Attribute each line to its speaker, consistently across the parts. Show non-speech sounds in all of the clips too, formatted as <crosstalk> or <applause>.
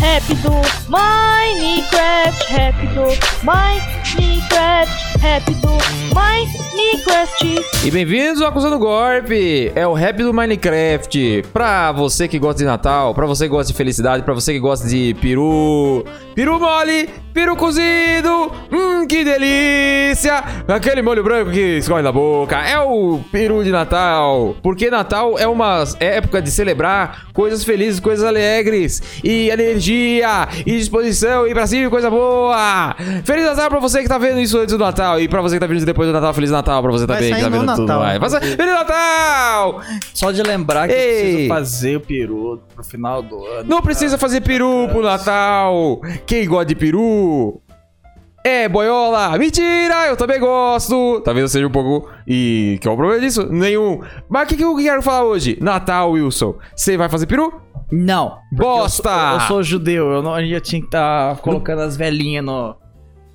Speaker 1: rápido, Minecraft rápido, Minecraft rápido, Minecraft.
Speaker 2: E bem-vindos ao Acusando Golpe! É o rap do Minecraft. Pra você que gosta de Natal, pra você que gosta de felicidade, pra você que gosta de peru. Peru mole, peru cozido, hum, que delícia! Aquele molho branco que escorre da boca. É o peru de Natal. Porque Natal é uma época de celebrar coisas felizes, coisas alegres. E energia, e disposição, e pra cima, coisa boa! Feliz Natal pra você que tá vendo isso antes do Natal. E pra você que tá vendo isso depois do Natal, Feliz Natal pra você
Speaker 3: Vai
Speaker 2: também. Que
Speaker 3: sair
Speaker 2: tá
Speaker 3: no
Speaker 2: vendo tudo
Speaker 3: Natal.
Speaker 2: mais. Vai sair- Feliz Natal!
Speaker 3: Só de lembrar que
Speaker 2: Ei.
Speaker 3: eu preciso fazer o peru pro final do ano.
Speaker 2: Não precisa fazer peru pro Natal. Quem gosta de peru? É, boiola! Mentira! Eu também gosto! Talvez eu seja um pouco. E que é o problema disso? Nenhum. Mas o que, que eu quero falar hoje? Natal, Wilson. Você vai fazer peru?
Speaker 3: Não. porque
Speaker 2: Bosta!
Speaker 3: Eu sou, eu sou judeu, eu não eu tinha que estar colocando as velhinhas no,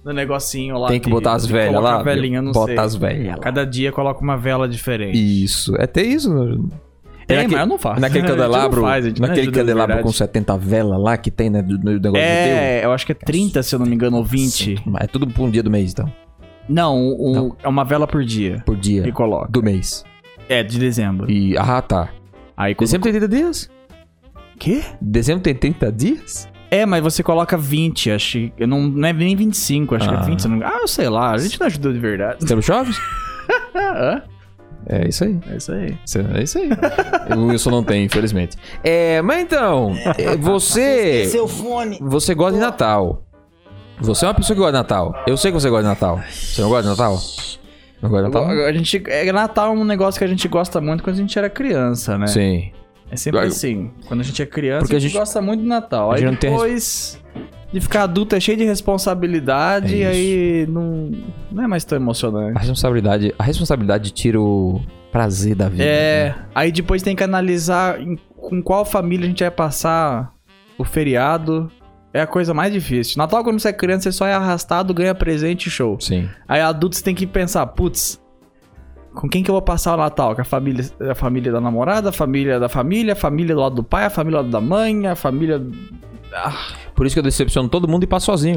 Speaker 3: no negocinho lá.
Speaker 2: Tem que
Speaker 3: de-
Speaker 2: botar as
Speaker 3: de
Speaker 2: velhas
Speaker 3: colocar
Speaker 2: lá.
Speaker 3: velhinha, eu não
Speaker 2: Bota
Speaker 3: sei.
Speaker 2: as velhas lá.
Speaker 3: Cada dia coloca uma vela diferente.
Speaker 2: Isso. É até isso, né?
Speaker 3: Tem,
Speaker 2: É naque-
Speaker 3: mas eu não faço.
Speaker 2: Naquele
Speaker 3: <laughs> A gente não
Speaker 2: candelabro.
Speaker 3: faz, a gente não é
Speaker 2: naquele
Speaker 3: judeu de
Speaker 2: candelabro com
Speaker 3: verdade.
Speaker 2: 70 velas lá que tem, né? Do, do negócio do
Speaker 3: É, eu acho que é 30, se eu não me engano, ou 20.
Speaker 2: teu. Mas é tudo por um dia do mês, então.
Speaker 3: Não, um-
Speaker 2: Não.
Speaker 3: é uma vela por dia
Speaker 2: Por
Speaker 3: que
Speaker 2: dia
Speaker 3: coloca.
Speaker 2: do mês.
Speaker 3: É, de dezembro.
Speaker 2: E. Ah, tá.
Speaker 3: Aí quando...
Speaker 2: Dezembro tem 30 dias?
Speaker 3: Quê?
Speaker 2: Dezembro tem 30 dias?
Speaker 3: É, mas você coloca 20, acho. que- Eu não, não é nem 25, acho que
Speaker 2: Ah.
Speaker 3: é 20. se eu Não... Ah, eu sei lá, a gente não ajudou
Speaker 2: <laughs>
Speaker 3: de verdade.
Speaker 2: Setembro chove?
Speaker 3: Ah,
Speaker 2: É isso aí.
Speaker 3: é isso aí.
Speaker 2: Isso- É isso aí. <laughs> o Wilson não tem, infelizmente. É, mas
Speaker 4: <laughs>
Speaker 2: então, é, você.
Speaker 4: Seu fone.
Speaker 2: Você gosta de Natal. Você é uma pessoa que gosta de Natal. Eu sei que você gosta de Natal. Você não gosta de Natal? Não gosta de Natal?
Speaker 3: A gente, é, Natal é um negócio que a gente gosta muito quando a gente era criança, né?
Speaker 2: Sim.
Speaker 3: É sempre
Speaker 2: Eu-
Speaker 3: assim. Quando a gente é criança,
Speaker 2: Porque a
Speaker 3: a gente
Speaker 2: gente-
Speaker 3: gosta muito do Natal.
Speaker 2: a
Speaker 3: Aí
Speaker 2: gente não tem res-
Speaker 3: depois de ficar adulto é cheio de responsabilidade,
Speaker 2: É
Speaker 3: aí não, não é mais tão emocionante.
Speaker 2: A responsabilidade, a responsabilidade tira o prazer da vida.
Speaker 3: É, aí depois tem que analisar em- com qual família a gente vai passar o feriado. É a coisa mais difícil. Natal, quando você é criança, você só é arrastado, ganha presente e show.
Speaker 2: Sim.
Speaker 3: Aí adultos tem que pensar, putz, com quem que eu vou passar o Natal? Com a família, a família da namorada, a família da família, a família do lado do pai, a família do lado da mãe, a família...
Speaker 2: Por isso que eu decepciono todo mundo e passo
Speaker 3: <laughs>
Speaker 2: sozinho.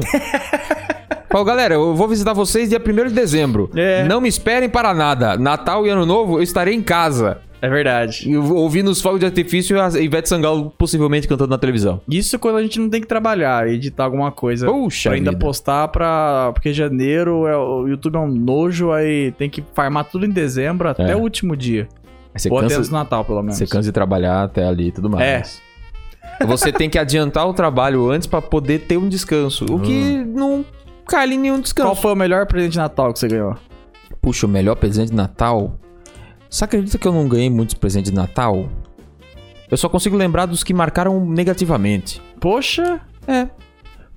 Speaker 2: Falo, galera, eu vou visitar vocês dia 1 de dezembro.
Speaker 3: É.
Speaker 2: Não me esperem para nada. Natal e Ano Novo, eu estarei em casa.
Speaker 3: É verdade.
Speaker 2: E eu- ouvindo os fogos de artifício e a Ivete Sangalo possivelmente cantando na televisão.
Speaker 3: Isso quando a gente não tem que trabalhar, editar alguma coisa.
Speaker 2: Puxa
Speaker 3: pra ainda
Speaker 2: vida.
Speaker 3: postar pra... Porque janeiro, é- o YouTube é um nojo, aí tem que farmar tudo em dezembro até
Speaker 2: É.
Speaker 3: o último dia.
Speaker 2: Você
Speaker 3: Ou até antes
Speaker 2: cansa,
Speaker 3: do Natal, pelo menos.
Speaker 2: você cansa de trabalhar até ali e tudo mais. É. <laughs> Você tem que adiantar o trabalho antes pra poder ter um descanso. O que
Speaker 3: Hum.
Speaker 2: não cai em nenhum
Speaker 3: Qual
Speaker 2: descanso.
Speaker 3: foi o melhor presente de Natal que você ganhou?
Speaker 2: Puxa, o melhor presente de Natal. Você acredita que eu não ganhei muitos presentes de Natal? Eu só consigo lembrar dos que marcaram negativamente.
Speaker 3: Poxa,
Speaker 2: É.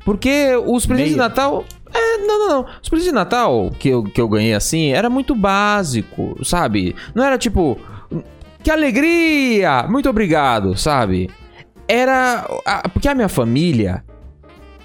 Speaker 2: Porque os presentes de
Speaker 3: Meia.
Speaker 2: Natal. É, não, não, não. Os presentes de Natal que eu, que eu ganhei assim era muito básico, sabe? Não era tipo. Que alegria! Muito obrigado, sabe? Era. a- porque a minha família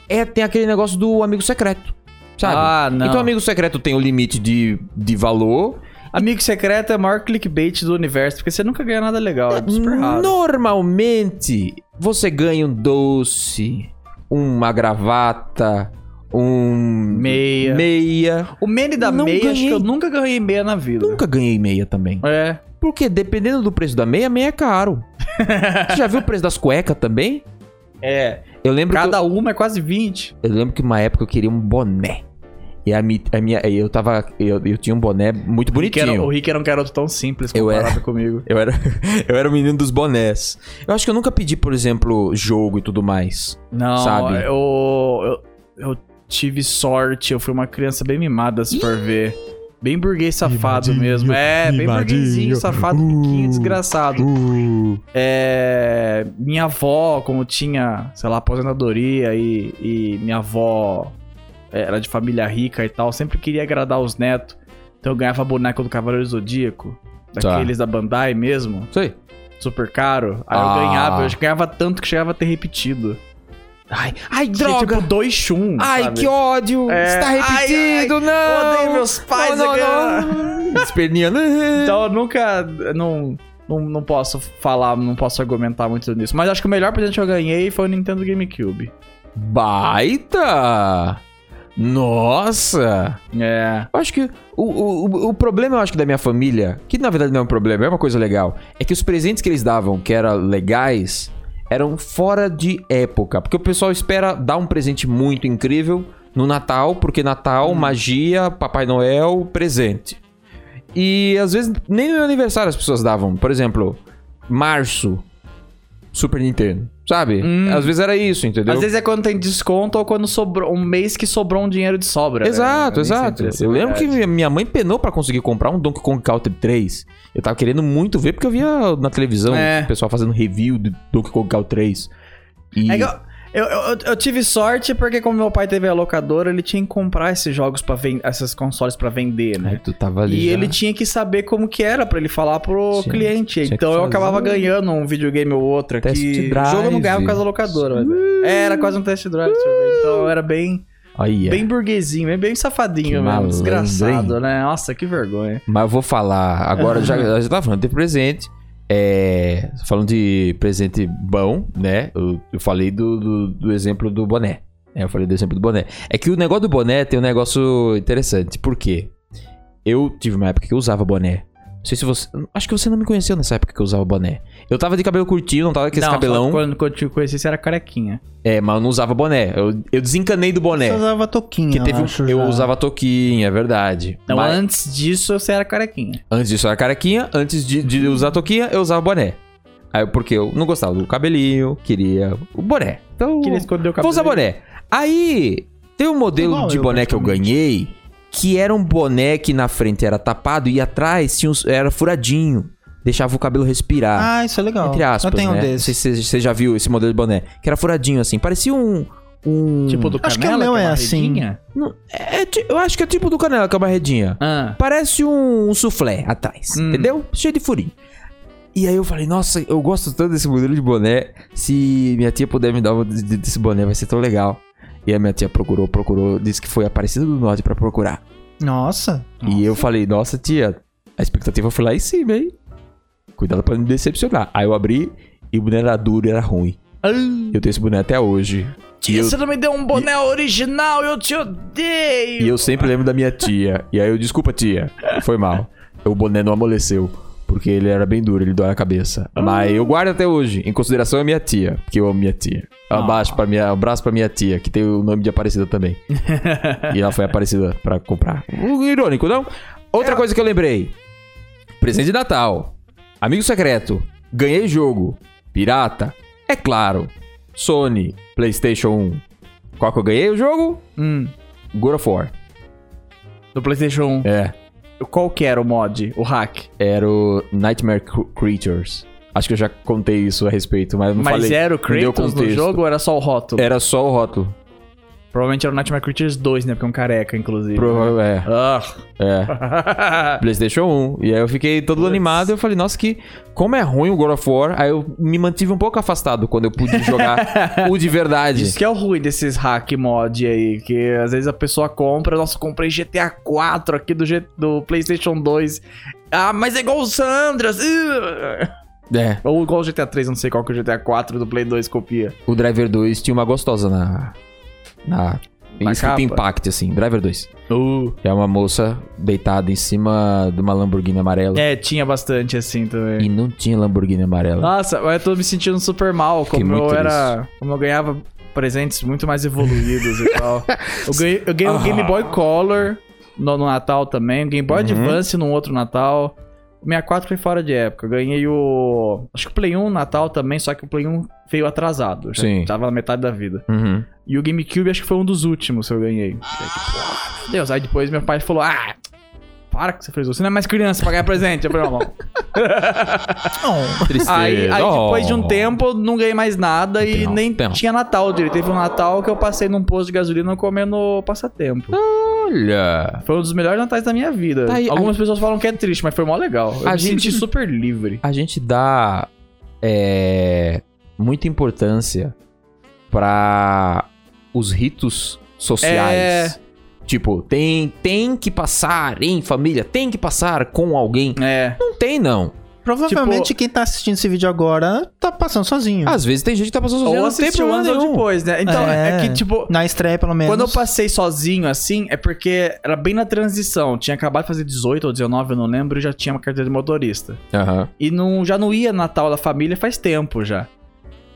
Speaker 2: é, tem aquele negócio do amigo secreto. Sabe?
Speaker 3: Ah, não.
Speaker 2: Então, amigo secreto tem o limite de, de valor.
Speaker 3: Amigo secreto é o maior clickbait do universo, porque você nunca ganha nada legal. É super raro.
Speaker 2: Normalmente, você ganha um doce, uma gravata, um.
Speaker 3: Meia.
Speaker 2: Meia.
Speaker 3: O meme da
Speaker 2: Não
Speaker 3: meia, acho
Speaker 2: ganhei.
Speaker 3: que eu nunca ganhei meia na vida.
Speaker 2: Nunca ganhei meia também.
Speaker 3: É.
Speaker 2: Porque dependendo do preço da meia, meia é
Speaker 3: <laughs>
Speaker 2: caro. Você já viu o preço das cuecas também?
Speaker 3: É.
Speaker 2: Eu lembro, que
Speaker 3: Cada uma é quase 20.
Speaker 2: eu, eu lembro que uma época eu queria um boné. E a, mi- a minha. Eu tava. Eu, eu tinha um boné muito
Speaker 3: Que era- o
Speaker 2: bonitinho.
Speaker 3: Rick era um garoto tão simples
Speaker 2: Eu
Speaker 3: comparado comigo.
Speaker 2: Eu era, <laughs> eu era o menino dos bonés. Eu acho que eu nunca pedi, por exemplo, jogo e tudo mais.
Speaker 3: Não,
Speaker 2: Sabe?
Speaker 3: Eu, eu, eu tive sorte. Eu fui uma criança bem mimada, se for ver. Bem burguês safado mesmo. É, bem burguesinho,
Speaker 2: Uh!
Speaker 3: safado, riquinho, desgraçado. É, minha avó, como tinha, sei lá, aposentadoria e, e minha avó era de família rica e tal, sempre queria agradar os netos. Então eu ganhava boneco do Cavaleiro Zodíaco,
Speaker 2: Tá.
Speaker 3: daqueles da Bandai mesmo,
Speaker 2: Isso aí.
Speaker 3: super caro. Aí
Speaker 2: Ah.
Speaker 3: eu ganhava, eu ganhava tanto que chegava a ter repetido.
Speaker 2: Ai, ai
Speaker 3: Tinha tipo dois chum.
Speaker 2: Ai,
Speaker 3: sabe?
Speaker 2: que ódio!
Speaker 3: É.
Speaker 2: Está
Speaker 3: Ai, ai,
Speaker 2: repetido,
Speaker 3: Eu
Speaker 2: não!
Speaker 3: odeio meus pais,
Speaker 2: não,
Speaker 3: eu-
Speaker 2: não, <laughs> né? não. Esperneando.
Speaker 3: Então eu nunca. Não, não, não posso falar, não posso argumentar muito nisso. Mas acho que o melhor presente que eu ganhei foi o Nintendo GameCube.
Speaker 2: Baita! Nossa!
Speaker 3: É.
Speaker 2: Eu acho que o, o, o- o problema, eu acho que da minha família, que na verdade não é um problema, é uma coisa legal, é que os presentes que eles davam, que eram legais, eram fora de época. Porque o pessoal espera dar um presente muito incrível no Natal, porque
Speaker 3: Hum.
Speaker 2: Natal, magia, Papai Noel, presente. E às vezes nem no meu aniversário as pessoas davam. Por exemplo, março, Super Nintendo. Sabe? Às vezes era isso, entendeu?
Speaker 3: Hum. Às vezes é quando tem desconto ou quando sobrou um mês que sobrou um dinheiro de sobra. né?
Speaker 2: Exato,
Speaker 3: Nem
Speaker 2: exato.
Speaker 3: sempre é assim,
Speaker 2: Eu lembro
Speaker 3: verdade.
Speaker 2: que minha- minha mãe penou pra conseguir comprar um Donkey Kong Country 3. Eu tava querendo muito ver porque eu via na televisão
Speaker 3: É.
Speaker 2: o pessoal fazendo review de Donkey Kong Country 3. E
Speaker 3: É que eu, eu, eu- eu tive sorte porque como meu pai teve a locadora, ele tinha que comprar esses jogos para vender, esses consoles pra vender, né?
Speaker 2: Aí tu tava ali
Speaker 3: E
Speaker 2: já.
Speaker 3: ele tinha que saber como que era pra ele falar pro
Speaker 2: Tinha-
Speaker 3: cliente.
Speaker 2: tinha que
Speaker 3: Então eu
Speaker 2: fazer
Speaker 3: acabava ganhando um videogame ou outro aqui.
Speaker 2: Test
Speaker 3: O jogo eu não
Speaker 2: drive.
Speaker 3: ganhava por causa da locadora. mas é. Era quase um test drive. sorvete. Então eu era bem,
Speaker 2: Aí, é.
Speaker 3: bem burguesinho, bem, bem
Speaker 2: Que
Speaker 3: safadinho mesmo.
Speaker 2: malandro,
Speaker 3: Desgraçado, né? Nossa, que vergonha.
Speaker 2: Mas eu vou falar agora, já, eu já tava falando de presente. É, falando de presente bom, né? Eu, eu falei do, do, do exemplo do boné. É, eu falei do exemplo do boné. É que o negócio do boné tem um negócio interessante. Por quê? Eu tive uma época que eu usava boné. Não sei se você. Acho que você não me conheceu nessa época que eu usava boné. Eu tava de cabelo curtinho, não tava com esse
Speaker 3: Não, só
Speaker 2: cabelão.
Speaker 3: Quando, quando eu te conheci, você era carequinha.
Speaker 2: É, mas eu não usava boné. Eu, eu desencanei do boné.
Speaker 4: Você usava toquinha,
Speaker 2: Porque É. teve
Speaker 4: eu
Speaker 2: um-
Speaker 4: acho,
Speaker 2: eu
Speaker 4: já.
Speaker 2: usava toquinha, é verdade.
Speaker 3: Então
Speaker 2: Mas-
Speaker 3: antes disso, você era carequinha.
Speaker 2: Antes disso eu era carequinha, antes de, de usar toquinha, eu usava boné. Aí, porque eu não gostava do cabelinho, queria o boné.
Speaker 4: Uh,
Speaker 2: Então,
Speaker 3: Queria esconder o cabelo.
Speaker 2: vou usar boné. Aí, tem um modelo
Speaker 4: Igual
Speaker 2: de
Speaker 4: eu,
Speaker 2: boné que eu ganhei, que era um boné que na frente era tapado e atrás tinha uns- era furadinho. Deixava o cabelo respirar.
Speaker 4: Ah, isso é legal.
Speaker 2: entre aspas,
Speaker 4: eu tenho
Speaker 2: né?
Speaker 4: um
Speaker 2: Não sei
Speaker 4: desses.
Speaker 2: se você- você já viu esse modelo de boné. Que era furadinho, assim. Parecia um... um...
Speaker 3: Tipo do canela,
Speaker 4: Acho que o meu
Speaker 3: uma
Speaker 4: é assim.
Speaker 3: redinha.
Speaker 2: É, ti- eu acho que é tipo do Canela, que é uma redinha.
Speaker 3: Ah.
Speaker 2: Parece um, um soufflé atrás,
Speaker 3: Hum.
Speaker 2: entendeu? Cheio de furinho. E aí eu falei, nossa, eu gosto tanto desse modelo de boné. Se minha tia puder me dar um de- de- desse boné, vai ser tão legal. E a minha tia procurou, procurou, disse que foi Aparecida do Norte pra procurar.
Speaker 4: Nossa.
Speaker 2: E eu falei, nossa, tia, a expectativa foi lá em cima, hein? Cuidado pra não me decepcionar. Aí eu abri e o boné era duro e era ruim. Eu tenho esse boné até hoje. E
Speaker 3: Tia,
Speaker 2: eu-
Speaker 3: você não me deu um boné original, eu te odeio!
Speaker 2: E eu sempre lembro da minha tia. E aí eu, desculpa, tia, foi mal. O boné não amoleceu. Porque ele era bem duro, ele dói a cabeça. Mas eu guardo até hoje, em consideração a minha tia, porque eu amo minha tia. Um abraço pra minha, um abraço pra minha tia, que tem o nome de Aparecida também. e ela foi Aparecida pra comprar. Um Irônico, não? Outra coisa que eu lembrei: presente de Natal, amigo secreto, ganhei jogo, pirata, é claro, Sony, PlayStation 1. Qual que eu ganhei o jogo?
Speaker 3: Hum,
Speaker 2: God of War.
Speaker 3: do PlayStation
Speaker 2: É.
Speaker 3: 1. Qual que era o mod? O hack?
Speaker 2: era o Nightmare Cr- Creatures. Acho que eu já contei isso a respeito, mas não
Speaker 3: Mas é-
Speaker 2: falei.
Speaker 3: era o
Speaker 2: não deu
Speaker 3: Kratos no
Speaker 2: contexto.
Speaker 3: jogo ou era só o rótulo?
Speaker 2: Era só o rótulo.
Speaker 3: É. Provavelmente era o Nightmare Creatures 2, né? Porque é um careca, inclusive.
Speaker 2: Prova- é,
Speaker 3: Ah.
Speaker 2: é. PlayStation 1. E aí eu fiquei todo animado. Eu falei, nossa, que como é ruim o God of War. Aí eu me mantive um pouco afastado quando eu pude
Speaker 3: <laughs>
Speaker 2: jogar o de verdade.
Speaker 3: <laughs> Isso que é o ruim desses hack mod aí, que às vezes a pessoa compra, nossa, comprei GTA 4 aqui do, G- do PlayStation 2. Ah, mas é igual o Sandras! Ugh.
Speaker 2: É,
Speaker 3: Ou igual o GTA 3, eu não sei qual que o GTA 4 do Play 2 copia.
Speaker 2: o Driver 2 tinha uma gostosa na. Na.
Speaker 3: Na
Speaker 2: escrita
Speaker 3: capa?
Speaker 2: Impact, assim. Driver 2.
Speaker 3: Uh.
Speaker 2: É uma moça deitada em cima de uma Lamborghini amarela.
Speaker 3: É, tinha bastante assim também.
Speaker 2: E não tinha Lamborghini amarela.
Speaker 3: Nossa, mas eu tô me sentindo super mal,
Speaker 2: Fiquei
Speaker 3: como eu
Speaker 2: muito
Speaker 3: era. Como eu ganhava presentes muito mais evoluídos e
Speaker 2: <laughs>
Speaker 3: tal. Eu ganhei, eu ganhei um
Speaker 2: Ah.
Speaker 3: Game Boy Color no, no Natal também, um Game
Speaker 2: Uhum.
Speaker 3: Boy Advance no outro Natal. O 64 foi fora de época. Eu ganhei o. Acho que o Play 1 no Natal também, só que o Play 1 veio atrasado. Já
Speaker 2: Sim.
Speaker 3: Tava na metade da vida.
Speaker 2: Uhum.
Speaker 3: E o GameCube acho que foi um dos últimos que eu ganhei. Aí, tipo, ah, meu Deus, aí depois meu pai falou: Ah, para que você fez isso. Você não é mais criança pra ganhar presente. Eu falei, "Não, não."
Speaker 4: Oh.
Speaker 2: Tristeza.
Speaker 3: Aí, aí depois de um
Speaker 2: Oh.
Speaker 3: tempo eu não ganhei mais nada e
Speaker 2: Não,
Speaker 3: nem
Speaker 2: não.
Speaker 3: tinha Natal direito. Teve um Natal que eu passei num posto de gasolina comendo passatempo.
Speaker 2: Olha.
Speaker 3: Foi um dos melhores natais da minha vida.
Speaker 2: Ah. Tá aí,
Speaker 3: Algumas pessoas falam que é triste, mas foi mó legal. Eu
Speaker 2: A
Speaker 3: me
Speaker 2: gente-
Speaker 3: senti super livre.
Speaker 2: A gente dá é, muita importância pra os ritos sociais.
Speaker 3: É.
Speaker 2: Tipo, tem, tem que passar em família, tem que passar com alguém.
Speaker 3: É.
Speaker 2: Não tem, não.
Speaker 4: Provavelmente quem tá assistindo esse vídeo agora tá passando sozinho.
Speaker 2: Às vezes tem gente que tá passando sozinho,
Speaker 3: Ou
Speaker 2: não tem
Speaker 3: assistiu
Speaker 2: problema
Speaker 3: antes ou
Speaker 2: nenhum.
Speaker 3: depois, né? Então, é, que, tipo,
Speaker 4: Na estreia, pelo menos.
Speaker 3: quando eu passei sozinho, assim, é porque era bem na transição. Tinha acabado de fazer 18 ou 19, eu não lembro, e já tinha uma carteira de motorista.
Speaker 2: Aham.
Speaker 3: E não, já não ia Natal da família faz tempo já.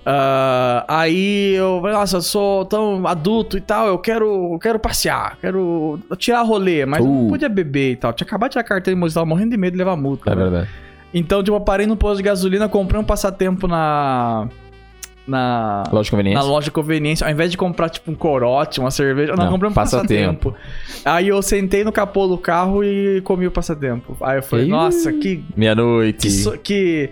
Speaker 3: Ah, aí eu falei, nossa, eu sou tão adulto e tal, eu quero, eu quero passear, quero tirar rolê, mas eu não
Speaker 2: Uh.
Speaker 3: podia beber e tal. Tinha acabado de tirar a carteira de motorista, tava morrendo de medo de levar multa.
Speaker 2: É
Speaker 3: né?
Speaker 2: verdade.
Speaker 3: Então, tipo, eu parei no posto de gasolina, comprei um passatempo na. Na.
Speaker 2: Loja de
Speaker 3: Na
Speaker 2: conveniência.
Speaker 3: loja de conveniência, ao invés de comprar, tipo, um corote, uma cerveja, não,
Speaker 2: Não,
Speaker 3: comprei um passatempo.
Speaker 2: passatempo.
Speaker 3: Aí eu sentei no capô do carro e comi o passatempo. Aí eu falei,
Speaker 2: Ih.
Speaker 3: nossa, que,
Speaker 2: Meia-noite.
Speaker 3: que, so- que,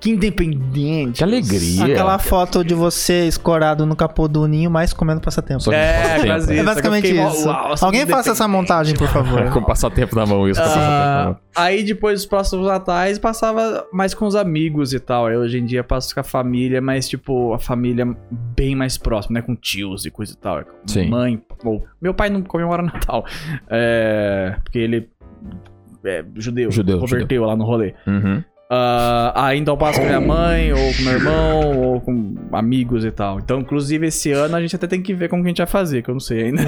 Speaker 3: que independente.
Speaker 2: Que alegria.
Speaker 4: Aquela foto de você escorado no capô do ninho, mas comendo passatempo.
Speaker 2: Só que com
Speaker 3: É,
Speaker 2: passatempo,
Speaker 3: quase
Speaker 2: né?
Speaker 4: É
Speaker 3: isso.
Speaker 4: basicamente
Speaker 3: Eu fiquei,
Speaker 4: isso.
Speaker 3: "Uau, nossa,
Speaker 4: Alguém
Speaker 3: que
Speaker 4: faça essa montagem, por favor.
Speaker 2: <laughs> <laughs> Com o passatempo na mão, isso. com o passatempo na
Speaker 3: Ah,
Speaker 2: mão.
Speaker 3: aí depois dos próximos natais passava mais com os amigos e tal. Aí hoje em dia passo com a família, mas tipo, a família bem mais próxima, né? Com tios e coisa e tal. é Com
Speaker 2: Sim.
Speaker 3: Mãe. Ou, meu pai não comemora Natal. É, porque ele é judeu.
Speaker 2: Judeu,
Speaker 3: Converteu lá no rolê.
Speaker 2: Uhum.
Speaker 3: Ah, aí então eu passo com minha mãe, ou com meu irmão, ou com amigos e tal. Então, inclusive, esse ano a gente até tem que ver como que a gente vai fazer, que eu não sei ainda.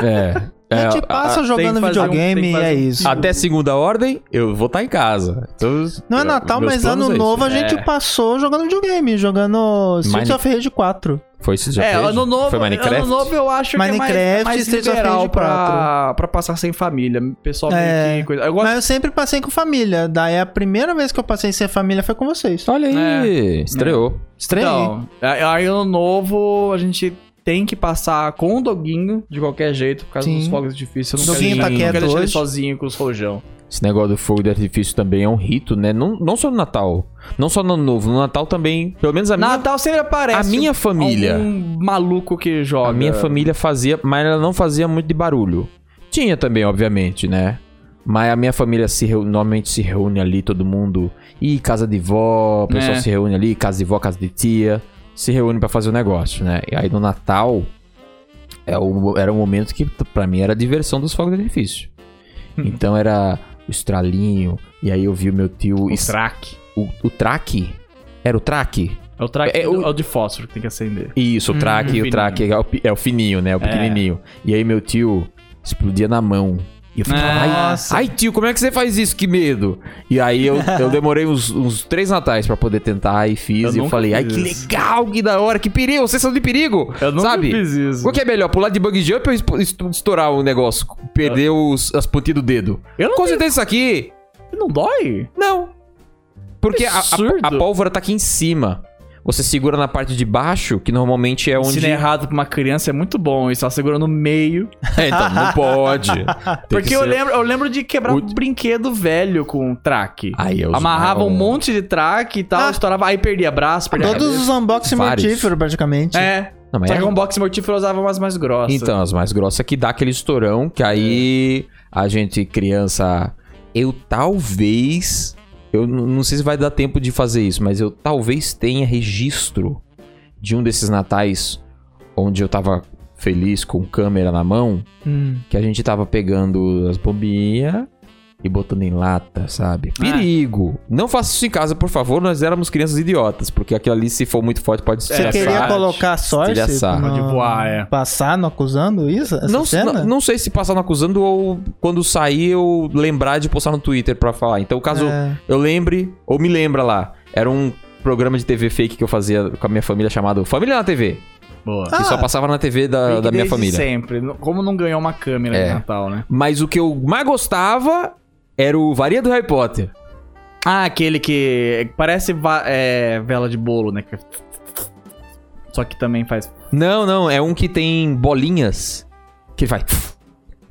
Speaker 4: É.
Speaker 2: É. é
Speaker 4: a gente
Speaker 2: a-
Speaker 4: passa
Speaker 3: tem que
Speaker 4: jogando
Speaker 3: fazer um- tem
Speaker 4: videogame
Speaker 3: que
Speaker 4: e
Speaker 3: fazer
Speaker 4: é
Speaker 3: um-
Speaker 4: isso.
Speaker 2: Até segunda ordem, eu vou estar em casa. Então,
Speaker 4: Não é
Speaker 2: eu-
Speaker 4: Natal,
Speaker 2: meus
Speaker 4: mas
Speaker 2: planos
Speaker 4: ano
Speaker 2: é isso.
Speaker 4: novo a gente passou jogando videogame, jogando Streets
Speaker 2: Mine-
Speaker 4: of Rage 4.
Speaker 2: Foi isso já
Speaker 3: É,
Speaker 2: fez?
Speaker 3: ano novo,
Speaker 2: Foi Minecraft?
Speaker 3: ano novo eu acho que é mais,
Speaker 4: Minecraft,
Speaker 3: mais
Speaker 4: Streets of
Speaker 3: liberal
Speaker 4: Rage
Speaker 3: pra, pra passar sem família. Pessoal meio
Speaker 4: É.
Speaker 3: que coisa. Eu gosto
Speaker 4: Mas eu sempre passei com família. Daí a primeira vez que eu passei sem família foi com vocês.
Speaker 2: Olha aí, estreou.
Speaker 4: Estranho.
Speaker 3: então, aí aí ano novo a gente tem que passar com o Doguinho de qualquer jeito, por causa
Speaker 4: Sim.
Speaker 3: dos fogos difíceis. Eu não
Speaker 4: Doguinho
Speaker 3: quero,
Speaker 4: tá
Speaker 3: deixar- não
Speaker 4: quieto
Speaker 3: quero deixar ele
Speaker 4: hoje.
Speaker 3: sozinho com os rojão.
Speaker 2: Esse negócio do fogo de artifício também é um rito, né? Não, não só no Natal. Não só no Ano Novo. No Natal também. Pelo menos a minha,
Speaker 3: Natal sempre
Speaker 2: a
Speaker 3: aparece.
Speaker 2: minha família.
Speaker 3: Um maluco que joga.
Speaker 2: A minha família fazia, mas ela não fazia muito de barulho. Tinha também, obviamente, né? Mas a minha família se reu- normalmente se reúne ali, todo mundo. E casa de vó, o pessoal
Speaker 3: É.
Speaker 2: se reúne ali, casa de vó, casa de tia. Se reúne pra fazer o negócio, né? E aí no Natal é o- era um momento que t- pra mim era a diversão dos fogos de artifício.
Speaker 3: Hum.
Speaker 2: Então era o estralinho, e aí eu vi o meu tio.
Speaker 3: O
Speaker 2: es-
Speaker 3: traque.
Speaker 2: o, o traque? Era o traque?
Speaker 3: É o traque
Speaker 2: É,
Speaker 3: do-
Speaker 2: o-
Speaker 3: é o de fósforo que tem que acender.
Speaker 2: Isso, o traque,
Speaker 3: Hum,
Speaker 2: o traque é o, pi- é o fininho, né? O pequenininho. E aí meu tio explodia na mão. E eu ficava, ai,
Speaker 4: Nossa.
Speaker 2: ai tio, como é que você faz isso? Que medo. E aí
Speaker 3: <laughs>
Speaker 2: eu, eu demorei uns, uns três natais pra poder tentar e
Speaker 3: Eu
Speaker 2: fiz. e eu
Speaker 3: nunca
Speaker 2: falei, ai,
Speaker 3: fiz
Speaker 2: que
Speaker 3: isso."
Speaker 2: legal, que da hora, que perigo, vocês são de perigo.
Speaker 3: Eu nunca
Speaker 2: sabe?
Speaker 3: fiz isso.
Speaker 2: Qual que é melhor, pular de bug jump ou espo- estu- estourar o negócio? Perder os, as pontinhas do dedo?
Speaker 3: Eu não
Speaker 2: Com certeza isso aqui
Speaker 3: Não dói?
Speaker 2: não. Porque a, a-
Speaker 3: Absurdo.
Speaker 2: a pólvora tá aqui em cima. Você segura na parte de baixo, que normalmente é onde.
Speaker 3: Ensino errado pra uma criança é muito bom. Isso, ela segura no meio.
Speaker 2: É, então, não
Speaker 3: <laughs>
Speaker 2: pode. Tem
Speaker 3: Porque
Speaker 2: que
Speaker 3: eu
Speaker 2: ser-
Speaker 3: lembro, eu lembro de quebrar
Speaker 2: O-
Speaker 3: um brinquedo velho com track.
Speaker 2: Aí eu
Speaker 3: Amarrava um monte de track e tal,
Speaker 4: Ah.
Speaker 3: estourava. Aí perdia braço, perdia
Speaker 4: Todos os unboxing
Speaker 2: Então, Vários.
Speaker 4: mortíferos, praticamente.
Speaker 3: cabeça. É.
Speaker 2: Não, mas
Speaker 3: Só
Speaker 2: é-
Speaker 3: que o unboxing mortífero eu usava umas mais grossas.
Speaker 2: Então, as mais grossas é que dá aquele estourão, que aí
Speaker 4: É.
Speaker 2: a gente, criança. Eu talvez. Eu n- não sei se vai dar tempo de fazer isso, mas eu talvez tenha registro de um desses natais onde eu tava feliz com câmera na mão.
Speaker 4: Hum.
Speaker 2: que a gente tava pegando as bombinhas e botando em lata, sabe?
Speaker 4: Ah.
Speaker 2: Perigo. Não faça isso em casa, por favor. Nós éramos crianças idiotas, porque aquilo ali, se for muito forte, pode
Speaker 3: É,
Speaker 4: Você
Speaker 2: estressar.
Speaker 4: queria
Speaker 3: sorte.
Speaker 4: colocar sorte?
Speaker 2: Estilhaçar.
Speaker 4: no-
Speaker 3: Pode voar, é.
Speaker 4: Passar no acusando isso? Essa
Speaker 2: Não,
Speaker 4: cena?
Speaker 2: não, não sei se passar no acusando ou quando sair eu lembrar de postar no Twitter pra falar. Então, caso
Speaker 4: É.
Speaker 2: eu lembre ou me lembra lá, era um programa de TV fake que eu fazia com a minha família chamado Família na TV,
Speaker 3: Boa.
Speaker 2: que
Speaker 4: Ah.
Speaker 2: só passava na TV Ah, da, da minha
Speaker 3: Desde
Speaker 2: família.
Speaker 3: sempre. Como não ganhou uma câmera
Speaker 2: É.
Speaker 3: de Natal, né?
Speaker 2: Mas o que eu mais gostava era o Varia do Harry Potter.
Speaker 3: Ah, aquele que parece va- é, vela de bolo, né? Que- Só que também faz...
Speaker 2: Não, não, é um que tem bolinhas que vai.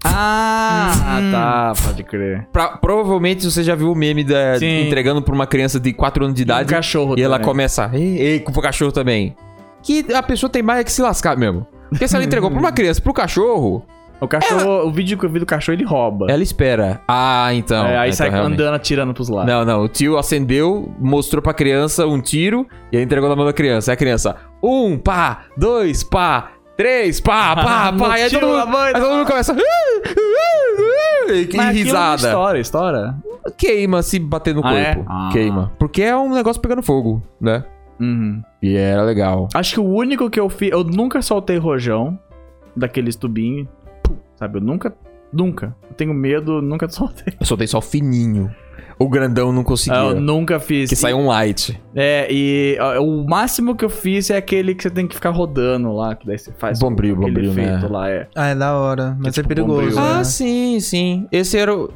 Speaker 3: Ah,
Speaker 4: Hum.
Speaker 3: tá. Pode crer.
Speaker 2: Pra- provavelmente você já viu o meme da
Speaker 3: Sim.
Speaker 2: entregando pra uma criança de 4 anos de
Speaker 3: Um
Speaker 2: idade
Speaker 3: cachorro
Speaker 2: e ela
Speaker 3: também.
Speaker 2: começa. E, e, com o cachorro também. Que a pessoa tem mais é que se lascar mesmo. Porque se ela entregou pra
Speaker 3: <laughs>
Speaker 2: uma criança pro cachorro,
Speaker 3: O cachorro, o vídeo que eu vi do cachorro, ele rouba.
Speaker 2: ela espera. Ah, então.
Speaker 3: É, aí
Speaker 2: então
Speaker 3: sai
Speaker 2: realmente.
Speaker 3: andando, atirando pros lados.
Speaker 2: Não, não. O tio acendeu, mostrou pra criança um tiro e aí entregou na mão da criança. Aí a criança. Um, pá, dois, pá, três,
Speaker 3: <laughs>
Speaker 2: pá, pá,
Speaker 3: No
Speaker 2: pá. E aí
Speaker 3: tiro
Speaker 2: todo
Speaker 3: da
Speaker 2: mundo,
Speaker 3: mãe,
Speaker 2: aí todo mundo começa. "Ah, ah, ah", e- e
Speaker 3: aquilo é não
Speaker 2: risada.
Speaker 3: Estoura, estoura.
Speaker 2: queima se bater no
Speaker 3: Ah, é?
Speaker 2: corpo.
Speaker 3: Ah.
Speaker 2: Queima. Porque é um negócio pegando fogo, né?
Speaker 3: Uhum.
Speaker 2: E era legal.
Speaker 3: Acho que o único que eu fiz. Eu nunca soltei rojão daqueles tubinhos. Pum, Sabe? Eu nunca. Nunca. Eu tenho medo, nunca <laughs> soltei.
Speaker 2: Eu soltei só o fininho. O grandão não conseguia.
Speaker 3: É, Eu nunca fiz.
Speaker 2: que saiu um light.
Speaker 3: É, e ó, o máximo que eu fiz é aquele que você tem que ficar rodando lá, que daí você faz
Speaker 2: Bombril,
Speaker 3: aquele
Speaker 2: bombril, né?
Speaker 3: efeito lá, é.
Speaker 4: Ah, é da hora. Mas
Speaker 3: tipo
Speaker 4: é perigoso.
Speaker 3: bombril.
Speaker 4: né?
Speaker 2: Ah, sim, sim. Esse era o.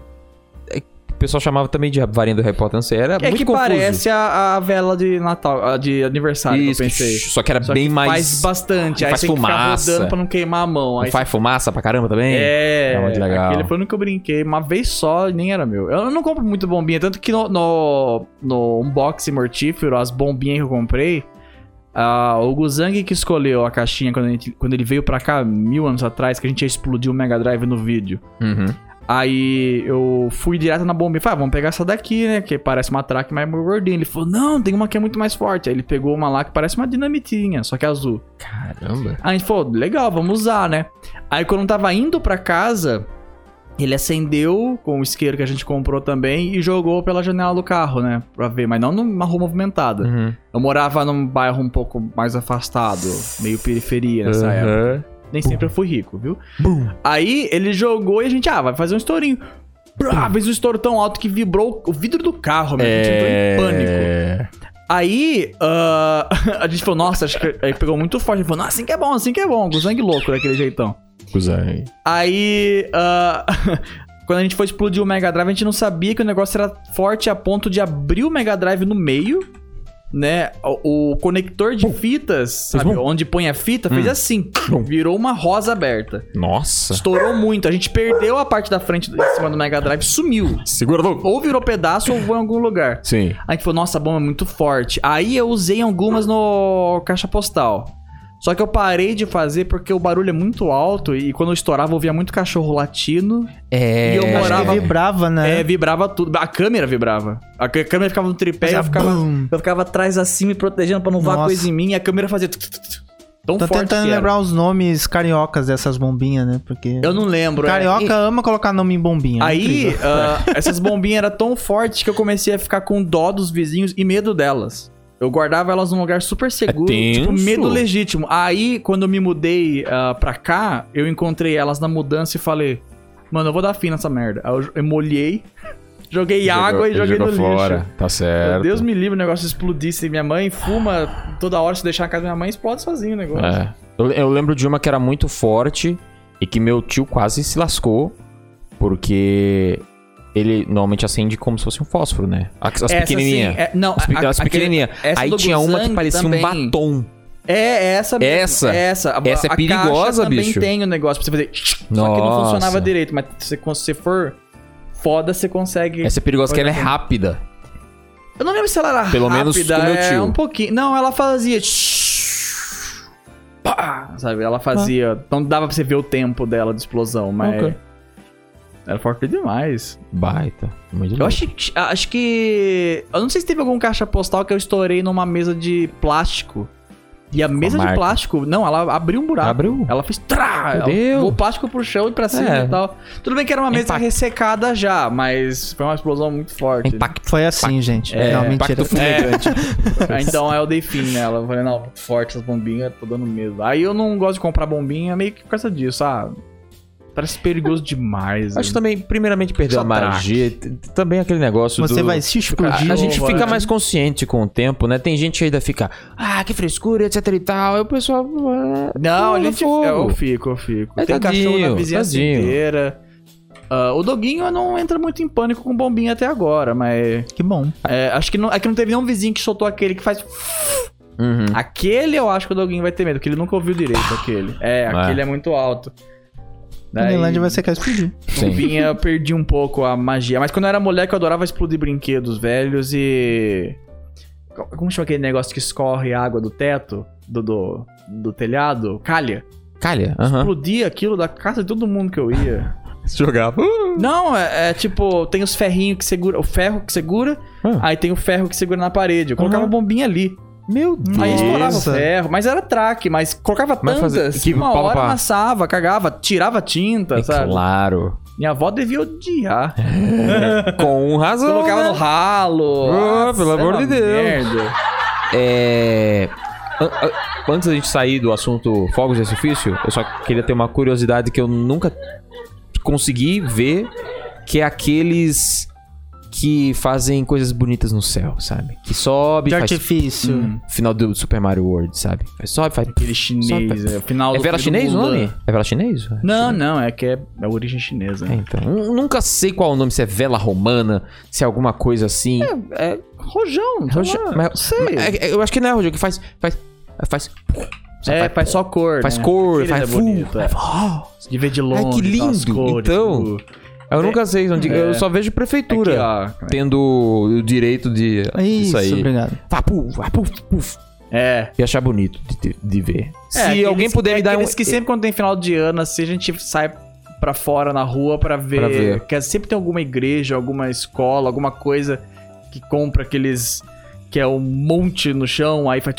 Speaker 2: é que O pessoal chamava também de varinha do Harry Potter, não sei. Era
Speaker 3: é
Speaker 2: Tá muito
Speaker 3: que
Speaker 2: confuso.
Speaker 3: parece a, a vela de Natal, a de aniversário
Speaker 2: Isso,
Speaker 3: que eu pensei.
Speaker 2: só que era
Speaker 3: Só
Speaker 2: bem
Speaker 3: que
Speaker 2: mais.
Speaker 3: Faz bastante, aí
Speaker 2: faz
Speaker 3: você tem que ficar
Speaker 2: fumaça.
Speaker 3: rodando pra não queimar a mão. Aí
Speaker 2: faz fumaça pra caramba também?
Speaker 3: É,
Speaker 2: É muito legal.
Speaker 3: aquele foi o único que eu brinquei, uma vez só e nem era meu. Eu não compro muito bombinha, tanto que no, no, no unboxing mortífero, as bombinhas que eu comprei, ah, o Guzang que escolheu a caixinha quando, a gente- quando ele veio pra cá, mil anos atrás, que a gente ia explodir o Mega Drive no vídeo.
Speaker 2: Uhum.
Speaker 3: Aí eu fui direto na bombinha, falei, ah, vamos pegar essa daqui, né, que parece uma traque mais gordinha. Ele falou, não, tem uma que é muito mais forte. Aí ele pegou uma lá que parece uma dinamitinha, só que azul.
Speaker 2: Caramba.
Speaker 3: Aí a gente falou, legal, vamos usar, né? Aí quando eu tava indo pra casa, ele acendeu com o isqueiro que a gente comprou também e jogou pela janela do carro, né? Pra ver, mas não numa rua movimentada.
Speaker 2: Uhum.
Speaker 3: Eu morava num bairro um pouco mais afastado, meio periferia nessa época. Nem sempre eu fui rico, viu? Aí ele jogou e a gente, ah, vai fazer um estourinho.
Speaker 2: Hum.
Speaker 3: Brá, fez um estouro tão alto que vibrou o vidro do carro, meu. é A gente entrou em pânico.
Speaker 2: É...
Speaker 3: Aí ah, <laughs> a gente falou, nossa, acho que aí pegou muito forte. A gente falou, nossa, assim que é bom, assim que é bom. Guzang louco daquele jeitão.
Speaker 2: Guzang.
Speaker 3: Aí, ah, <laughs> quando a gente foi explodir o Mega Drive, a gente não sabia que o negócio era forte a ponto de abrir o Mega Drive no meio, né? O, o conector de fitas, sabe?
Speaker 2: bum.
Speaker 3: Onde põe a fita, fez
Speaker 2: Hum.
Speaker 3: assim.
Speaker 2: Bum.
Speaker 3: Virou uma rosa aberta.
Speaker 2: Nossa.
Speaker 3: Estourou muito. A gente perdeu a parte da frente de cima do Mega Drive, sumiu.
Speaker 2: Segura louco.
Speaker 3: Ou virou pedaço ou voou em algum lugar.
Speaker 2: Sim.
Speaker 3: Aí a gente falou, nossa, a bomba é muito forte. Aí eu usei algumas no caixa postal. Só que eu parei de fazer porque o barulho é muito alto e quando eu estourava eu ouvia muito cachorro latino.
Speaker 2: É.
Speaker 3: E eu
Speaker 4: Acho
Speaker 3: morava-
Speaker 4: que vibrava, né?
Speaker 3: É, vibrava tudo. A câmera vibrava. A c- câmera ficava no tripé e
Speaker 4: Fazia
Speaker 3: eu ficava,
Speaker 4: bum.
Speaker 3: eu ficava atrás assim me protegendo pra não voar
Speaker 4: Nossa.
Speaker 3: coisa em mim. E a câmera fazia... tut, tut, tut. Tão
Speaker 4: Tô
Speaker 3: forte
Speaker 4: tentando
Speaker 3: que era.
Speaker 4: lembrar os nomes cariocas dessas bombinhas, né? Porque.
Speaker 3: Eu não lembro. é.
Speaker 4: Carioca ama colocar nome em bombinha. é
Speaker 3: Aí,
Speaker 4: incrível.
Speaker 3: ah, essas bombinhas eram tão fortes que eu comecei a ficar com dó dos vizinhos e medo delas. Eu guardava elas num lugar super seguro,
Speaker 2: É tenso.
Speaker 3: tipo, medo legítimo. Aí, quando eu me mudei ah, pra cá, eu encontrei elas na mudança e falei, mano, eu vou dar fim nessa merda. Aí eu, jo- eu molhei, <laughs> joguei água e joguei no lixo.
Speaker 2: Tá certo.
Speaker 3: Deus me livre, o negócio explodisse. Minha mãe fuma toda hora, se deixar na casa da minha mãe, explode sozinho o negócio.
Speaker 2: É. Eu, eu lembro de uma que era muito forte e que meu tio quase se lascou porque ele normalmente acende como se fosse um fósforo, né? As, as
Speaker 3: Essa,
Speaker 2: pequenininhas.
Speaker 3: assim, é- não,
Speaker 2: As, pe-
Speaker 3: a-
Speaker 2: as
Speaker 3: aquele-
Speaker 2: pequenininhas.
Speaker 3: essa
Speaker 2: Aí
Speaker 3: do
Speaker 2: tinha uma que
Speaker 3: Guzang
Speaker 2: parecia
Speaker 3: também.
Speaker 2: um batom.
Speaker 3: É, é essa
Speaker 2: Essa?
Speaker 3: É essa. A-
Speaker 2: Essa é
Speaker 3: a caixa
Speaker 2: perigosa, bicho.
Speaker 3: também tem o negócio pra você fazer... Só que não
Speaker 2: Nossa.
Speaker 3: funcionava direito, mas se você for foda, você consegue...
Speaker 2: Essa é perigosa que ela é rápida.
Speaker 3: Eu não lembro se ela era
Speaker 2: Pelo menos
Speaker 3: rápida,
Speaker 2: com meu
Speaker 3: é,
Speaker 2: tio.
Speaker 3: um pouquinho. Não, ela fazia... Pá, sabe, ela fazia... Não dava pra você ver o tempo dela de explosão, mas...
Speaker 2: Ah. Ok.
Speaker 3: Era forte demais.
Speaker 2: Baita. Muito
Speaker 3: Eu
Speaker 2: louco.
Speaker 3: acho, que- acho que. Eu não sei se teve algum caixa postal que eu estourei numa mesa de plástico. E a mesa de
Speaker 2: marca.
Speaker 3: plástico, não, ela abriu um buraco.
Speaker 2: Abriu.
Speaker 3: Ela fez trá! ela
Speaker 2: Fudeu.
Speaker 3: voou O plástico pro chão e pra cima
Speaker 2: É.
Speaker 3: e tal. Tudo bem que era uma mesa
Speaker 2: Impacto.
Speaker 3: ressecada já, mas foi uma explosão muito forte.
Speaker 2: Impacto.
Speaker 4: Foi assim, gente.
Speaker 3: É,
Speaker 4: não, mentira.
Speaker 2: Impacto fumegante. É.
Speaker 3: Aí, <laughs> Então aí eu dei fim nela. Eu falei, não, muito forte essas bombinhas, tô dando medo. Aí eu não gosto de comprar bombinha meio que por causa disso, sabe? Parece perigoso demais.
Speaker 2: Acho tá
Speaker 3: né?
Speaker 2: também, primeiramente, perdeu a
Speaker 3: Só traque.
Speaker 2: magia. T- t- Também aquele negócio
Speaker 4: Você
Speaker 2: do...
Speaker 4: vai se explodir.
Speaker 2: A, a gente
Speaker 3: vai.
Speaker 2: fica mais consciente com o tempo, né? Tem gente que ainda fica, ah, que frescura, etc e tal. Aí o pessoal. ah,
Speaker 3: Não,
Speaker 2: pula
Speaker 3: ele
Speaker 2: fogo.
Speaker 3: eu fico, eu fico.
Speaker 2: É,
Speaker 3: Tem cachorro na
Speaker 2: tadinho,
Speaker 3: vizinhança
Speaker 2: tadinho.
Speaker 3: inteira. Ah, o Doguinho não entra muito em pânico com bombinha até agora, mas.
Speaker 4: Que bom.
Speaker 3: é, acho que não, é que não teve nenhum vizinho que soltou aquele que faz.
Speaker 2: Uhum.
Speaker 3: Aquele eu acho que o Doguinho vai ter medo, porque ele nunca ouviu direito aquele. É, aquele é muito alto.
Speaker 4: Na
Speaker 3: Daí,
Speaker 4: Finlândia vai secar explodir.
Speaker 2: Sim.
Speaker 3: bombinha, Ah, eu perdi um pouco a magia. Mas quando eu era moleque, eu adorava explodir brinquedos velhos e. Como chama aquele negócio que escorre água do teto? Do, do, do telhado? Calha.
Speaker 2: Calha. Aham.
Speaker 3: explodia aquilo da casa de todo mundo que eu ia.
Speaker 2: Jogava.
Speaker 3: Não, é, é tipo, tem os ferrinhos que segura, o ferro que segura,
Speaker 2: Ah.
Speaker 3: aí tem o ferro que segura na parede. Eu colocava
Speaker 2: Aham.
Speaker 3: bombinha ali.
Speaker 2: Meu Deus.
Speaker 3: Aí estourava o
Speaker 4: Nossa.
Speaker 3: ferro, mas era traque, mas colocava
Speaker 2: Mas
Speaker 3: tantas,
Speaker 2: fazia- que
Speaker 3: uma
Speaker 2: pau
Speaker 3: hora
Speaker 2: pra-
Speaker 3: amassava, cagava, tirava tinta,
Speaker 2: É
Speaker 3: sabe?
Speaker 2: claro.
Speaker 3: Minha avó devia odiar.
Speaker 2: É.
Speaker 3: <laughs>
Speaker 2: Com razão.
Speaker 3: Colocava no
Speaker 2: né?
Speaker 3: ralo.
Speaker 2: Ah,
Speaker 3: Nossa,
Speaker 2: pelo
Speaker 3: era
Speaker 2: amor
Speaker 3: uma
Speaker 2: de Deus.
Speaker 3: merda.
Speaker 2: É. an- an- Antes da gente sair do assunto fogos de artifício, eu só queria ter uma curiosidade que eu nunca consegui ver, que é aqueles que fazem coisas bonitas no céu, sabe? Que sobe,
Speaker 4: De
Speaker 2: faz
Speaker 4: artifício.
Speaker 3: Hum,
Speaker 2: final do Super Mario World, sabe? Faz sobe, faz
Speaker 3: Aquele chinês.
Speaker 2: Só-
Speaker 3: É, o final
Speaker 2: É
Speaker 3: do né?
Speaker 2: Vera
Speaker 3: filho do
Speaker 2: chinês o
Speaker 3: Mulan.
Speaker 2: nome? É Vera chinês?
Speaker 3: Não, não, é que é, é a origem chinesa.
Speaker 2: É, então. Eu Nunca sei qual é o nome, se é vela romana, se é alguma coisa assim.
Speaker 3: É rojão, sei
Speaker 2: Roja-
Speaker 3: lá,
Speaker 2: mas-
Speaker 3: não sei.
Speaker 2: mas- é- é- eu acho que não é Rogério, que faz. Faz. Faz.
Speaker 3: É,
Speaker 2: faz-
Speaker 3: faz só cor,
Speaker 2: faz
Speaker 3: né?
Speaker 2: cor,
Speaker 3: Aquele
Speaker 2: faz.
Speaker 3: é
Speaker 2: fu-
Speaker 3: bonito, é.
Speaker 2: Ah,
Speaker 3: De ver de longe,
Speaker 2: Ai, que
Speaker 3: tá, as
Speaker 2: lindo,
Speaker 3: cores,
Speaker 2: então.
Speaker 3: tudo.
Speaker 2: eu nunca sei onde.
Speaker 3: É.
Speaker 2: Eu só vejo prefeitura
Speaker 3: Aqui, ó.
Speaker 2: tendo o direito de.
Speaker 4: Isso,
Speaker 2: Isso, aí.
Speaker 3: <laughs>
Speaker 4: obrigado.
Speaker 2: Tá, puf, ah, puf, puf.
Speaker 3: É.
Speaker 2: E achar bonito de, de- de ver. Se
Speaker 3: É, aqueles-
Speaker 2: alguém puder
Speaker 3: é
Speaker 2: me dar um.
Speaker 3: aqueles que sempre quando tem final de ano, assim, a gente sai pra fora na rua pra ver.
Speaker 2: Pra ver.
Speaker 3: Porque sempre tem alguma igreja, alguma escola, alguma coisa que compra aqueles. Que é um monte no chão, aí faz.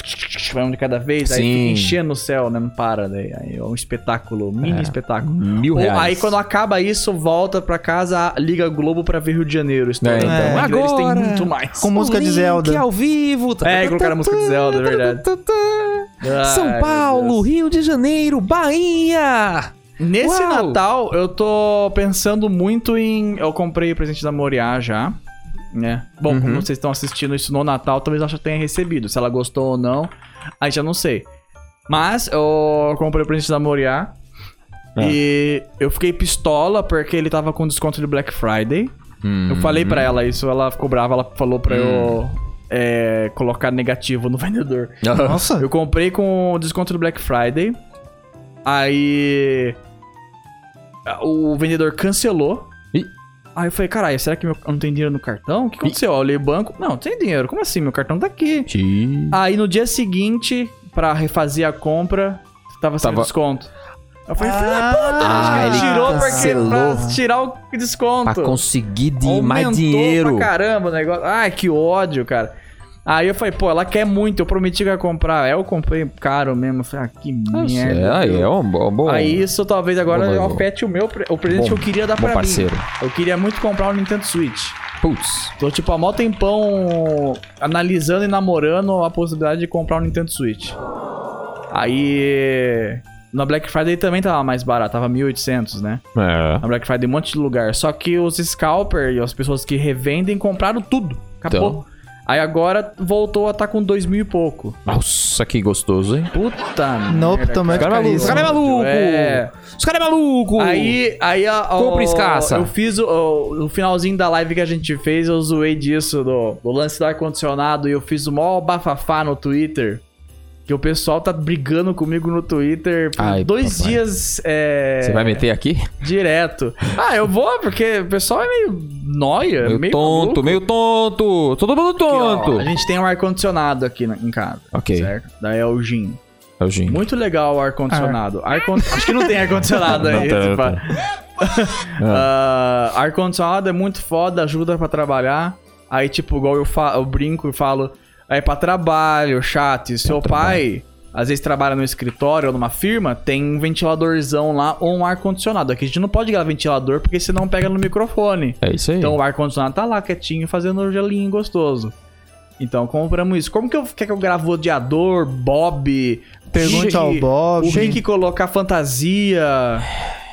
Speaker 3: Vai um de cada vez, aí
Speaker 2: Sim.
Speaker 3: fica enchendo o céu, né? Não para, né? Aí é um espetáculo, um mini
Speaker 2: É.
Speaker 3: espetáculo.
Speaker 2: Mil
Speaker 3: Ou,
Speaker 2: reais.
Speaker 3: aí quando acaba isso, volta pra casa, liga a Globo pra ver Rio de Janeiro.
Speaker 2: É,
Speaker 3: estourando.
Speaker 2: então.
Speaker 3: Aquilo eles têm
Speaker 2: Agora.
Speaker 3: muito mais.
Speaker 4: Com música de
Speaker 2: Link
Speaker 4: Zelda.
Speaker 2: ao vivo. tá,
Speaker 3: É,
Speaker 2: tá,
Speaker 3: colocaram a
Speaker 2: tá,
Speaker 3: música de
Speaker 2: tá,
Speaker 3: Zelda, é
Speaker 2: tá,
Speaker 3: verdade.
Speaker 2: tá, tá.
Speaker 3: Ai,
Speaker 2: São
Speaker 3: meu
Speaker 2: Paulo,
Speaker 3: Deus.
Speaker 2: Rio de Janeiro, Bahia.
Speaker 3: Nesse
Speaker 2: Uau!
Speaker 3: Natal, eu tô pensando muito em. Eu comprei o presente da Moriá já. Né? Bom,
Speaker 2: Uhum.
Speaker 3: como vocês estão assistindo isso no Natal, talvez ela já tenha recebido. Se ela gostou ou não, aí já não sei. Mas eu comprei o presente da Moriá.
Speaker 2: Ah.
Speaker 3: E eu fiquei pistola porque ele tava com desconto de Black Friday.
Speaker 2: Uhum.
Speaker 3: Eu falei pra ela isso, ela ficou brava, ela falou pra
Speaker 2: Hum.
Speaker 3: eu é, colocar negativo no <laughs> vendedor.
Speaker 4: Nossa.
Speaker 3: Eu comprei com o desconto do Black Friday. Aí. ah, O vendedor cancelou.
Speaker 2: Ih.
Speaker 3: Aí eu falei, caralho, será que meu- eu não tem dinheiro no cartão? O que aconteceu? Aí Eu olhei o banco. Não, tem dinheiro. Como assim? Meu cartão tá aqui. Aí no dia seguinte, pra refazer a compra, tava sem
Speaker 2: Tava-
Speaker 3: desconto. Eu falei, filha da
Speaker 2: Ah,
Speaker 3: puta,
Speaker 2: ele
Speaker 3: tirou
Speaker 2: cancelou.
Speaker 3: porque pra tirar o desconto.
Speaker 2: Pra conseguir de
Speaker 3: Aumentou
Speaker 2: mais dinheiro.
Speaker 3: Pra caramba o negócio. Ai, que ódio, cara. Aí eu falei, pô, ela quer muito, eu prometi que ia comprar. Aí eu comprei caro mesmo. Eu falei, ah, que
Speaker 2: Nossa,
Speaker 3: merda.
Speaker 2: é, aí
Speaker 3: viu?
Speaker 2: é um bom. bom-
Speaker 3: Aí isso talvez agora
Speaker 2: Bom, bom.
Speaker 3: afete o meu pre- o presente
Speaker 2: Bom,
Speaker 3: que eu queria dar
Speaker 2: um bom
Speaker 3: pra
Speaker 2: parceiro.
Speaker 3: mim. Eu queria muito comprar o Nintendo Switch.
Speaker 2: Putz.
Speaker 3: Tô tipo há mó tempão analisando e namorando a possibilidade de comprar o Nintendo Switch. Aí na Black Friday também tava mais barato, tava 1800, né?
Speaker 2: É.
Speaker 3: na Black Friday, um monte de lugar. Só que os scalper e as pessoas que revendem compraram tudo. Acabou.
Speaker 2: Então.
Speaker 3: Aí agora voltou a estar com dois mil e pouco.
Speaker 2: Nossa, que gostoso, hein? Uh.
Speaker 3: Puta
Speaker 4: Nope,
Speaker 3: merda.
Speaker 4: tomate
Speaker 2: Os caras é maluco. Os caras é
Speaker 4: caríssimo.
Speaker 2: maluco.
Speaker 3: É.
Speaker 2: Os caras é maluco.
Speaker 3: Aí, aí a, a-
Speaker 2: Compra escassa.
Speaker 3: Eu fiz o, o- no finalzinho da live que a gente fez, eu zoei disso, do, do lance do ar-condicionado, e eu fiz o maior bafafá no Twitter. Que o pessoal tá brigando comigo no Twitter por
Speaker 2: Ai,
Speaker 3: dois
Speaker 2: papai.
Speaker 3: dias. é,
Speaker 2: Você vai meter aqui?
Speaker 3: Direto. Ah, eu vou, porque o pessoal é meio noia,
Speaker 2: Meio,
Speaker 3: É meio
Speaker 2: tonto,
Speaker 3: maluco.
Speaker 2: meio tonto. Todo mundo
Speaker 3: Aqui, ó,
Speaker 2: tonto.
Speaker 3: a gente tem um ar-condicionado aqui na- em casa.
Speaker 2: Ok.
Speaker 3: Certo? Da Elgin.
Speaker 2: É o Jim.
Speaker 3: Muito legal o ar-condicionado. Ar-con- Acho que não tem
Speaker 2: <laughs>
Speaker 3: ar-condicionado aí.
Speaker 2: Não, tá,
Speaker 3: tipo,
Speaker 2: tá.
Speaker 3: <laughs> ah, ar-condicionado é muito foda, ajuda pra trabalhar. Aí, tipo, igual eu, fa- eu brinco e falo, é pra trabalho, chato. E seu pai, às vezes, trabalha no escritório ou numa firma, tem um ventiladorzão lá ou um ar-condicionado. Aqui a gente não pode ligar ventilador porque senão pega no microfone.
Speaker 2: É isso aí.
Speaker 3: Então o ar-condicionado tá lá quietinho, fazendo um gelinho gostoso. Então compramos isso. Como que eu quer que eu gravo odiador, Bob?
Speaker 4: Pergunte
Speaker 3: Rick-
Speaker 4: ao Bob.
Speaker 3: O Rick colocar fantasia.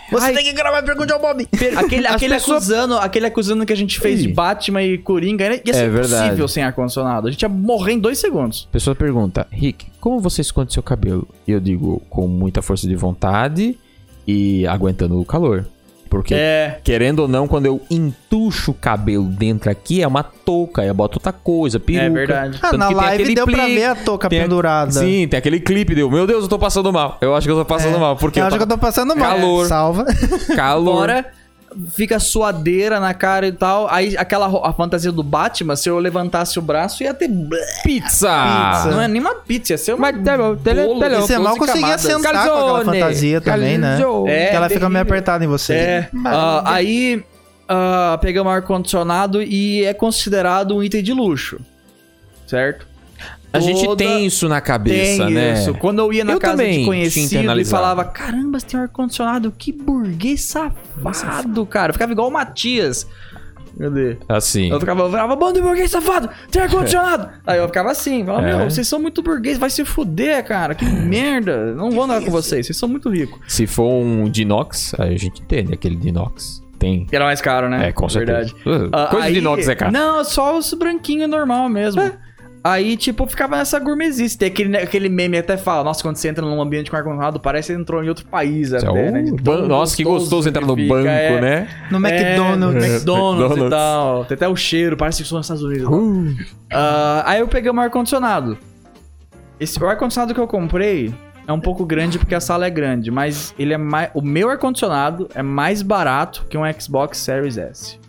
Speaker 4: Você
Speaker 3: Ai,
Speaker 4: tem que gravar Pergunte ao Bob.
Speaker 3: Aquele,
Speaker 4: As
Speaker 3: aquele,
Speaker 4: pessoas-
Speaker 3: acusando, aquele acusando que a gente fez de
Speaker 2: Ih.
Speaker 3: Batman e Coringa. né? Ia ser
Speaker 2: É verdade.
Speaker 3: impossível sem ar-condicionado. A gente ia morrer em dois segundos.
Speaker 2: A pessoa pergunta, Rick, como você esconde seu cabelo? E eu digo, com muita força de vontade e aguentando o calor. Porque,
Speaker 3: É.
Speaker 2: querendo ou não, quando eu entucho o cabelo dentro aqui, é uma touca, eu boto outra coisa, peruca.
Speaker 3: É verdade.
Speaker 4: Ah,
Speaker 2: Tanto
Speaker 4: na
Speaker 2: que tem aquele
Speaker 4: live deu pra
Speaker 2: pli-
Speaker 4: ver a touca
Speaker 2: tem a-
Speaker 4: pendurada.
Speaker 2: Sim, tem aquele clipe deu. Meu Deus, eu tô passando mal. Eu acho que eu tô passando mal. Porque
Speaker 4: É. Eu acho que eu tô passando mal.
Speaker 2: Calor.
Speaker 4: Salva.
Speaker 2: tô... calor.
Speaker 3: Fora, fica suadeira na cara e tal. Aí aquela ro- a fantasia do Batman, se eu levantasse o braço, ia ter.
Speaker 2: Pizza!
Speaker 3: Não é nem uma pizza, ia ser uma.
Speaker 2: Mas tá bom, tá bom,
Speaker 3: bolo
Speaker 2: tá bom.
Speaker 3: de
Speaker 2: Isso
Speaker 4: Você mal
Speaker 3: 12
Speaker 4: conseguia
Speaker 3: camadas.
Speaker 4: sentar com aquela
Speaker 2: Calzone.
Speaker 4: fantasia também, né?
Speaker 2: Calzone.
Speaker 3: É,
Speaker 4: Porque ela fica meio
Speaker 3: terrível.
Speaker 4: apertada em você.
Speaker 3: É. Ah, aí ah, pegamos ar-condicionado e é considerado um item de luxo. Certo?
Speaker 2: A gente
Speaker 3: toda
Speaker 2: tem isso na
Speaker 3: tem
Speaker 2: cabeça, né?
Speaker 3: isso. Quando eu ia na
Speaker 2: Eu
Speaker 3: casa
Speaker 2: também
Speaker 3: de
Speaker 2: tinha
Speaker 3: conhecido e
Speaker 2: internalizado.
Speaker 3: falava, caramba, você tem um ar-condicionado, que burguês safado, cara. Eu ficava igual o Matias. Cadê?
Speaker 2: Assim.
Speaker 3: Eu ficava, eu falava, bando de burguês safado,
Speaker 2: <laughs>
Speaker 3: tem ar-condicionado. Aí eu ficava assim, falava,
Speaker 2: É.
Speaker 3: meu, vocês são muito burguês, vai se fuder, cara, que merda. Não vou andar com vocês, vocês são muito ricos.
Speaker 2: Se for um Dinox, aí a gente entende aquele Dinox. Tem.
Speaker 3: Era mais caro, né?
Speaker 2: É, com
Speaker 3: Verdade.
Speaker 2: certeza. Uh,
Speaker 3: Ah,
Speaker 2: Coisa
Speaker 3: aí-
Speaker 2: de É. Dinox é cara.
Speaker 3: Não, só os branquinhos normal mesmo. Aí, tipo, ficava nessa gourmetice. Tem aquele, né, aquele meme até fala, nossa, quando você entra num ambiente com ar-condicionado, parece que você entrou em outro país
Speaker 2: Isso é
Speaker 3: até,
Speaker 2: um
Speaker 3: né? De
Speaker 2: ban-
Speaker 3: tão
Speaker 2: Nossa, que gostoso entrar no
Speaker 3: fica,
Speaker 2: banco,
Speaker 3: é.
Speaker 2: né?
Speaker 4: No
Speaker 3: É,
Speaker 4: McDonald's.
Speaker 3: McDonald's,
Speaker 2: McDonald's. Uhum.
Speaker 3: e tal. Tem até o cheiro, parece que são nos Estados Unidos.
Speaker 2: Uh,
Speaker 3: Ah, aí eu peguei um ar-condicionado. Esse o ar-condicionado que eu comprei é um pouco grande porque a sala é grande, mas ele é mais. O meu ar-condicionado é mais barato que um Xbox Series S.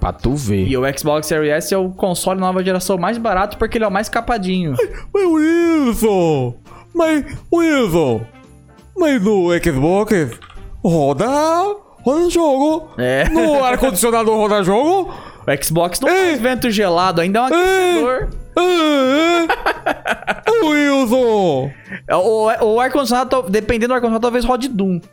Speaker 2: Pra tu ver.
Speaker 3: E o Xbox Series S é o console nova geração mais barato porque ele é o mais capadinho.
Speaker 2: Mas Wilson! Mas Wilson! Mas no Xbox roda. roda um jogo!
Speaker 3: É.
Speaker 2: <laughs> No ar-condicionado roda jogo!
Speaker 3: O Xbox não faz vento gelado, ainda é um aquecedor.
Speaker 2: É, Wilson!
Speaker 3: É, O, o ar-condicionado, tal- dependendo do ar-condicionado, talvez rode Doom. <laughs>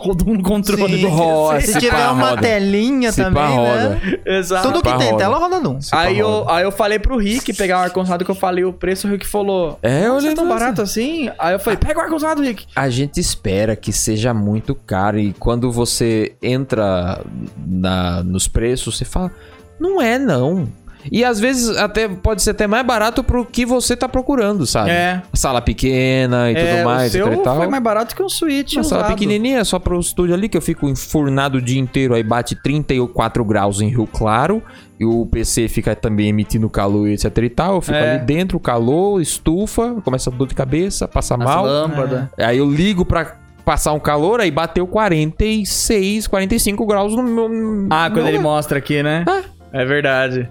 Speaker 3: Rodum no controle.
Speaker 4: Sim.
Speaker 2: Roda,
Speaker 4: Se
Speaker 2: se
Speaker 4: tiver
Speaker 2: pá,
Speaker 4: uma
Speaker 2: roda.
Speaker 4: telinha
Speaker 2: Se
Speaker 4: também,
Speaker 2: pá, roda.
Speaker 4: né?
Speaker 3: <laughs> Exato.
Speaker 4: Tudo que
Speaker 2: pá,
Speaker 4: tem
Speaker 2: roda.
Speaker 4: tela roda num.
Speaker 2: Se
Speaker 3: Aí
Speaker 2: pá, roda.
Speaker 3: eu, aí eu falei pro Rick pegar um ar-condicionado que eu falei o preço, o Rick falou.
Speaker 2: É,
Speaker 3: "Nossa,
Speaker 2: olha,
Speaker 3: é tão
Speaker 2: nossa."
Speaker 4: tá
Speaker 3: barato assim? Aí eu falei, pega o ar-condicionado, Rick.
Speaker 2: A gente espera que seja muito caro e quando você entra na, nos preços, você fala, não é não. E às vezes até pode ser até mais barato pro que você tá procurando, sabe?
Speaker 3: É.
Speaker 2: Sala pequena e
Speaker 3: é,
Speaker 2: tudo mais
Speaker 3: o
Speaker 2: e
Speaker 3: seu
Speaker 2: tal.
Speaker 3: foi mais barato que um Switch.
Speaker 2: Uma sala
Speaker 3: usado.
Speaker 2: é pequenininha, só pro estúdio ali, que eu fico enfurnado o dia inteiro, aí bate 34 graus em Rio Claro, e o PC fica também emitindo calor, etc e tal. Eu fico
Speaker 3: É.
Speaker 2: ali dentro, calor, estufa, começa a dor de cabeça, passa
Speaker 3: As
Speaker 2: mal.
Speaker 3: lâmpadas.
Speaker 2: Aí eu ligo pra passar um calor, aí bateu 46, 45 graus no meu.
Speaker 3: Ah,
Speaker 2: no
Speaker 3: quando
Speaker 2: meu-
Speaker 3: ele mostra aqui, né? É verdade.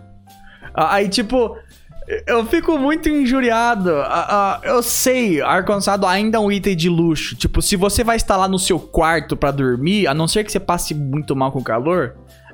Speaker 3: Ah, Aí, tipo, eu fico muito injuriado. Ah, ah, eu sei, ar-condicionado ainda é um item de luxo. Tipo, se você vai instalar no seu quarto pra dormir, a não ser que você passe muito mal com o calor,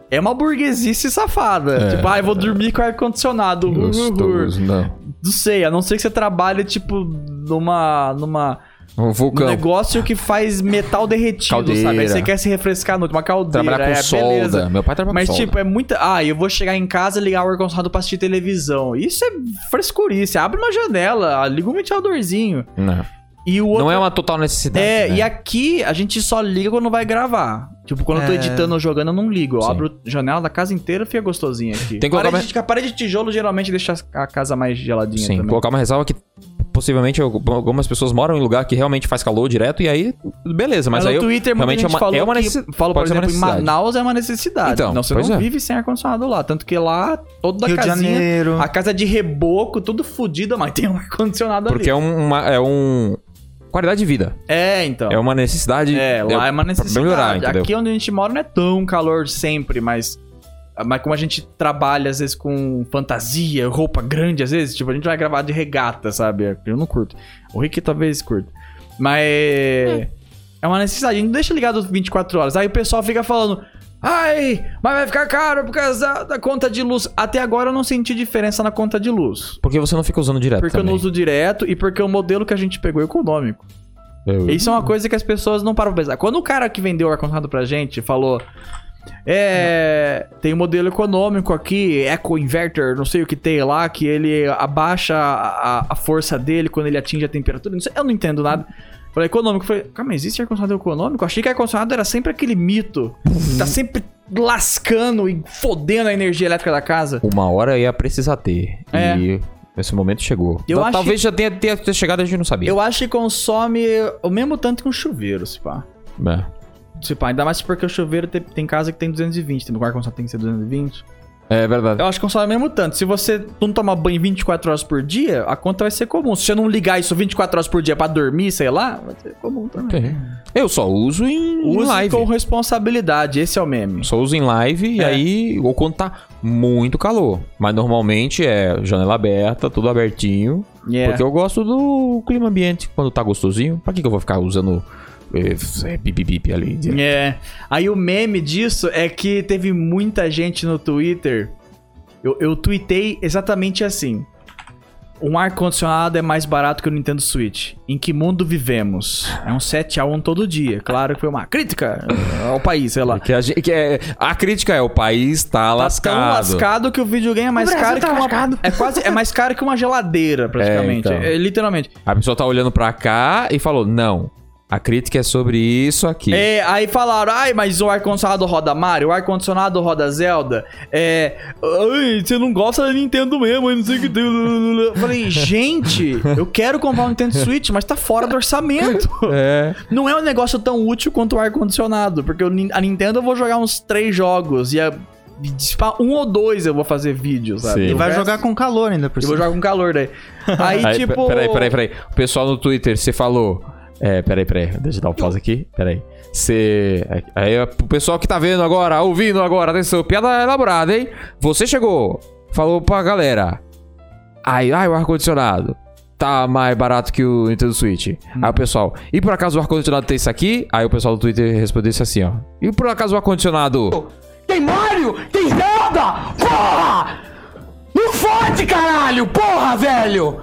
Speaker 3: é uma burguesice safada. Tipo, ah, eu vou dormir com ar-condicionado. Uhul.
Speaker 2: É. Gostoso, né? não.
Speaker 3: Não sei, a não ser que você trabalhe, tipo, numa. numa
Speaker 2: Um
Speaker 3: um
Speaker 2: vulcão.
Speaker 3: negócio que faz metal derretido, sabe? Aí
Speaker 2: Caldeira.
Speaker 3: você quer se refrescar à noite, uma caldeira.
Speaker 2: Trabalhar com
Speaker 3: é,
Speaker 2: solda.
Speaker 3: beleza.
Speaker 2: Meu pai
Speaker 4: Tá
Speaker 2: trabalha
Speaker 3: Mas,
Speaker 2: com solda.
Speaker 3: tipo, é muita. Ah, eu vou chegar em casa e ligar o ar-condicionado pra assistir televisão. Isso é frescurice. Abre uma janela, ah, liga um ventiladorzinho.
Speaker 2: Não,
Speaker 3: E o outro.
Speaker 2: Né? não é uma total necessidade.
Speaker 3: É,
Speaker 2: né?
Speaker 3: e aqui a gente só liga quando vai gravar. Tipo, quando eu tô
Speaker 4: É.
Speaker 3: editando ou jogando, eu não ligo. Eu
Speaker 2: Sim.
Speaker 3: abro a janela da casa inteira, fica gostosinho aqui.
Speaker 2: Tem que colocar
Speaker 3: parede, de, parede de tijolo geralmente deixa a casa mais geladinha
Speaker 2: Sim,
Speaker 3: também.
Speaker 2: colocar uma ressalva que possivelmente algu- algumas pessoas moram em lugar que realmente faz calor direto e aí, beleza, mas,
Speaker 3: no
Speaker 2: aí eu.
Speaker 3: Twitter, muita
Speaker 2: realmente é
Speaker 3: gente
Speaker 2: uma-
Speaker 3: falou
Speaker 2: é uma
Speaker 3: que-
Speaker 2: necessi-
Speaker 3: falou, por
Speaker 2: pode ser uma
Speaker 3: exemplo, em
Speaker 2: necessidade.
Speaker 3: Manaus é uma necessidade.
Speaker 2: Então,
Speaker 3: não, você
Speaker 2: pois
Speaker 3: não
Speaker 2: é.
Speaker 3: vive sem ar-condicionado lá. Tanto que lá, toda
Speaker 4: Rio de
Speaker 3: casinha
Speaker 4: Janeiro.
Speaker 3: A casa de reboco, tudo fodida, mas tem um ar-condicionado ali.
Speaker 2: Porque é um- uma. É um. Qualidade de vida.
Speaker 3: É, então.
Speaker 2: É uma necessidade.
Speaker 3: É, lá é uma
Speaker 2: Pra
Speaker 3: necessidade.
Speaker 2: melhorar, entendeu?
Speaker 3: Aqui onde a gente mora não é tão calor sempre, mas... Mas como a gente trabalha, às vezes, com fantasia, roupa grande, às vezes, tipo, a gente vai gravar de regata, sabe? Eu não curto. O Rick talvez curta. Mas... É. uma necessidade. A gente não deixa ligado 24 horas. Aí o pessoal fica falando... Ai, mas vai ficar caro por causa da, da conta de luz. Até agora eu não senti diferença na conta de luz.
Speaker 2: Porque você não fica usando direto.
Speaker 3: Porque
Speaker 2: É,
Speaker 3: eu
Speaker 2: também.
Speaker 3: não uso direto e porque o modelo que a gente pegou é econômico.
Speaker 2: Eu-
Speaker 3: Isso é uma coisa que as pessoas não param pra pensar. Quando o cara que vendeu o ar-condicionado pra gente falou. É. Tem um modelo econômico aqui, Eco Inverter, não sei o que tem lá, que ele abaixa a, a- a força dele quando ele atinge a temperatura. Não sei, eu não entendo nada. Falei, econômico. Falei, cara, mas existe ar-condicionado econômico? Achei que ar-condicionado era sempre aquele mito. que tá sempre lascando e fodendo a energia elétrica da casa.
Speaker 2: Uma hora ia precisar ter.
Speaker 3: É.
Speaker 2: E esse momento chegou.
Speaker 3: Eu
Speaker 2: Ta-
Speaker 3: acho-
Speaker 2: Talvez já tenha, tenha- tenha chegado e a gente não sabia.
Speaker 3: Eu acho que consome o mesmo tanto que um chuveiro, se pá.
Speaker 2: É.
Speaker 3: Tipo, ainda mais porque o chuveiro tem, tem casa que tem 220, tem lugar que tem que ser 220.
Speaker 2: É, é verdade.
Speaker 3: Eu acho que consome mesmo tanto. Se você não tomar banho 24 horas por dia, a conta vai ser comum. Se você não ligar isso 24 horas por dia pra dormir, sei lá, vai ser comum também.
Speaker 2: Ok. Eu só uso em, em
Speaker 3: Use
Speaker 2: live.
Speaker 3: com responsabilidade, esse é o meme.
Speaker 2: Só uso em live e
Speaker 3: É.
Speaker 2: aí, ou quando tá muito calor. Mas normalmente é janela aberta, tudo abertinho.
Speaker 3: Yeah.
Speaker 2: Porque eu gosto do clima ambiente, quando tá gostosinho. Pra que, que eu vou ficar usando eh, é, pipi pipi ali? direto?
Speaker 3: É. Aí o meme disso é que teve muita gente no Twitter. Eu, eu tuitei exatamente assim. Um ar-condicionado é mais barato que o Nintendo Switch. Em que mundo vivemos? É um 7x1 todo dia. Claro que foi uma crítica ao país, sei lá.
Speaker 2: Que a, gente- que é- a crítica é o país tá,
Speaker 3: Tá tão
Speaker 2: lascado.
Speaker 3: lascado que o videogame é mais
Speaker 4: Brasil
Speaker 3: caro
Speaker 4: tá
Speaker 3: que uma.
Speaker 4: lascado.
Speaker 3: É quase. É mais caro que uma geladeira, praticamente.
Speaker 2: É, então.
Speaker 3: É, literalmente.
Speaker 2: A pessoa tá olhando pra cá e falou: não, a crítica é sobre isso aqui.
Speaker 3: É, aí falaram, ai, mas o ar-condicionado roda Mario, o ar-condicionado roda Zelda. É. Ai, você não gosta da Nintendo mesmo, aí não sei o que tem. Eu Falei, gente, eu quero comprar um Nintendo Switch, mas tá fora do orçamento.
Speaker 2: É.
Speaker 3: Não é um negócio tão útil quanto o ar-condicionado, porque o Nin- a Nintendo eu vou jogar uns três jogos e a. tipo, Um ou dois eu vou fazer vídeo, sabe?
Speaker 2: Sim.
Speaker 4: E
Speaker 3: O
Speaker 4: vai
Speaker 3: resto-
Speaker 4: jogar com calor ainda por
Speaker 3: Eu vou
Speaker 4: cima.
Speaker 3: jogar com calor daí. Aí,
Speaker 2: Aí,
Speaker 3: tipo.
Speaker 2: Peraí, peraí, peraí. O pessoal no Twitter, você falou. É, peraí, peraí. Deixa eu dar um pause aqui. Peraí. Você. Aí, o pessoal que tá vendo agora, ouvindo agora, atenção, piada elaborada, hein? Você chegou, falou pra galera. Aí, ai, o ar-condicionado. Tá mais barato que o Nintendo Switch. Aí o pessoal, e por acaso o ar-condicionado tem isso aqui? Aí o pessoal do Twitter respondeu isso assim, ó. E por acaso o ar-condicionado?
Speaker 5: Tem Mario? Tem Zelda? Porra! Não fode, caralho! Porra, velho!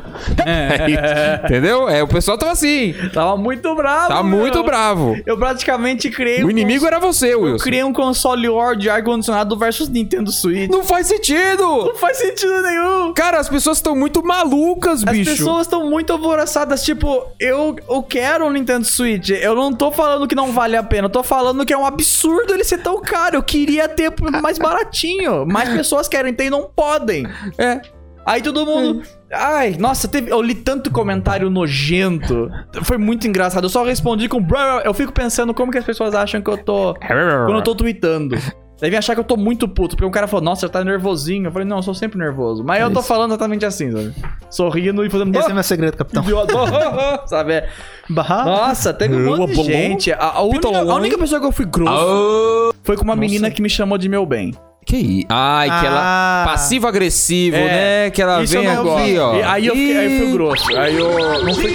Speaker 2: Entendeu? É, o pessoal tava assim.
Speaker 3: Tava muito bravo.
Speaker 2: Tá
Speaker 3: meu.
Speaker 2: muito bravo.
Speaker 3: Eu praticamente criei. um
Speaker 2: O inimigo era você,
Speaker 3: Eu
Speaker 2: Wilson.
Speaker 3: criei um console War de ar-condicionado versus Nintendo Switch. Não,
Speaker 2: Não faz sentido!
Speaker 3: faz sentido nenhum.
Speaker 2: Cara, as pessoas estão muito malucas,
Speaker 3: As
Speaker 2: bicho.
Speaker 3: pessoas estão muito alvoroçadas, tipo, eu, eu quero um Nintendo Switch. Eu não tô falando que não vale a pena, eu tô falando que é um absurdo ele ser tão caro. Eu queria ter <laughs> por mais baratinho. Mais pessoas querem ter e não podem.
Speaker 2: É.
Speaker 3: Aí todo mundo. Ai, nossa, teve, eu li tanto comentário nojento. Foi muito engraçado. Eu só respondi com. "Brr", Eu fico pensando como que as pessoas acham que eu tô. Quando eu tô tweetando. Devem achar que eu tô muito puto. Porque um cara falou, nossa, você tá nervosinho. Eu falei, não, eu sou sempre nervoso.
Speaker 2: É
Speaker 3: Mas eu tô falando exatamente assim, sabe? Sorrindo e
Speaker 2: <laughs>
Speaker 3: fazendo.
Speaker 4: Esse é meu segredo, capitão.
Speaker 3: idiota, <laughs> sabe? É,
Speaker 2: Ah.
Speaker 4: Barra.
Speaker 3: Nossa, teve um monte de gente. A, a única, a única pessoa que eu fui grosso
Speaker 2: Ah.
Speaker 3: foi com uma menina que me chamou de meu bem.
Speaker 2: Que isso? Ai, que ela.
Speaker 4: Ah.
Speaker 2: Passivo-agressivo,
Speaker 3: É.
Speaker 2: né? Que ela
Speaker 3: Isso eu
Speaker 2: vem
Speaker 3: não
Speaker 2: aqui,
Speaker 3: vi.
Speaker 2: ó.
Speaker 3: E aí, eu fiquei, aí eu fui
Speaker 2: Ah. Ih,
Speaker 3: grosso. Aí eu não fui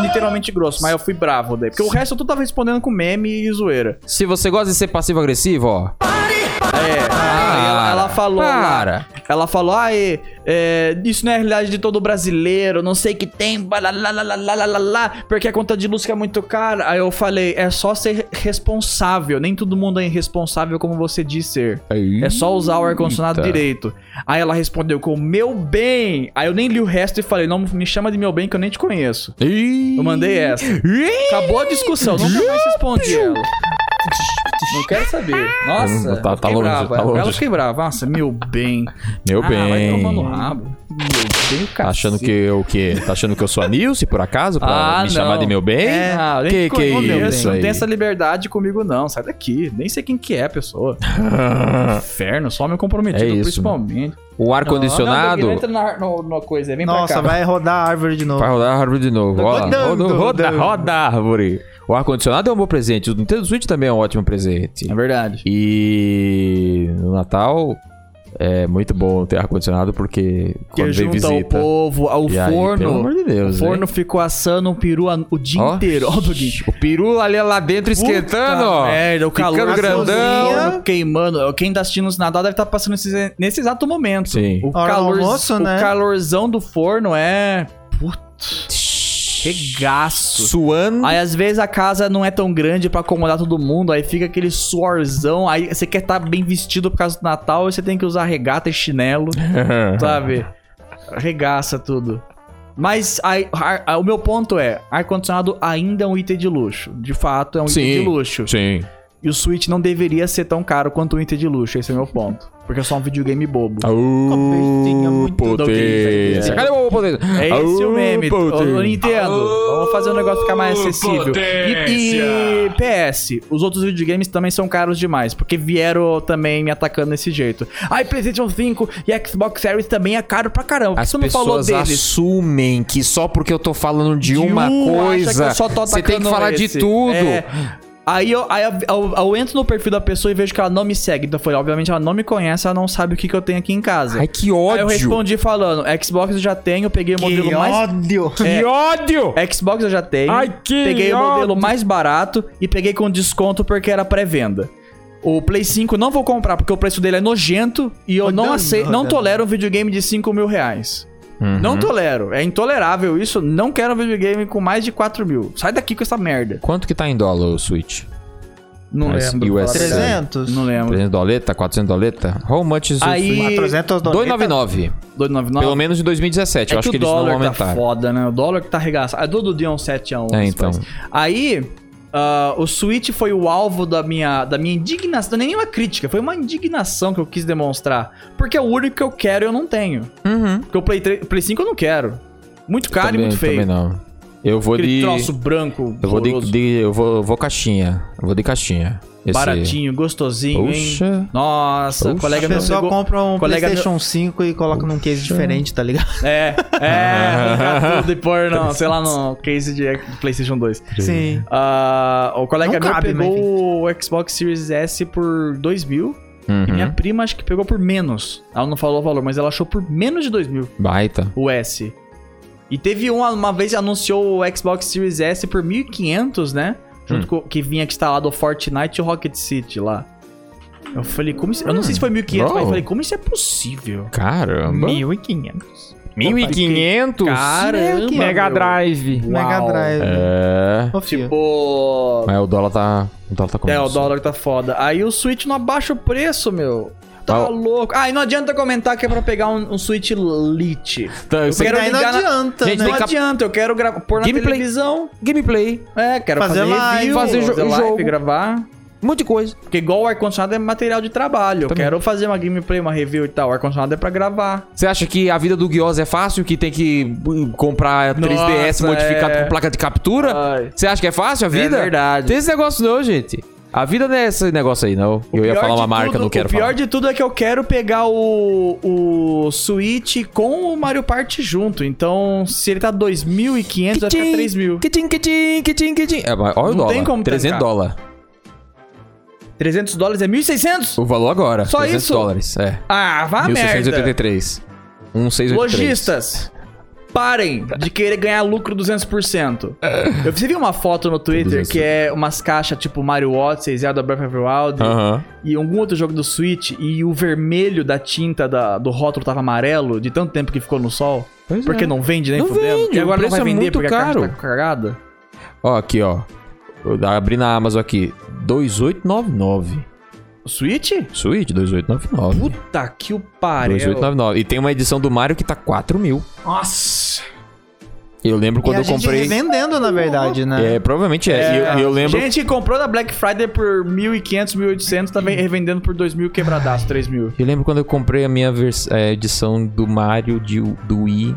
Speaker 3: literalmente grosso, mas eu fui bravo daí. Porque o resto eu tava respondendo com meme e zoeira.
Speaker 2: Se você gosta de ser passivo-agressivo, ó.
Speaker 3: É, aí ela, ela falou.
Speaker 2: Para.
Speaker 3: Ela falou, ah, é, é, isso não é a realidade de todo brasileiro, não sei o que tem, balalalalalala, porque a conta de luz que é muito cara. Aí eu falei, é só ser responsável, nem todo mundo é irresponsável como você diz ser. É só usar o ar-condicionado
Speaker 2: Eita.
Speaker 3: direito. Aí ela respondeu com meu bem. Aí eu nem li o resto e falei, não me chama de meu bem que eu nem te conheço.
Speaker 2: Ih.
Speaker 3: Eu mandei essa.
Speaker 2: Ih.
Speaker 3: Acabou a discussão, nunca mais respondi ela. Não quero saber. Nossa,
Speaker 2: Tá- tá
Speaker 3: eu fiquei
Speaker 2: longe,
Speaker 3: brava.
Speaker 2: tá longe.
Speaker 3: Ela fiquei brava. Nossa, meu bem.
Speaker 2: Meu
Speaker 3: Ah, vai
Speaker 2: bem.
Speaker 3: tomar no rabo. Meu bem,
Speaker 2: Tá
Speaker 3: cara.
Speaker 2: achando que eu o quê? Tá achando que eu sou a Nilce, por acaso? Pra
Speaker 3: Ah,
Speaker 2: me
Speaker 3: não.
Speaker 2: chamar de meu bem?
Speaker 3: É, ah, nem
Speaker 2: que
Speaker 3: te
Speaker 2: que
Speaker 3: conheço, meu
Speaker 2: é
Speaker 3: bem.
Speaker 2: isso
Speaker 3: Não
Speaker 2: aí?
Speaker 3: tem essa liberdade comigo, não. Sai daqui. Nem sei quem que é a pessoa.
Speaker 2: <laughs>
Speaker 3: Inferno, só meu comprometido,
Speaker 2: É isso, É
Speaker 3: principalmente.
Speaker 2: O
Speaker 3: Não, Doug,
Speaker 2: ar-condicionado
Speaker 3: não entra na- no, no coisa, vem
Speaker 4: Nossa,
Speaker 3: pra cá.
Speaker 4: vai rodar a árvore de novo.
Speaker 2: Vai rodar a árvore de novo. Ó, lá.
Speaker 4: Rodando,
Speaker 2: roda, roda,
Speaker 4: rodando.
Speaker 2: roda a árvore. O ar-condicionado é um bom presente. O Nintendo Switch também é um ótimo presente.
Speaker 3: É verdade.
Speaker 2: E no Natal é muito bom ter ar-condicionado porque
Speaker 3: Que
Speaker 2: quando vem
Speaker 3: junta o
Speaker 2: visita.
Speaker 3: povo, ao
Speaker 2: E aí, pelo
Speaker 3: forno.
Speaker 2: amor de Deus,
Speaker 3: o forno
Speaker 2: hein?
Speaker 3: é ficou assando um peru a- o dia
Speaker 2: Ó,
Speaker 3: inteiro. Ó, Doguinho.
Speaker 2: O peru ali lá dentro esquentando, ó.
Speaker 3: Merda, o
Speaker 2: Ficando
Speaker 3: calor na
Speaker 2: grandão.
Speaker 3: cozinha, queimando. Quem tá assistindo esse Natal deve estar passando nesse, nesse exato momento.
Speaker 2: Sim.
Speaker 3: O,
Speaker 4: Hora do
Speaker 3: calor,
Speaker 4: almoço,
Speaker 3: o
Speaker 4: né?
Speaker 3: calorzão do forno é. Putz, regaço.
Speaker 2: Suando.
Speaker 3: Aí às vezes a casa não é tão grande pra acomodar todo mundo, aí fica aquele suorzão, aí você quer estar bem vestido por causa do Natal, aí você tem que usar regata e chinelo, sabe? Regaça tudo. Mas aí, ar- ah, o meu ponto é, ar-condicionado ainda é um item de luxo. De fato, é um
Speaker 2: Sim.
Speaker 3: item de luxo.
Speaker 2: <laughs> Sim.
Speaker 3: E o Switch não deveria ser tão caro quanto o Inter de luxo, esse é o meu ponto. Porque é só um videogame bobo.
Speaker 4: bestinha
Speaker 2: Au,
Speaker 4: muito
Speaker 2: potência.
Speaker 3: doguinha.
Speaker 2: Cadê o potência?
Speaker 3: É esse
Speaker 2: Au,
Speaker 3: o meme. Ô,
Speaker 2: potência.
Speaker 3: Nintendo, vamos fazer o negócio ficar mais acessível. E, e PS, os outros videogames também são caros demais, porque vieram também me atacando desse jeito. Ai, PlayStation 5 e Xbox Series também é caro pra caramba. Por que
Speaker 2: As
Speaker 3: você não falou
Speaker 2: pessoas
Speaker 3: deles?
Speaker 2: assumem que só porque eu tô falando de,
Speaker 3: De
Speaker 2: uma
Speaker 3: um, acha que
Speaker 2: coisa,
Speaker 3: eu só tô
Speaker 2: você tem que
Speaker 3: atacando
Speaker 2: falar de
Speaker 3: esse.
Speaker 2: tudo.
Speaker 3: É. Aí, eu, aí eu, eu- eu entro no perfil da pessoa e vejo que ela não me segue. Então eu falei, obviamente ela não me conhece, ela não sabe o que, que eu tenho aqui em casa.
Speaker 2: Ai, que
Speaker 3: Aí
Speaker 2: ódio.
Speaker 3: eu respondi falando, Xbox eu já tenho, eu peguei o modelo
Speaker 4: Que
Speaker 3: mais.
Speaker 4: ódio!
Speaker 2: Que ódio!
Speaker 3: Xbox eu já tenho.
Speaker 2: Ai, que
Speaker 3: peguei o
Speaker 2: ódio.
Speaker 3: modelo mais barato e peguei com desconto porque era pré-venda. O Play 5 não vou comprar porque o preço dele é nojento e eu não
Speaker 4: Rodando,
Speaker 3: aceito, não
Speaker 4: rodando.
Speaker 3: tolero um videogame de 5 mil reais.
Speaker 2: Uhum.
Speaker 3: Não tolero. É intolerável isso. Não quero um videogame com mais de 4 mil. Sai daqui com essa merda.
Speaker 2: Quanto que tá em dólar o Switch?
Speaker 3: Não
Speaker 2: Mas
Speaker 3: lembro.
Speaker 2: US
Speaker 3: falar a verdade.
Speaker 4: 300?
Speaker 3: Não lembro.
Speaker 2: 300 doleta? 400 doleta? How much is
Speaker 3: Aí-
Speaker 2: Switch?
Speaker 4: 400 dólares.
Speaker 2: 299.
Speaker 3: 299.
Speaker 2: Pelo menos de 2017. eu
Speaker 3: É
Speaker 2: acho
Speaker 3: que
Speaker 2: que
Speaker 3: o
Speaker 2: eles não
Speaker 3: dólar tá
Speaker 2: aumentaram.
Speaker 3: foda, né? O dólar que tá arregaçado. A do do Dion 7 a 11.
Speaker 2: É, então.
Speaker 3: parece. Aí, ah, o Switch foi o alvo da minha, da minha indignação. Não é nenhuma crítica, foi uma indignação que eu quis demonstrar. Porque é o único que eu quero e eu não tenho.
Speaker 2: Uhum.
Speaker 3: Porque o Play, 3, Play 5 eu não quero. Muito caro
Speaker 2: Também,
Speaker 3: e muito feio.
Speaker 2: também não. Eu vou
Speaker 3: Aquele
Speaker 2: de.
Speaker 3: troço branco,
Speaker 2: Eu vou de,
Speaker 3: horroroso,
Speaker 2: de- eu vou, eu vou caixinha. Eu vou de caixinha. Esse-
Speaker 3: baratinho, gostosinho, hein?
Speaker 2: Poxa.
Speaker 3: Nossa,
Speaker 2: Poxa.
Speaker 3: o colega
Speaker 4: A
Speaker 3: meu
Speaker 4: pessoa
Speaker 3: pegou...
Speaker 4: compra um
Speaker 3: colega meu-
Speaker 4: PlayStation 5 e coloca num case diferente, tá ligado?
Speaker 3: É, é,
Speaker 2: <laughs>
Speaker 3: arrancar tudo e pôr, não, sei lá, no case de PlayStation 2.
Speaker 4: Sim.
Speaker 3: Ah, o colega
Speaker 4: Não
Speaker 3: meu
Speaker 4: cabe, mas
Speaker 3: pegou o Xbox Series S por 2 mil. E
Speaker 2: Uhum.
Speaker 3: minha prima acho que pegou por menos. Ela não falou o valor, mas ela achou por menos de 2 mil
Speaker 2: Baita.
Speaker 3: o S. E teve uma, uma vez anunciou o Xbox Series S por 1.500, né? Junto
Speaker 2: Hum.
Speaker 3: com que vinha instalado o Fortnite e o Rocket City lá. Eu falei, como isso... Eu não sei se foi 1.500, mas
Speaker 2: uau.
Speaker 3: eu falei, como isso é possível?
Speaker 2: Caramba.
Speaker 4: 1500.
Speaker 2: 1500?
Speaker 3: Caramba,
Speaker 2: Mega
Speaker 3: meu.
Speaker 2: Drive.
Speaker 4: Mega
Speaker 3: Uau.
Speaker 4: Drive.
Speaker 2: É.
Speaker 4: Ô, filho.
Speaker 3: Tipo,
Speaker 2: Mas o dólar tá. O dólar tá
Speaker 3: É, o
Speaker 2: começando.
Speaker 3: dólar tá foda. Aí o Switch não abaixa o preço, meu. Tá
Speaker 2: Ah,
Speaker 3: louco. Ah, e não adianta comentar que é pra pegar um, um Switch Lite.
Speaker 2: Tá, eu sei
Speaker 3: quero
Speaker 4: Daí não
Speaker 3: ligar na-
Speaker 4: adianta,
Speaker 2: Gente,
Speaker 4: né?
Speaker 2: tem
Speaker 3: Não
Speaker 2: que-
Speaker 3: adianta, eu quero gra- pôr na
Speaker 2: Gameplay.
Speaker 3: televisão.
Speaker 2: que- Gameplay.
Speaker 3: É, quero
Speaker 4: Fazer
Speaker 3: fazer,
Speaker 4: live.
Speaker 3: review,
Speaker 2: Fazer jo- jogo.
Speaker 3: gravar.
Speaker 2: Um monte de coisa.
Speaker 3: Porque igual o ar-condicionado é material de trabalho. Eu
Speaker 2: Também.
Speaker 3: quero fazer uma gameplay, uma review e tal. O ar-condicionado é pra gravar.
Speaker 2: Você acha que a vida do Guiosa é fácil? Que tem que uh, comprar 3DS
Speaker 3: Nossa,
Speaker 2: modificado
Speaker 3: é.
Speaker 2: com placa de captura?
Speaker 3: Ai.
Speaker 2: Você acha que é fácil a vida?
Speaker 3: verdade.
Speaker 2: Tem esse negócio não, gente. A vida não é esse negócio aí, não.
Speaker 3: O
Speaker 2: eu ia
Speaker 3: pior
Speaker 2: falar
Speaker 3: de
Speaker 2: uma marca,
Speaker 3: tudo-
Speaker 2: não quero
Speaker 3: O pior
Speaker 2: falar.
Speaker 3: de tudo é que eu quero pegar o, o Switch com o Mario Party junto. Então, se ele tá 2.500, vai é ficar 3.000.
Speaker 2: Kitim, kitim, kitim, kitim. É, mas olha o
Speaker 3: Não
Speaker 2: dólar.
Speaker 3: tem como
Speaker 2: 300
Speaker 3: tancar.
Speaker 2: dólares.
Speaker 3: 300 dólares é 1.600?
Speaker 2: O valor agora.
Speaker 3: Só
Speaker 2: 300
Speaker 3: isso?
Speaker 2: dólares, é.
Speaker 3: Ah, vá merda.
Speaker 2: 1683. 1683.
Speaker 3: Lojistas, parem de querer ganhar lucro 200%. Eu vi uma foto no Twitter
Speaker 2: 200%.
Speaker 3: que é umas caixas tipo Mario Odyssey, Zelda Breath of the Wild
Speaker 2: Aham.
Speaker 3: e algum outro jogo do Switch e o vermelho da tinta da- do rótulo tava amarelo de tanto tempo que ficou no sol.
Speaker 2: Pois
Speaker 3: Porque
Speaker 2: é.
Speaker 3: não vende nem
Speaker 2: Não
Speaker 3: fudendo.
Speaker 2: vende,
Speaker 3: e agora
Speaker 2: o
Speaker 3: não
Speaker 2: preço
Speaker 3: vai
Speaker 2: é
Speaker 3: vender
Speaker 2: muito
Speaker 3: porque a
Speaker 2: caro.
Speaker 3: carta tá cagada.
Speaker 2: Ó, aqui, ó. Eu abri na Amazon aqui. 2899.
Speaker 3: O Switch?
Speaker 2: Switch, 2899.
Speaker 3: Puta que o pariu.
Speaker 2: 2899. E tem uma edição do Mario que tá 4 mil.
Speaker 3: Nossa.
Speaker 2: Eu lembro quando
Speaker 4: e a
Speaker 2: eu
Speaker 4: gente
Speaker 2: comprei.
Speaker 4: vendendo, na verdade, né?
Speaker 2: É, provavelmente é. E eu, e eu lembro.
Speaker 3: Gente que comprou da Black Friday por 1.500, 1.800, tá revendendo por 2.000 quebradaço, 3.000.
Speaker 2: Eu lembro quando eu comprei a minha vers- é, edição do Mario de, do Wii.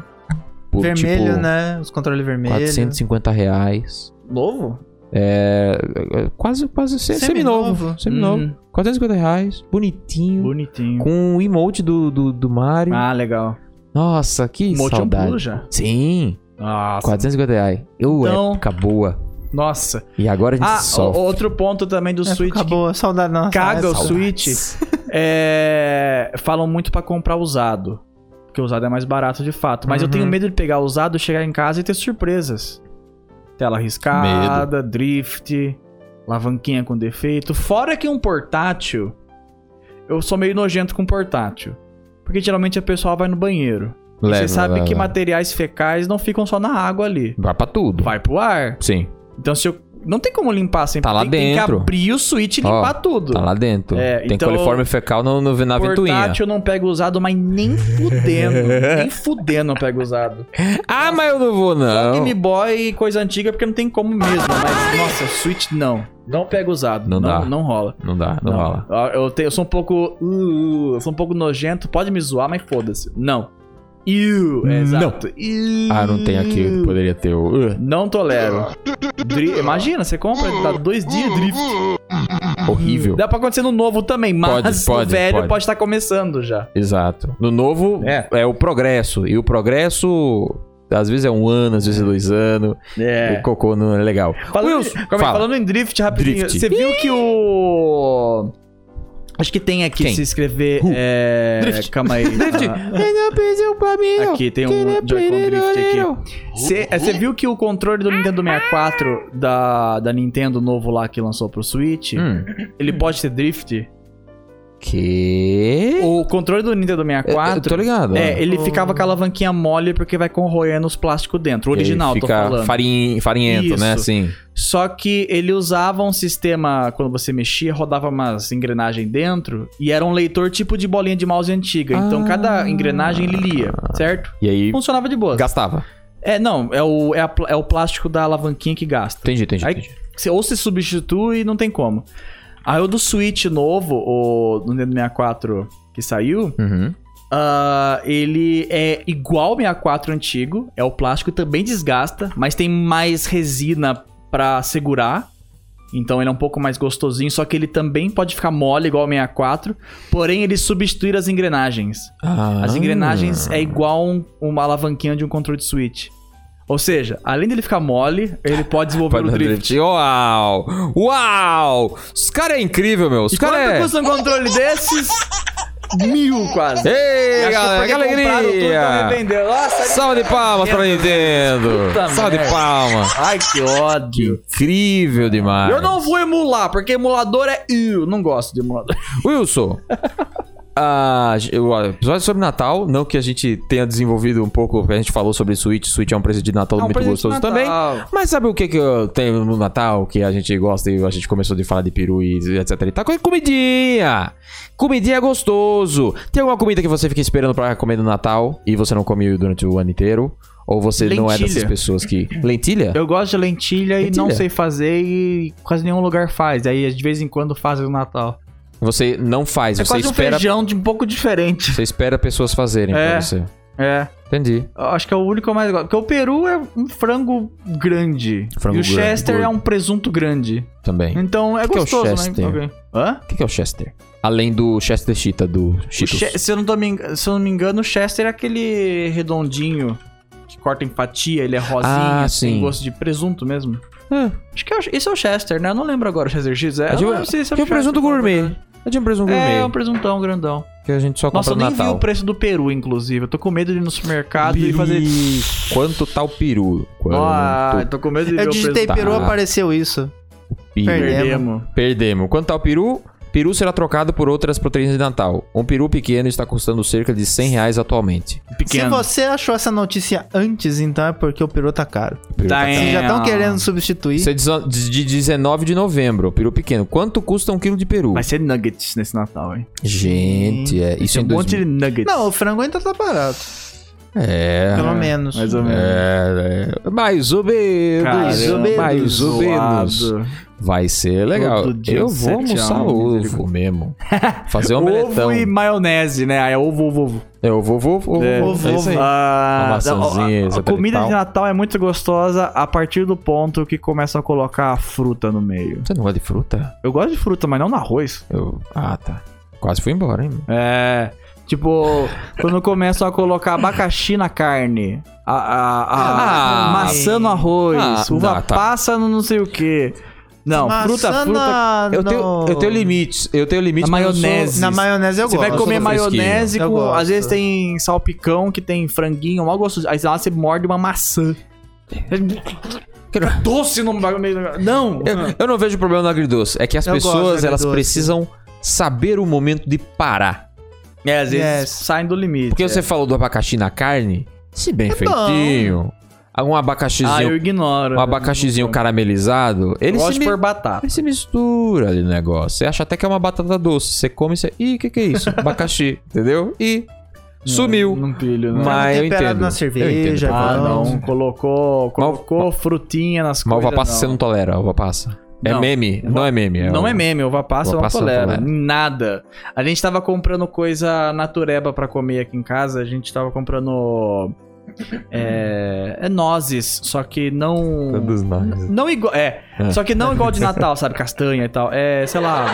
Speaker 2: Por,
Speaker 4: vermelho,
Speaker 2: tipo,
Speaker 4: né? Os controles vermelhos.
Speaker 2: 450 reais.
Speaker 3: Novo?
Speaker 2: É, é, é, quase, quase se-
Speaker 4: Seminovo.
Speaker 2: seminovo. Seminovo.
Speaker 3: Hum.
Speaker 2: 450 reais. Bonitinho.
Speaker 3: Bonitinho.
Speaker 2: Com o emote do, do, do Mario.
Speaker 3: Ah, legal.
Speaker 2: Nossa, que
Speaker 3: Emote é um
Speaker 2: saudade.
Speaker 3: pulo já.
Speaker 2: Sim,
Speaker 3: Nossa.
Speaker 2: 450 reais. Eu, é,
Speaker 3: Então-
Speaker 2: época boa.
Speaker 3: Nossa.
Speaker 2: E agora a gente
Speaker 3: Ah, o-
Speaker 2: sofre.
Speaker 3: outro ponto também do
Speaker 4: É,
Speaker 3: Switch que
Speaker 4: acabou, saudade nossa.
Speaker 3: caga o
Speaker 4: Essa-
Speaker 2: <laughs>
Speaker 3: Switch é, falam muito pra comprar usado. Porque usado é mais barato de fato. Mas
Speaker 4: Uhum.
Speaker 3: eu tenho medo de pegar usado, chegar em casa e ter surpresas. Tela riscada, drift, alavanquinha com defeito. Fora que um portátil. Eu sou meio nojento com portátil. Porque geralmente a pessoa vai no banheiro. E
Speaker 2: Leva,
Speaker 3: você sabe
Speaker 2: leva,
Speaker 3: que
Speaker 2: leva.
Speaker 3: materiais fecais não ficam só na água ali.
Speaker 2: Vai pra tudo.
Speaker 3: Vai pro ar.
Speaker 2: Sim,
Speaker 3: Então se eu. Não tem como limpar sempre.
Speaker 2: Tá lá
Speaker 3: tem, Tem
Speaker 2: dentro.
Speaker 3: que abrir o switch e
Speaker 2: Ó,
Speaker 3: limpar tudo.
Speaker 2: tá lá dentro.
Speaker 3: É,
Speaker 2: Tem
Speaker 3: então-
Speaker 2: coliforme fecal no, no- na ventoinha.
Speaker 3: Portátil eu não pego usado, mas nem fudendo.
Speaker 2: <laughs>
Speaker 3: nem fudendo eu pego usado.
Speaker 2: Ah, mas eu não vou, não.
Speaker 3: Game Boy e coisa antiga, porque não tem como mesmo. Mas, nossa, Switch não. Não pego usado.
Speaker 2: Não dá.
Speaker 3: Não rola.
Speaker 2: Não dá, não, rola.
Speaker 3: Ah, Eu, te- eu sou um pouco... uh, eu sou um pouco nojento. Pode me zoar, mas foda-se. Não. Iu, é, exato. Iu.
Speaker 2: Ah, não tem aqui. Poderia ter o... Uh,
Speaker 3: Não tolero. Dri- Imagina, você compra, tá dois dias drift.
Speaker 2: horrível.
Speaker 3: Dá pra acontecer no novo também, mas
Speaker 2: Pode, pode,
Speaker 3: o velho
Speaker 2: pode.
Speaker 3: pode estar começando já.
Speaker 2: Exato. No novo, é.
Speaker 3: É.
Speaker 2: o progresso. E o progresso... Às vezes é um ano, às vezes é dois anos.
Speaker 3: É.
Speaker 2: O cocô não é legal.
Speaker 3: Falando,
Speaker 2: Wilson,
Speaker 3: calma aí,
Speaker 2: fala.
Speaker 3: falando em drift rapidinho,
Speaker 2: Drift.
Speaker 3: você viu que o. Acho que tem aqui
Speaker 2: Quem?
Speaker 3: se escrever.
Speaker 2: Who?
Speaker 3: É...
Speaker 2: Drift.
Speaker 3: Calma aí.
Speaker 2: <laughs> Drift. é
Speaker 3: Ah,
Speaker 2: não pensei pra mim.
Speaker 3: Aqui tem um Joy-Con Drift aqui. Você é, você viu que o controle do Nintendo 64
Speaker 2: Hum.
Speaker 3: Hum. da, da Nintendo novo lá que lançou pro Switch, ele pode ter drift?
Speaker 2: Que?
Speaker 3: O controle do Nintendo
Speaker 2: Eu- eu
Speaker 3: 64.
Speaker 2: É, tô ligado.
Speaker 3: É, ele ficava com a alavanquinha mole porque vai corroendo os plásticos dentro.
Speaker 2: E
Speaker 3: O
Speaker 2: aí
Speaker 3: original, tô
Speaker 2: fica
Speaker 3: falando.
Speaker 2: farin- farinhento, né?
Speaker 3: Isso.
Speaker 2: Sim.
Speaker 3: Só que ele usava um sistema, quando você mexia, rodava umas engrenagens dentro e era um leitor tipo de bolinha de mouse antiga. Então
Speaker 2: Ah.
Speaker 3: cada engrenagem ele lia, certo?
Speaker 2: E aí
Speaker 3: Funcionava de boa.
Speaker 2: gastava.
Speaker 3: É, não, é o, é, a pl- é o plástico da alavanquinha que gasta.
Speaker 2: Entendi, entendi.
Speaker 3: Aí-
Speaker 2: entendi.
Speaker 3: Você- ou se substitui, não tem como. Aí o do Switch novo, o do Nintendo 64 que saiu,
Speaker 2: Uhum.
Speaker 3: ah, ele é igual ao 64 antigo, é o plástico, também desgasta, mas tem mais resina pra segurar. Então ele é um pouco mais gostosinho, só que ele também pode ficar mole igual ao 64, porém ele substitui as engrenagens. As
Speaker 2: Ah.
Speaker 3: engrenagens é igual um- uma alavanquinha de um controle de Switch. Ou seja, além dele ficar mole, ele pode desenvolver
Speaker 2: Pode
Speaker 3: o
Speaker 2: dar
Speaker 3: drift.
Speaker 2: drift. Uau! Uau! Os caras é incrível, meu. Os
Speaker 3: E quanto
Speaker 2: caras é...
Speaker 3: custa um controle
Speaker 2: <laughs>
Speaker 3: desses? Mil quase.
Speaker 2: Ei,
Speaker 3: Acho
Speaker 2: galera,
Speaker 3: foi
Speaker 2: que
Speaker 3: porque compraram tudo e
Speaker 2: alegria!
Speaker 3: revendeu. Nossa,
Speaker 2: Salve de palmas pra Nintendo!
Speaker 3: Puta
Speaker 2: Salve de
Speaker 3: merda.
Speaker 2: palmas!
Speaker 3: Ai, que ódio.
Speaker 2: Incrível demais!
Speaker 3: Eu não vou emular, porque emulador é... Eu não gosto de emulador. <laughs>
Speaker 2: Wilson! ah, eu- o episódio sobre Natal, não que a gente tenha desenvolvido um pouco, porque a gente falou sobre Switch, Switch é um presente de Natal
Speaker 3: É um
Speaker 2: muito
Speaker 3: presente de
Speaker 2: gostoso
Speaker 3: Natal.
Speaker 2: também. Mas sabe o que, que eu tenho no Natal que a gente gosta e a gente começou de falar de peru e etc e tal? Co- Comidinha! Comidinha é gostoso! Tem alguma comida que você fica esperando pra comer no Natal e você não come durante o ano inteiro? Ou você não é
Speaker 3: Lentilha.
Speaker 2: dessas pessoas que. Lentilha?
Speaker 3: Eu gosto de lentilha, e
Speaker 2: Lentilha?
Speaker 3: não sei fazer e quase nenhum lugar faz. Aí de vez em quando faz no Natal.
Speaker 2: Você não faz,
Speaker 3: É
Speaker 2: você
Speaker 3: quase um
Speaker 2: espera.
Speaker 3: feijão de um pouco diferente.
Speaker 2: você espera pessoas fazerem
Speaker 3: É.
Speaker 2: pra você.
Speaker 3: É.
Speaker 2: Entendi.
Speaker 3: Eu acho que é o único que eu mais gosto. Porque o peru é um frango grande.
Speaker 2: Frango
Speaker 3: e o
Speaker 2: grande,
Speaker 3: Chester
Speaker 2: gordo.
Speaker 3: é um presunto grande.
Speaker 2: Também. O
Speaker 3: Então é
Speaker 2: Que que é o
Speaker 3: gostoso,
Speaker 2: Chester?
Speaker 3: né? Ok. Hã?
Speaker 2: que, que é o Chester? Além do Chester Cheetah do
Speaker 3: O
Speaker 2: Cheetos.
Speaker 3: Che- se, eu não tô me engano, se eu não me engano, o Chester é aquele redondinho que corta em fatia, ele é rosinha,
Speaker 2: Ah, sim.
Speaker 3: tem gosto de presunto mesmo.
Speaker 2: É.
Speaker 3: Acho que é o- esse é o Chester, né? Eu não lembro agora o Chester X. É,
Speaker 2: É
Speaker 3: eu
Speaker 2: de-
Speaker 3: não lembro se esse é o
Speaker 2: que é o
Speaker 3: Chester,
Speaker 2: presunto
Speaker 3: na
Speaker 2: gourmet.
Speaker 3: verdade.
Speaker 2: É de um presunto
Speaker 3: É,
Speaker 2: gourmet.
Speaker 3: é um presuntão grandão.
Speaker 2: Que a gente só
Speaker 3: Nossa, eu
Speaker 2: compra no
Speaker 3: nem
Speaker 2: Natal.
Speaker 3: vi o preço do peru, inclusive. Eu tô com medo de ir no supermercado e fazer...
Speaker 2: Ih, Quanto tá o peru? Quanto
Speaker 3: Ah, eu tô com medo de ver
Speaker 4: Eu
Speaker 3: o
Speaker 4: digitei
Speaker 3: presunto.
Speaker 4: peru,
Speaker 2: Tá.
Speaker 4: apareceu isso.
Speaker 2: peru?
Speaker 4: perdemos.
Speaker 3: Perdemos.
Speaker 2: Perdemos. Quanto tá o peru? Peru será trocado por outras proteínas de Natal. Um peru pequeno está custando cerca de 100 reais atualmente.
Speaker 4: Se
Speaker 3: Pequeno.
Speaker 4: você achou essa notícia antes, então é porque o peru tá caro.
Speaker 2: O peru
Speaker 3: Tá,
Speaker 2: caro.
Speaker 3: hein?
Speaker 4: Vocês já estão
Speaker 3: É.
Speaker 4: querendo substituir.
Speaker 2: Isso é dezo- de de 19 de novembro, o peru pequeno. Quanto custa um quilo de peru?
Speaker 3: Vai ser nuggets nesse Natal, hein?
Speaker 2: Gente, é, isso
Speaker 3: Tem
Speaker 2: em
Speaker 3: um monte
Speaker 2: 2000.
Speaker 3: de nuggets.
Speaker 4: Não, o frango ainda tá barato.
Speaker 2: É,
Speaker 4: Pelo menos.
Speaker 3: mais ou menos.
Speaker 2: é, é. Mais ou menos,
Speaker 3: Caramba,
Speaker 2: mais ou menos.
Speaker 3: zoado.
Speaker 2: Vai ser legal.
Speaker 3: Todo dia
Speaker 2: Eu
Speaker 3: um
Speaker 2: vou
Speaker 3: sete a
Speaker 2: almoçar
Speaker 3: um,
Speaker 2: ovo
Speaker 3: misericórdia. <laughs>
Speaker 2: mesmo. Fazer um
Speaker 3: Ovo
Speaker 2: omeletão.
Speaker 3: e maionese, né? Ah, É ovo, ovo, ovo.
Speaker 2: É, ovo, ovo, ovo,
Speaker 3: É,
Speaker 2: ovo. É isso aí.
Speaker 3: Ah,
Speaker 2: Uma maçãzinha,
Speaker 3: a- a,
Speaker 2: etc
Speaker 3: a
Speaker 2: e
Speaker 3: comida
Speaker 2: tal.
Speaker 3: de Natal é muito gostosa a partir do ponto que começam a colocar a fruta no meio.
Speaker 2: Você não gosta de fruta?
Speaker 3: Eu gosto de fruta, mas não no arroz.
Speaker 2: Eu... Ah, tá. Quase fui embora, hein?
Speaker 3: É.
Speaker 4: <laughs>
Speaker 3: Tipo, quando começam a colocar abacaxi na carne, a, a- a-
Speaker 2: Ah,
Speaker 3: maçã no arroz,
Speaker 2: Ah,
Speaker 3: uva
Speaker 2: tá, tá.
Speaker 3: passa no não sei o que. Não,
Speaker 4: Maçã
Speaker 3: fruta, fruta.
Speaker 4: na-
Speaker 2: Eu,
Speaker 4: no-
Speaker 2: tenho, eu tenho limites. Eu tenho limites.
Speaker 3: Na
Speaker 2: mas eu sou- <laughs>
Speaker 3: maionese.
Speaker 4: Na maionese eu
Speaker 3: Você
Speaker 4: gosto.
Speaker 3: vai comer
Speaker 2: eu sou
Speaker 3: maionese
Speaker 4: fresquinho. Eu
Speaker 3: com.
Speaker 4: gosto.
Speaker 3: Às vezes tem salpicão que tem franguinho, mal gostoso. Aí lá você morde uma maçã.
Speaker 2: Quero-
Speaker 3: Fica doce no meio. Não!
Speaker 2: Eu, eu não vejo problema no agridoce. É que as
Speaker 4: Eu gosto
Speaker 2: pessoas,
Speaker 4: de
Speaker 2: elas
Speaker 4: agridoce.
Speaker 2: precisam saber o momento de parar.
Speaker 3: É, às vezes
Speaker 4: Yes.
Speaker 3: saem do limite.
Speaker 2: Porque
Speaker 3: é.
Speaker 2: você falou do abacaxi na carne. Se bem feitinho. Algum
Speaker 3: Ah, eu
Speaker 2: abacaxizinho.
Speaker 3: ignoro.
Speaker 2: um abacaxizinho caramelizado.
Speaker 3: Eu
Speaker 2: Ele
Speaker 3: gosto
Speaker 2: se,
Speaker 3: de
Speaker 2: mi-
Speaker 3: pôr batata.
Speaker 2: ele se mistura ali no negócio. Você acha até que é uma batata doce. Você come e você. Ih, o que, que é
Speaker 3: <laughs>
Speaker 2: isso? Abacaxi. entendeu? E. Sumiu.
Speaker 3: Não pilho, né?
Speaker 2: Mas eu
Speaker 4: temperado
Speaker 2: entendo.
Speaker 4: na
Speaker 2: Eu
Speaker 4: cerveja,
Speaker 2: entendo.
Speaker 3: Ah, não.
Speaker 4: Não.
Speaker 3: Colocou, colocou frutinha nas
Speaker 2: Mas
Speaker 3: coisas.
Speaker 2: uva passa você não tolera, uva passa. É
Speaker 3: Não.
Speaker 2: meme? Não é meme.
Speaker 3: Não
Speaker 2: um-
Speaker 3: é meme, uva
Speaker 2: uva
Speaker 3: passa eu não
Speaker 2: passa eu
Speaker 3: tolero.
Speaker 2: tolero.
Speaker 3: Nada. A gente tava comprando coisa natureba pra comer aqui em casa. A gente tava comprando. É, é nozes, só que não.
Speaker 2: Todos É nós.
Speaker 3: Não igual. É,
Speaker 2: É.
Speaker 3: só que não igual de Natal, sabe? Castanha e tal. É, sei lá.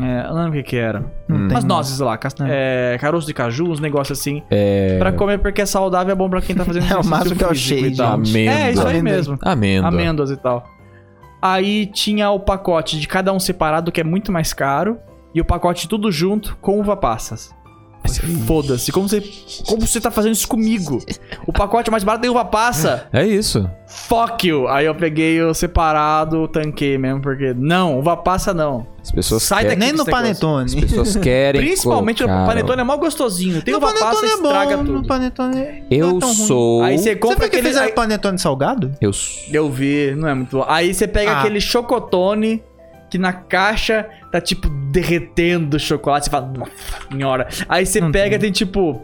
Speaker 3: É, eu não lembro o que que era.
Speaker 2: Hum.
Speaker 3: Mas nozes lá, castanha. É, caroço de caju, uns negócios assim.
Speaker 2: É.
Speaker 3: Pra comer porque é saudável, é bom pra quem tá fazendo
Speaker 4: <laughs> É, o
Speaker 3: exercício
Speaker 4: máximo que eu
Speaker 3: físico
Speaker 4: achei,
Speaker 3: e tal.
Speaker 2: gente.
Speaker 3: É, isso aí
Speaker 4: Amêndoa.
Speaker 3: mesmo
Speaker 2: Amêndoa.
Speaker 3: amêndoas e tal. Aí tinha o pacote de cada um separado, que é muito mais caro, e o pacote tudo junto com uva passas. Foda-se. Como você, como você tá fazendo isso comigo? O pacote mais barato tem uva passa.
Speaker 2: É isso.
Speaker 3: Fuck you. Aí eu peguei o separado, tanquei mesmo, porque... Não, uva passa não.
Speaker 2: As pessoas
Speaker 3: Sai
Speaker 2: querem.
Speaker 3: daqui.
Speaker 4: É Nem no
Speaker 3: esse negócio.
Speaker 2: As
Speaker 4: panetone.
Speaker 2: pessoas querem.
Speaker 3: <laughs> Principalmente
Speaker 2: colocar-
Speaker 3: o panetone é mal gostosinho. Tem
Speaker 4: No
Speaker 3: uva passa,
Speaker 4: panetone é
Speaker 3: estraga
Speaker 4: bom. No
Speaker 3: tudo.
Speaker 4: panetone não
Speaker 2: Eu
Speaker 4: é tão ruim.
Speaker 2: sou.
Speaker 3: Aí você
Speaker 4: Você
Speaker 3: compra
Speaker 4: viu que
Speaker 3: aquele...
Speaker 4: fizeram
Speaker 3: aí-
Speaker 4: panetone salgado?
Speaker 2: Eu sou.
Speaker 3: Eu vi, não é muito bom. Aí você pega
Speaker 4: Ah.
Speaker 3: aquele chocotone que na caixa tá tipo derretendo o chocolate. Você fala, nossa senhora. Aí você
Speaker 4: Não
Speaker 3: pega, tem. tipo.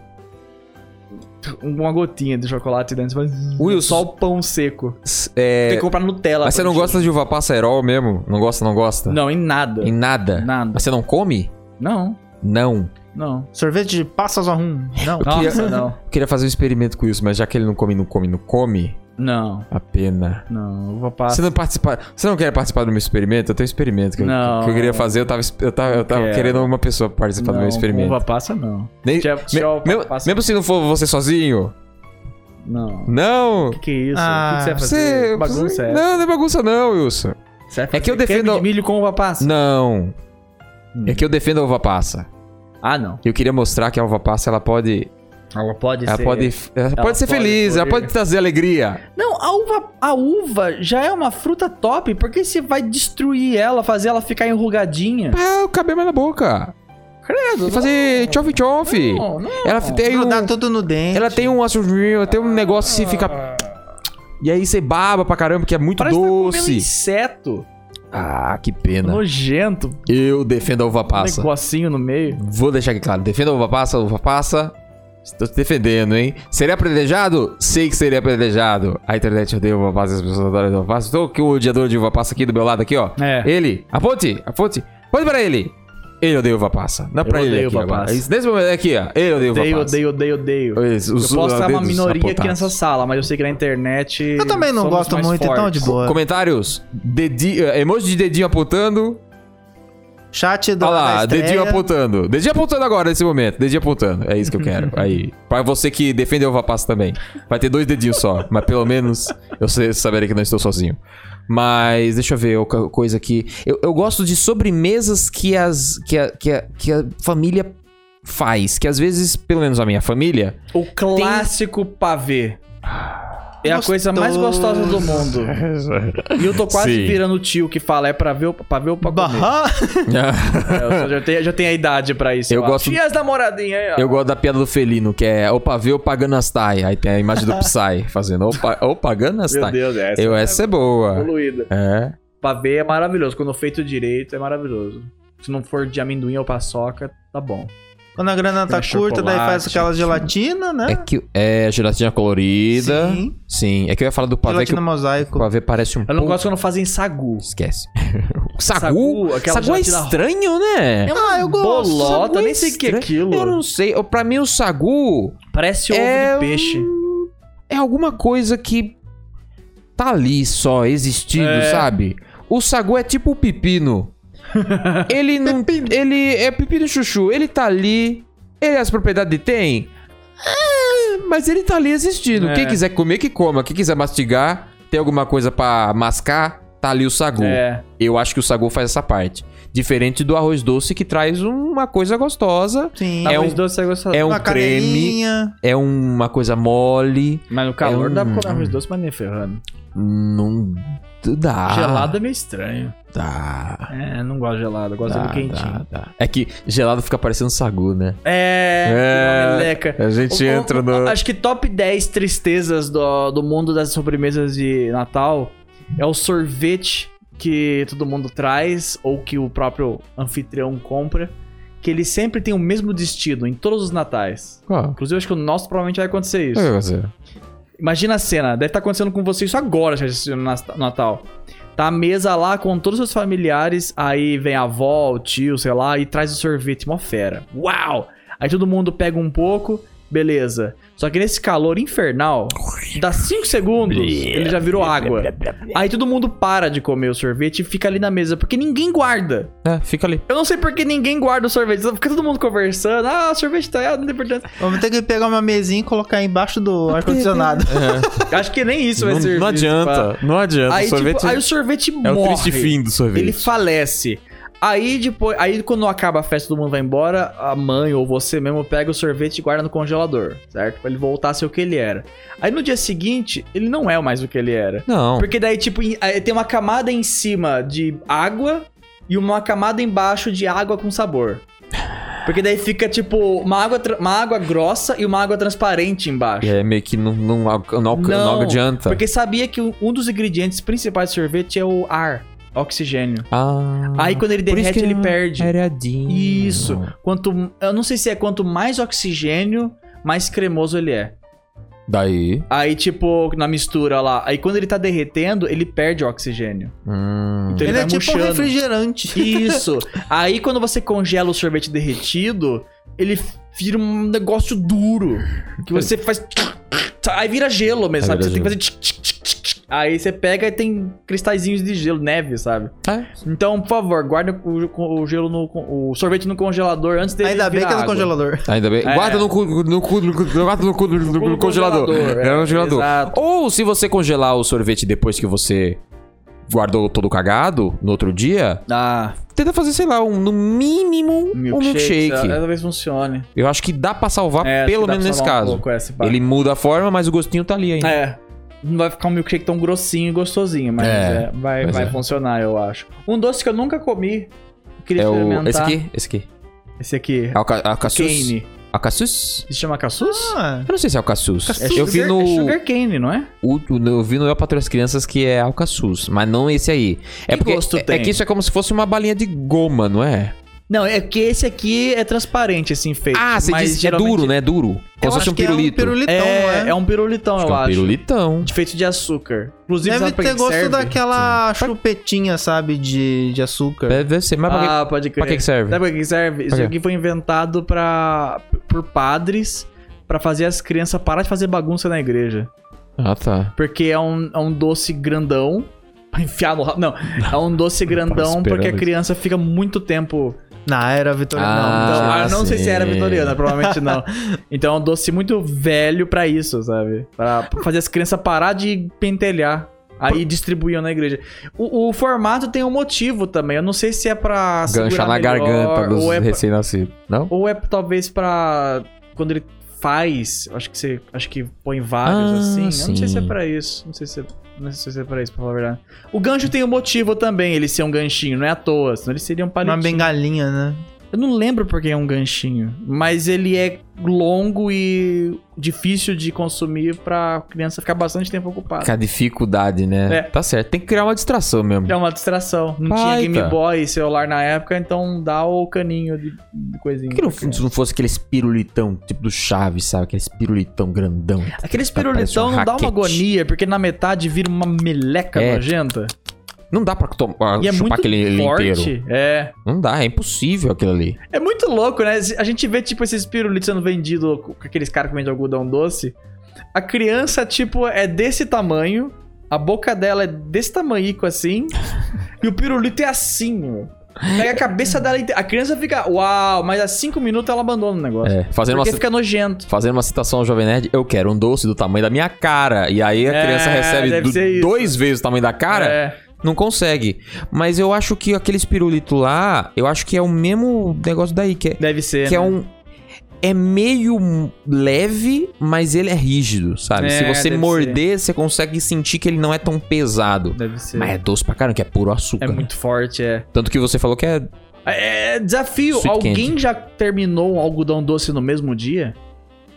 Speaker 3: Uma gotinha de chocolate dentro. Você fala,
Speaker 2: Will,
Speaker 3: só o pão seco.
Speaker 2: É,
Speaker 3: Tem que comprar Nutella.
Speaker 2: Mas você não
Speaker 3: pra-
Speaker 2: gosta de uva passa herol mesmo? Não gosta, não gosta?
Speaker 3: Não, em nada.
Speaker 2: Em nada?
Speaker 3: Nada.
Speaker 2: Mas você não come?
Speaker 3: Não,
Speaker 2: Não.
Speaker 3: não.
Speaker 4: Sorvete de passas a rum. Não.
Speaker 3: Nossa,
Speaker 2: queria-
Speaker 3: não.
Speaker 2: Eu queria fazer um experimento com isso, mas já que ele não come, não come, não come,
Speaker 3: Não,
Speaker 2: a pena.
Speaker 3: não. Uva
Speaker 2: Você
Speaker 3: passa.
Speaker 2: não participa... Você não quer participar do meu experimento? Eu tenho um experimento que, eu-
Speaker 3: Não.
Speaker 2: que eu queria fazer. Eu tava, es- eu tava, eu tava
Speaker 3: quero.
Speaker 2: querendo uma pessoa pra participar do
Speaker 3: Não,
Speaker 2: meu
Speaker 3: com
Speaker 2: um experimento.
Speaker 3: uva passa, não.
Speaker 2: Nem-
Speaker 3: Tchau,
Speaker 2: me-
Speaker 3: tchau,
Speaker 2: meu-
Speaker 3: passa.
Speaker 2: mesmo se não for você sozinho?
Speaker 3: Não.
Speaker 2: Não!
Speaker 3: Que que é isso?
Speaker 4: Ah,
Speaker 3: o que, que você vai fazer?
Speaker 2: Você...
Speaker 3: Bagunça é essa?
Speaker 2: Não, não é bagunça não, Wilson.
Speaker 3: Você vai fazer
Speaker 2: É que eu
Speaker 3: creme
Speaker 2: defendo-
Speaker 3: de milho com uva passa?
Speaker 2: Não.
Speaker 3: Hum.
Speaker 2: É que eu defendo a uva passa.
Speaker 3: Ah, não.
Speaker 2: Eu queria mostrar que a uva passa, ela pode...
Speaker 3: Ela pode
Speaker 2: Ela
Speaker 3: ser.
Speaker 2: pode, ela pode ser
Speaker 3: pode
Speaker 2: feliz, ela
Speaker 3: poder-
Speaker 2: pode trazer alegria.
Speaker 3: Não, a uva, a uva já é uma fruta top. Por que você vai destruir ela, fazer ela ficar enrugadinha?
Speaker 2: É, o cabelo na boca.
Speaker 3: Credo.
Speaker 2: E fazer tchof tchof.
Speaker 3: Não, não.
Speaker 2: Ela <laughs> tem um,
Speaker 4: Grudar tudo no dente.
Speaker 2: ela tem um açúcar,
Speaker 3: Ah.
Speaker 2: tem um negócio que você fica e aí você baba pra caramba que é muito
Speaker 3: Parece que tá comendo
Speaker 2: doce.
Speaker 3: inseto.
Speaker 2: ah, que pena.
Speaker 3: Nojento.
Speaker 2: Eu defendo a uva passa.
Speaker 3: Um negocinho no meio.
Speaker 2: Vou deixar aqui claro, defendo a uva passa, a uva passa. Estou te defendendo, hein? Seria privilegiado? Sei que seria privilegiado. A internet odeia uva passa, as pessoas adoram uva passa. Estou aqui o odiador de uva passa aqui do meu lado aqui, ó.
Speaker 3: É.
Speaker 2: Ele, aponte, aponte. Aponte pra ele. Ele odeia uva passa. Dá pra
Speaker 3: Eu
Speaker 2: ele
Speaker 3: odeio
Speaker 2: aqui
Speaker 3: uva
Speaker 2: agora.
Speaker 3: passa.
Speaker 2: Isso, Nesse momento é aqui, ó. Ele odeia uva
Speaker 3: Odeio,
Speaker 2: passa.
Speaker 3: odeio, odeio, odeio.
Speaker 2: Os, os,
Speaker 3: eu posso estar uma
Speaker 2: dedos
Speaker 3: minoria aqui
Speaker 2: apontados.
Speaker 3: nessa sala, mas eu sei que na internet.
Speaker 4: Eu também não
Speaker 3: somos
Speaker 4: gosto
Speaker 3: mais
Speaker 4: muito, então de
Speaker 3: fortes.
Speaker 4: boa.
Speaker 2: Comentários. Dedi, eh, emoji de dedinho apontando.
Speaker 4: Chat do
Speaker 2: Olha lá,
Speaker 4: da
Speaker 2: dedinho
Speaker 4: estreia.
Speaker 2: apontando. Dedinho apontando agora, nesse momento. Dedinho apontando. É isso que eu quero. Aí. Pra você que defendeu o Vapassa também. Vai ter dois dedinhos só. mas pelo menos eu sei- saberei que não estou sozinho. Mas deixa eu ver outra coisa aqui. Eu, eu gosto de sobremesas que, as, que, a, que, a, que a família faz. Que às vezes, pelo menos a minha família,
Speaker 3: O clássico pavê. É a coisa mais gostosa do mundo.
Speaker 4: <laughs>
Speaker 3: E eu tô quase
Speaker 2: Sim.
Speaker 3: virando o tio que fala, é pra ver o pavê ou pra comer.
Speaker 4: Bah,
Speaker 3: É, eu já tenho, já tenho a idade pra isso.
Speaker 2: Eu
Speaker 3: acho.
Speaker 2: gosto-
Speaker 3: E as namoradinhas aí, ó.
Speaker 2: Eu gosto da piada do felino, que é o pavê pagando as tai. Aí tem a imagem do Psy fazendo o pagando as
Speaker 3: Meu
Speaker 2: tai.
Speaker 3: Deus, essa
Speaker 2: Eu, essa é boa.
Speaker 3: poluída.
Speaker 2: É.
Speaker 3: Pavê é maravilhoso. Quando feito direito, é maravilhoso. Se não for de amendoim ou paçoca, tá bom.
Speaker 4: Quando a grana tá
Speaker 3: Tem
Speaker 4: curta, daí faz
Speaker 3: chocolate,
Speaker 4: aquela gelatina, né?
Speaker 2: É que é gelatina colorida. Sim.
Speaker 4: Sim,
Speaker 2: É que eu ia falar do pavê que
Speaker 4: gelatina
Speaker 2: o
Speaker 4: mosaico.
Speaker 2: pavê parece um
Speaker 3: Eu não
Speaker 2: pouco-
Speaker 3: gosto quando fazem sagu.
Speaker 2: Esquece. <laughs>
Speaker 3: Sagu,
Speaker 2: Sagu?
Speaker 3: aquela
Speaker 2: Sagu é
Speaker 3: gelatina- É
Speaker 2: estranho, né?
Speaker 4: Ah, eu gosto.
Speaker 3: Bolota,
Speaker 2: sagu
Speaker 3: nem sei o que é
Speaker 2: estranho.
Speaker 3: aquilo.
Speaker 2: Eu não sei. Eu- Pra mim, o sagu
Speaker 3: Parece ovo
Speaker 2: É
Speaker 3: de peixe.
Speaker 2: é alguma coisa que tá ali só, existindo,
Speaker 3: É.
Speaker 2: sabe? O sagu é tipo o
Speaker 3: <laughs>
Speaker 2: pepino. ele não. Ele é pepino chuchu. Ele tá ali. Ele as propriedades ele tem. É, mas ele tá ali existindo.
Speaker 3: É.
Speaker 2: Quem quiser comer, que coma. Quem quiser mastigar, tem alguma coisa pra mascar, tá ali o sagu.
Speaker 3: É.
Speaker 2: Eu acho que o sagu faz essa parte. Diferente do arroz doce que traz uma coisa gostosa.
Speaker 4: Sim.
Speaker 2: É
Speaker 3: Arroz
Speaker 2: um-
Speaker 3: doce é gostoso.
Speaker 2: É um
Speaker 4: uma
Speaker 2: creme,
Speaker 4: canelinha.
Speaker 2: é uma coisa mole.
Speaker 3: Mas no calor
Speaker 2: É um-
Speaker 3: dá pra comer arroz doce, mas nem ferrando.
Speaker 2: Não dá.
Speaker 3: Gelado é meio estranho.
Speaker 2: Dá.
Speaker 3: É, não gosto de gelado, eu gosto
Speaker 2: dá,
Speaker 3: dele quentinho.
Speaker 2: dá, dá. É que gelado fica parecendo sagu, né?
Speaker 3: É,
Speaker 2: É.
Speaker 3: meleca.
Speaker 2: A gente
Speaker 3: O- o-
Speaker 2: entra no.
Speaker 3: Acho que top 10 tristezas do, do mundo das sobremesas de Natal é o sorvete que todo mundo traz, ou que o próprio anfitrião compra, que ele sempre tem o mesmo destino em todos os natais.
Speaker 2: Qual?
Speaker 3: Inclusive, acho que o nosso provavelmente vai acontecer
Speaker 2: O
Speaker 3: isso.
Speaker 2: que aconteceu?
Speaker 3: Imagina a cena, deve estar acontecendo com você isso agora, já assistindo na- no Natal. Tá a mesa lá com todos os seus familiares, aí vem a avó, o tio, sei lá, e traz o sorvete, mó fera. Uau! Aí todo mundo pega um pouco, beleza. Só que nesse calor infernal, dá 5 segundos, ele já virou água. Aí todo mundo para de comer o sorvete e fica ali na mesa, porque ninguém guarda.
Speaker 2: É, fica ali.
Speaker 3: Eu não sei por que ninguém guarda o sorvete, fica todo mundo conversando, ah, o sorvete tá aí, ah, não tem importância.
Speaker 4: Vamos ter que pegar uma mesinha e colocar embaixo do ar-condicionado.
Speaker 3: Acho que nem isso vai
Speaker 2: Não,
Speaker 3: servir. tipo,
Speaker 2: não adianta. Não adianta.
Speaker 3: Aí,
Speaker 2: o sorvete
Speaker 3: tipo, aí o sorvete
Speaker 2: é o
Speaker 3: morre.
Speaker 2: triste fim do sorvete.
Speaker 3: Ele falece. Aí depois, aí quando acaba a festa, todo mundo vai embora, a mãe ou você mesmo pega o sorvete e guarda no congelador, certo? Pra ele voltar a ser o que ele era. Aí no dia seguinte, ele não é mais o que ele era.
Speaker 2: Não.
Speaker 3: Porque daí, tipo, em- aí tem uma camada em cima de água e uma camada embaixo de água com sabor. Porque daí fica, tipo, uma água, tra- uma água grossa e uma água transparente embaixo.
Speaker 2: É meio que não, não, alca- não, alca- não adianta.
Speaker 3: Porque sabia que um um dos ingredientes principais do sorvete é o ar, oxigênio.
Speaker 2: Ah,
Speaker 3: Aí quando ele
Speaker 2: por isso
Speaker 3: derrete,
Speaker 2: que
Speaker 3: ele
Speaker 2: não- é-
Speaker 3: perde.
Speaker 2: Aeradinho.
Speaker 3: Isso. Quanto. Eu não sei se é quanto mais oxigênio, mais cremoso ele é.
Speaker 2: Daí.
Speaker 3: Aí, tipo, na mistura lá. Aí quando ele tá derretendo, ele perde o oxigênio.
Speaker 2: Hum.
Speaker 3: Então ele,
Speaker 4: Ele
Speaker 3: vai
Speaker 4: é tipo um
Speaker 3: murchando.
Speaker 4: refrigerante.
Speaker 3: Isso. Aí quando você congela o sorvete derretido, ele vira um negócio duro. Que você faz. Aí vira gelo mesmo,
Speaker 2: Aí
Speaker 3: sabe?
Speaker 2: vira
Speaker 3: Você tem que fazer. tch, tch, tch, tch, tch. Aí você pega e tem cristalzinhos de gelo, neve, sabe?
Speaker 2: É.
Speaker 3: Então, por favor, guarda o, o gelo no. O sorvete no congelador antes dele.
Speaker 4: Ainda bem
Speaker 3: virar
Speaker 4: que é no
Speaker 3: água. <laughs>
Speaker 4: congelador.
Speaker 2: Ainda bem.
Speaker 3: É.
Speaker 2: Guarda no cu, no cu, no cu- guarda no cu do- do- do
Speaker 3: No
Speaker 2: congelador.
Speaker 3: congelador,
Speaker 2: É,
Speaker 3: é,
Speaker 2: no congelador.
Speaker 3: exato.
Speaker 2: Ou se você congelar o sorvete depois que você guardou todo cagado no outro dia,
Speaker 3: Ah,
Speaker 2: tenta fazer, sei lá, um, no mínimo um milkshake.
Speaker 3: ah, Talvez funcione.
Speaker 2: Eu acho que dá pra salvar
Speaker 3: É, acho
Speaker 2: Ah, pelo
Speaker 3: que dá
Speaker 2: menos
Speaker 3: pra
Speaker 2: nesse
Speaker 3: salvar um
Speaker 2: caso.
Speaker 3: pouco essa, pá.
Speaker 2: Ele muda a forma, mas o gostinho tá ali ainda.
Speaker 3: É. Não vai ficar um milkshake tão grossinho e gostosinho, mas
Speaker 2: É,
Speaker 3: é, vai,
Speaker 2: mas
Speaker 3: vai
Speaker 2: é.
Speaker 3: funcionar, eu acho. Um doce que eu nunca comi. eu Queria
Speaker 2: É o,
Speaker 3: experimentar.
Speaker 2: esse aqui? Esse aqui. É
Speaker 3: Esse aqui.
Speaker 2: Alca, alcaçuz?
Speaker 3: Cane.
Speaker 2: Alcaçuz?
Speaker 3: Se chama caçuz?
Speaker 4: Ah,
Speaker 2: É Eu não sei se é alcaçuz.
Speaker 4: Alcaçuz.
Speaker 2: Eu vi
Speaker 3: sugar,
Speaker 2: no...
Speaker 3: É sugar cane, não é?
Speaker 2: O- o- eu vi no Eu Patrulho as Crianças que é alcaçuz, mas não esse aí. É
Speaker 3: Que
Speaker 2: porque
Speaker 3: gosto
Speaker 2: é,
Speaker 3: tem?
Speaker 2: é que isso é como se fosse uma balinha de goma, não é?
Speaker 3: Não, é que esse aqui é transparente, assim, feito.
Speaker 2: Ah, você
Speaker 3: mas
Speaker 2: disse que é duro, né? É duro. Como
Speaker 4: eu
Speaker 2: se fosse
Speaker 4: acho
Speaker 2: um
Speaker 4: que é um
Speaker 2: pirulito.
Speaker 4: pirulitão,
Speaker 3: É,
Speaker 4: né?
Speaker 3: é um pirulitão,
Speaker 2: Acho que
Speaker 3: eu
Speaker 2: é um
Speaker 3: acho.
Speaker 2: pirulitão.
Speaker 3: Feito de açúcar. Inclusive,
Speaker 4: Deve
Speaker 3: sabe pra
Speaker 4: ter
Speaker 3: que
Speaker 4: gosto
Speaker 3: serve?
Speaker 4: daquela chupetinha, sabe, de, de açúcar.
Speaker 2: Deve ser, mas pra
Speaker 3: Ah, pode
Speaker 2: que,
Speaker 3: crer.
Speaker 2: pra que que serve?
Speaker 3: Sabe pra que serve? Isso
Speaker 2: Pra quê?
Speaker 3: aqui foi inventado pra, por padres pra fazer as crianças parar de fazer bagunça na igreja.
Speaker 2: Ah, tá.
Speaker 3: Porque é um, é um doce grandão. <laughs> Pra enfiar no rabo. Não, é um doce grandão
Speaker 2: esperando
Speaker 3: porque a
Speaker 2: isso.
Speaker 3: criança fica muito tempo.
Speaker 4: Na era vitoriana.
Speaker 2: Ah,
Speaker 3: Então, ah, eu não sei
Speaker 2: sim.
Speaker 3: se era vitoriana, provavelmente
Speaker 2: <laughs>
Speaker 3: não. Então é um doce muito velho pra isso, sabe? Pra fazer as crianças parar de pentelhar. Aí distribuíam na igreja. O, o formato tem um motivo também. Eu não sei se é pra.
Speaker 2: Ganchar
Speaker 3: segurar
Speaker 2: na
Speaker 3: melhor,
Speaker 2: garganta dos
Speaker 3: ou é pra-
Speaker 2: recém-nascidos. Não?
Speaker 3: ou é talvez pra. Quando ele faz, acho que você. Acho que põe vários
Speaker 2: Ah,
Speaker 3: assim. Eu não
Speaker 2: sim.
Speaker 3: sei se é pra isso. Não sei se é. Não sei se é pra isso, pra falar a verdade. O gancho tem um motivo também, ele ser um ganchinho, não é à toa, senão ele seria um
Speaker 4: Uma
Speaker 3: palitinho.
Speaker 4: bengalinha, né?
Speaker 3: Eu não lembro porque é um ganchinho, mas ele é longo e difícil de consumir pra criança ficar bastante tempo ocupada.
Speaker 2: Com a dificuldade, né?
Speaker 3: É.
Speaker 2: Tá certo. Tem que criar uma distração mesmo.
Speaker 3: É uma distração. Não
Speaker 2: Baita.
Speaker 3: tinha Game Boy e celular na época, então dá o caninho de, de coisinha.
Speaker 2: Por que não,
Speaker 3: pra criança.
Speaker 2: não fosse aqueles pirulitão, tipo do Chaves, sabe? Aqueles pirulitão grandão.
Speaker 3: Aqueles
Speaker 2: Tá, parece
Speaker 3: pirulitão
Speaker 2: um
Speaker 3: não dá uma
Speaker 2: raquete.
Speaker 3: agonia, porque na metade vira uma meleca
Speaker 2: É.
Speaker 3: nojenta.
Speaker 2: Não dá pra tomar,
Speaker 3: E é
Speaker 2: chupar
Speaker 3: muito
Speaker 2: aquele ele
Speaker 3: forte.
Speaker 2: inteiro.
Speaker 3: É.
Speaker 2: Não dá, é impossível aquilo ali.
Speaker 3: É muito louco, né? A gente vê, tipo, esses pirulitos sendo vendidos com aqueles caras que vendem algodão doce. A criança, tipo, é desse tamanho. A boca dela é desse
Speaker 2: <laughs>
Speaker 3: tamanhico assim. e o pirulito é assim, ó. Pega a cabeça dela inteira. A criança fica, uau, mas há cinco minutos ela abandona o negócio.
Speaker 2: É, fazendo, uma,
Speaker 3: Porque
Speaker 2: ci-
Speaker 3: fica nojento.
Speaker 2: fazendo uma citação ao Jovem Nerd, eu quero um doce do tamanho da minha cara. E aí a
Speaker 3: É,
Speaker 2: criança recebe
Speaker 3: deve
Speaker 2: do-
Speaker 3: ser isso.
Speaker 2: dois vezes o tamanho da cara,
Speaker 3: é.
Speaker 2: não consegue. Mas eu acho que aquele espirulito lá, eu acho que é o mesmo negócio daí, que é,
Speaker 3: deve ser.
Speaker 2: que é
Speaker 3: né?
Speaker 2: um... É meio leve, mas ele é rígido, sabe?
Speaker 3: É,
Speaker 2: Se você
Speaker 3: deve
Speaker 2: morder, você consegue sentir que ele não é tão pesado.
Speaker 3: Deve ser.
Speaker 2: Mas é doce pra caramba, que é puro açúcar.
Speaker 3: É
Speaker 2: né?
Speaker 3: muito forte, é.
Speaker 2: Tanto que você falou que é.
Speaker 3: É, desafio.
Speaker 2: Sweet
Speaker 3: Alguém
Speaker 2: candy.
Speaker 3: já terminou um algodão doce no mesmo dia?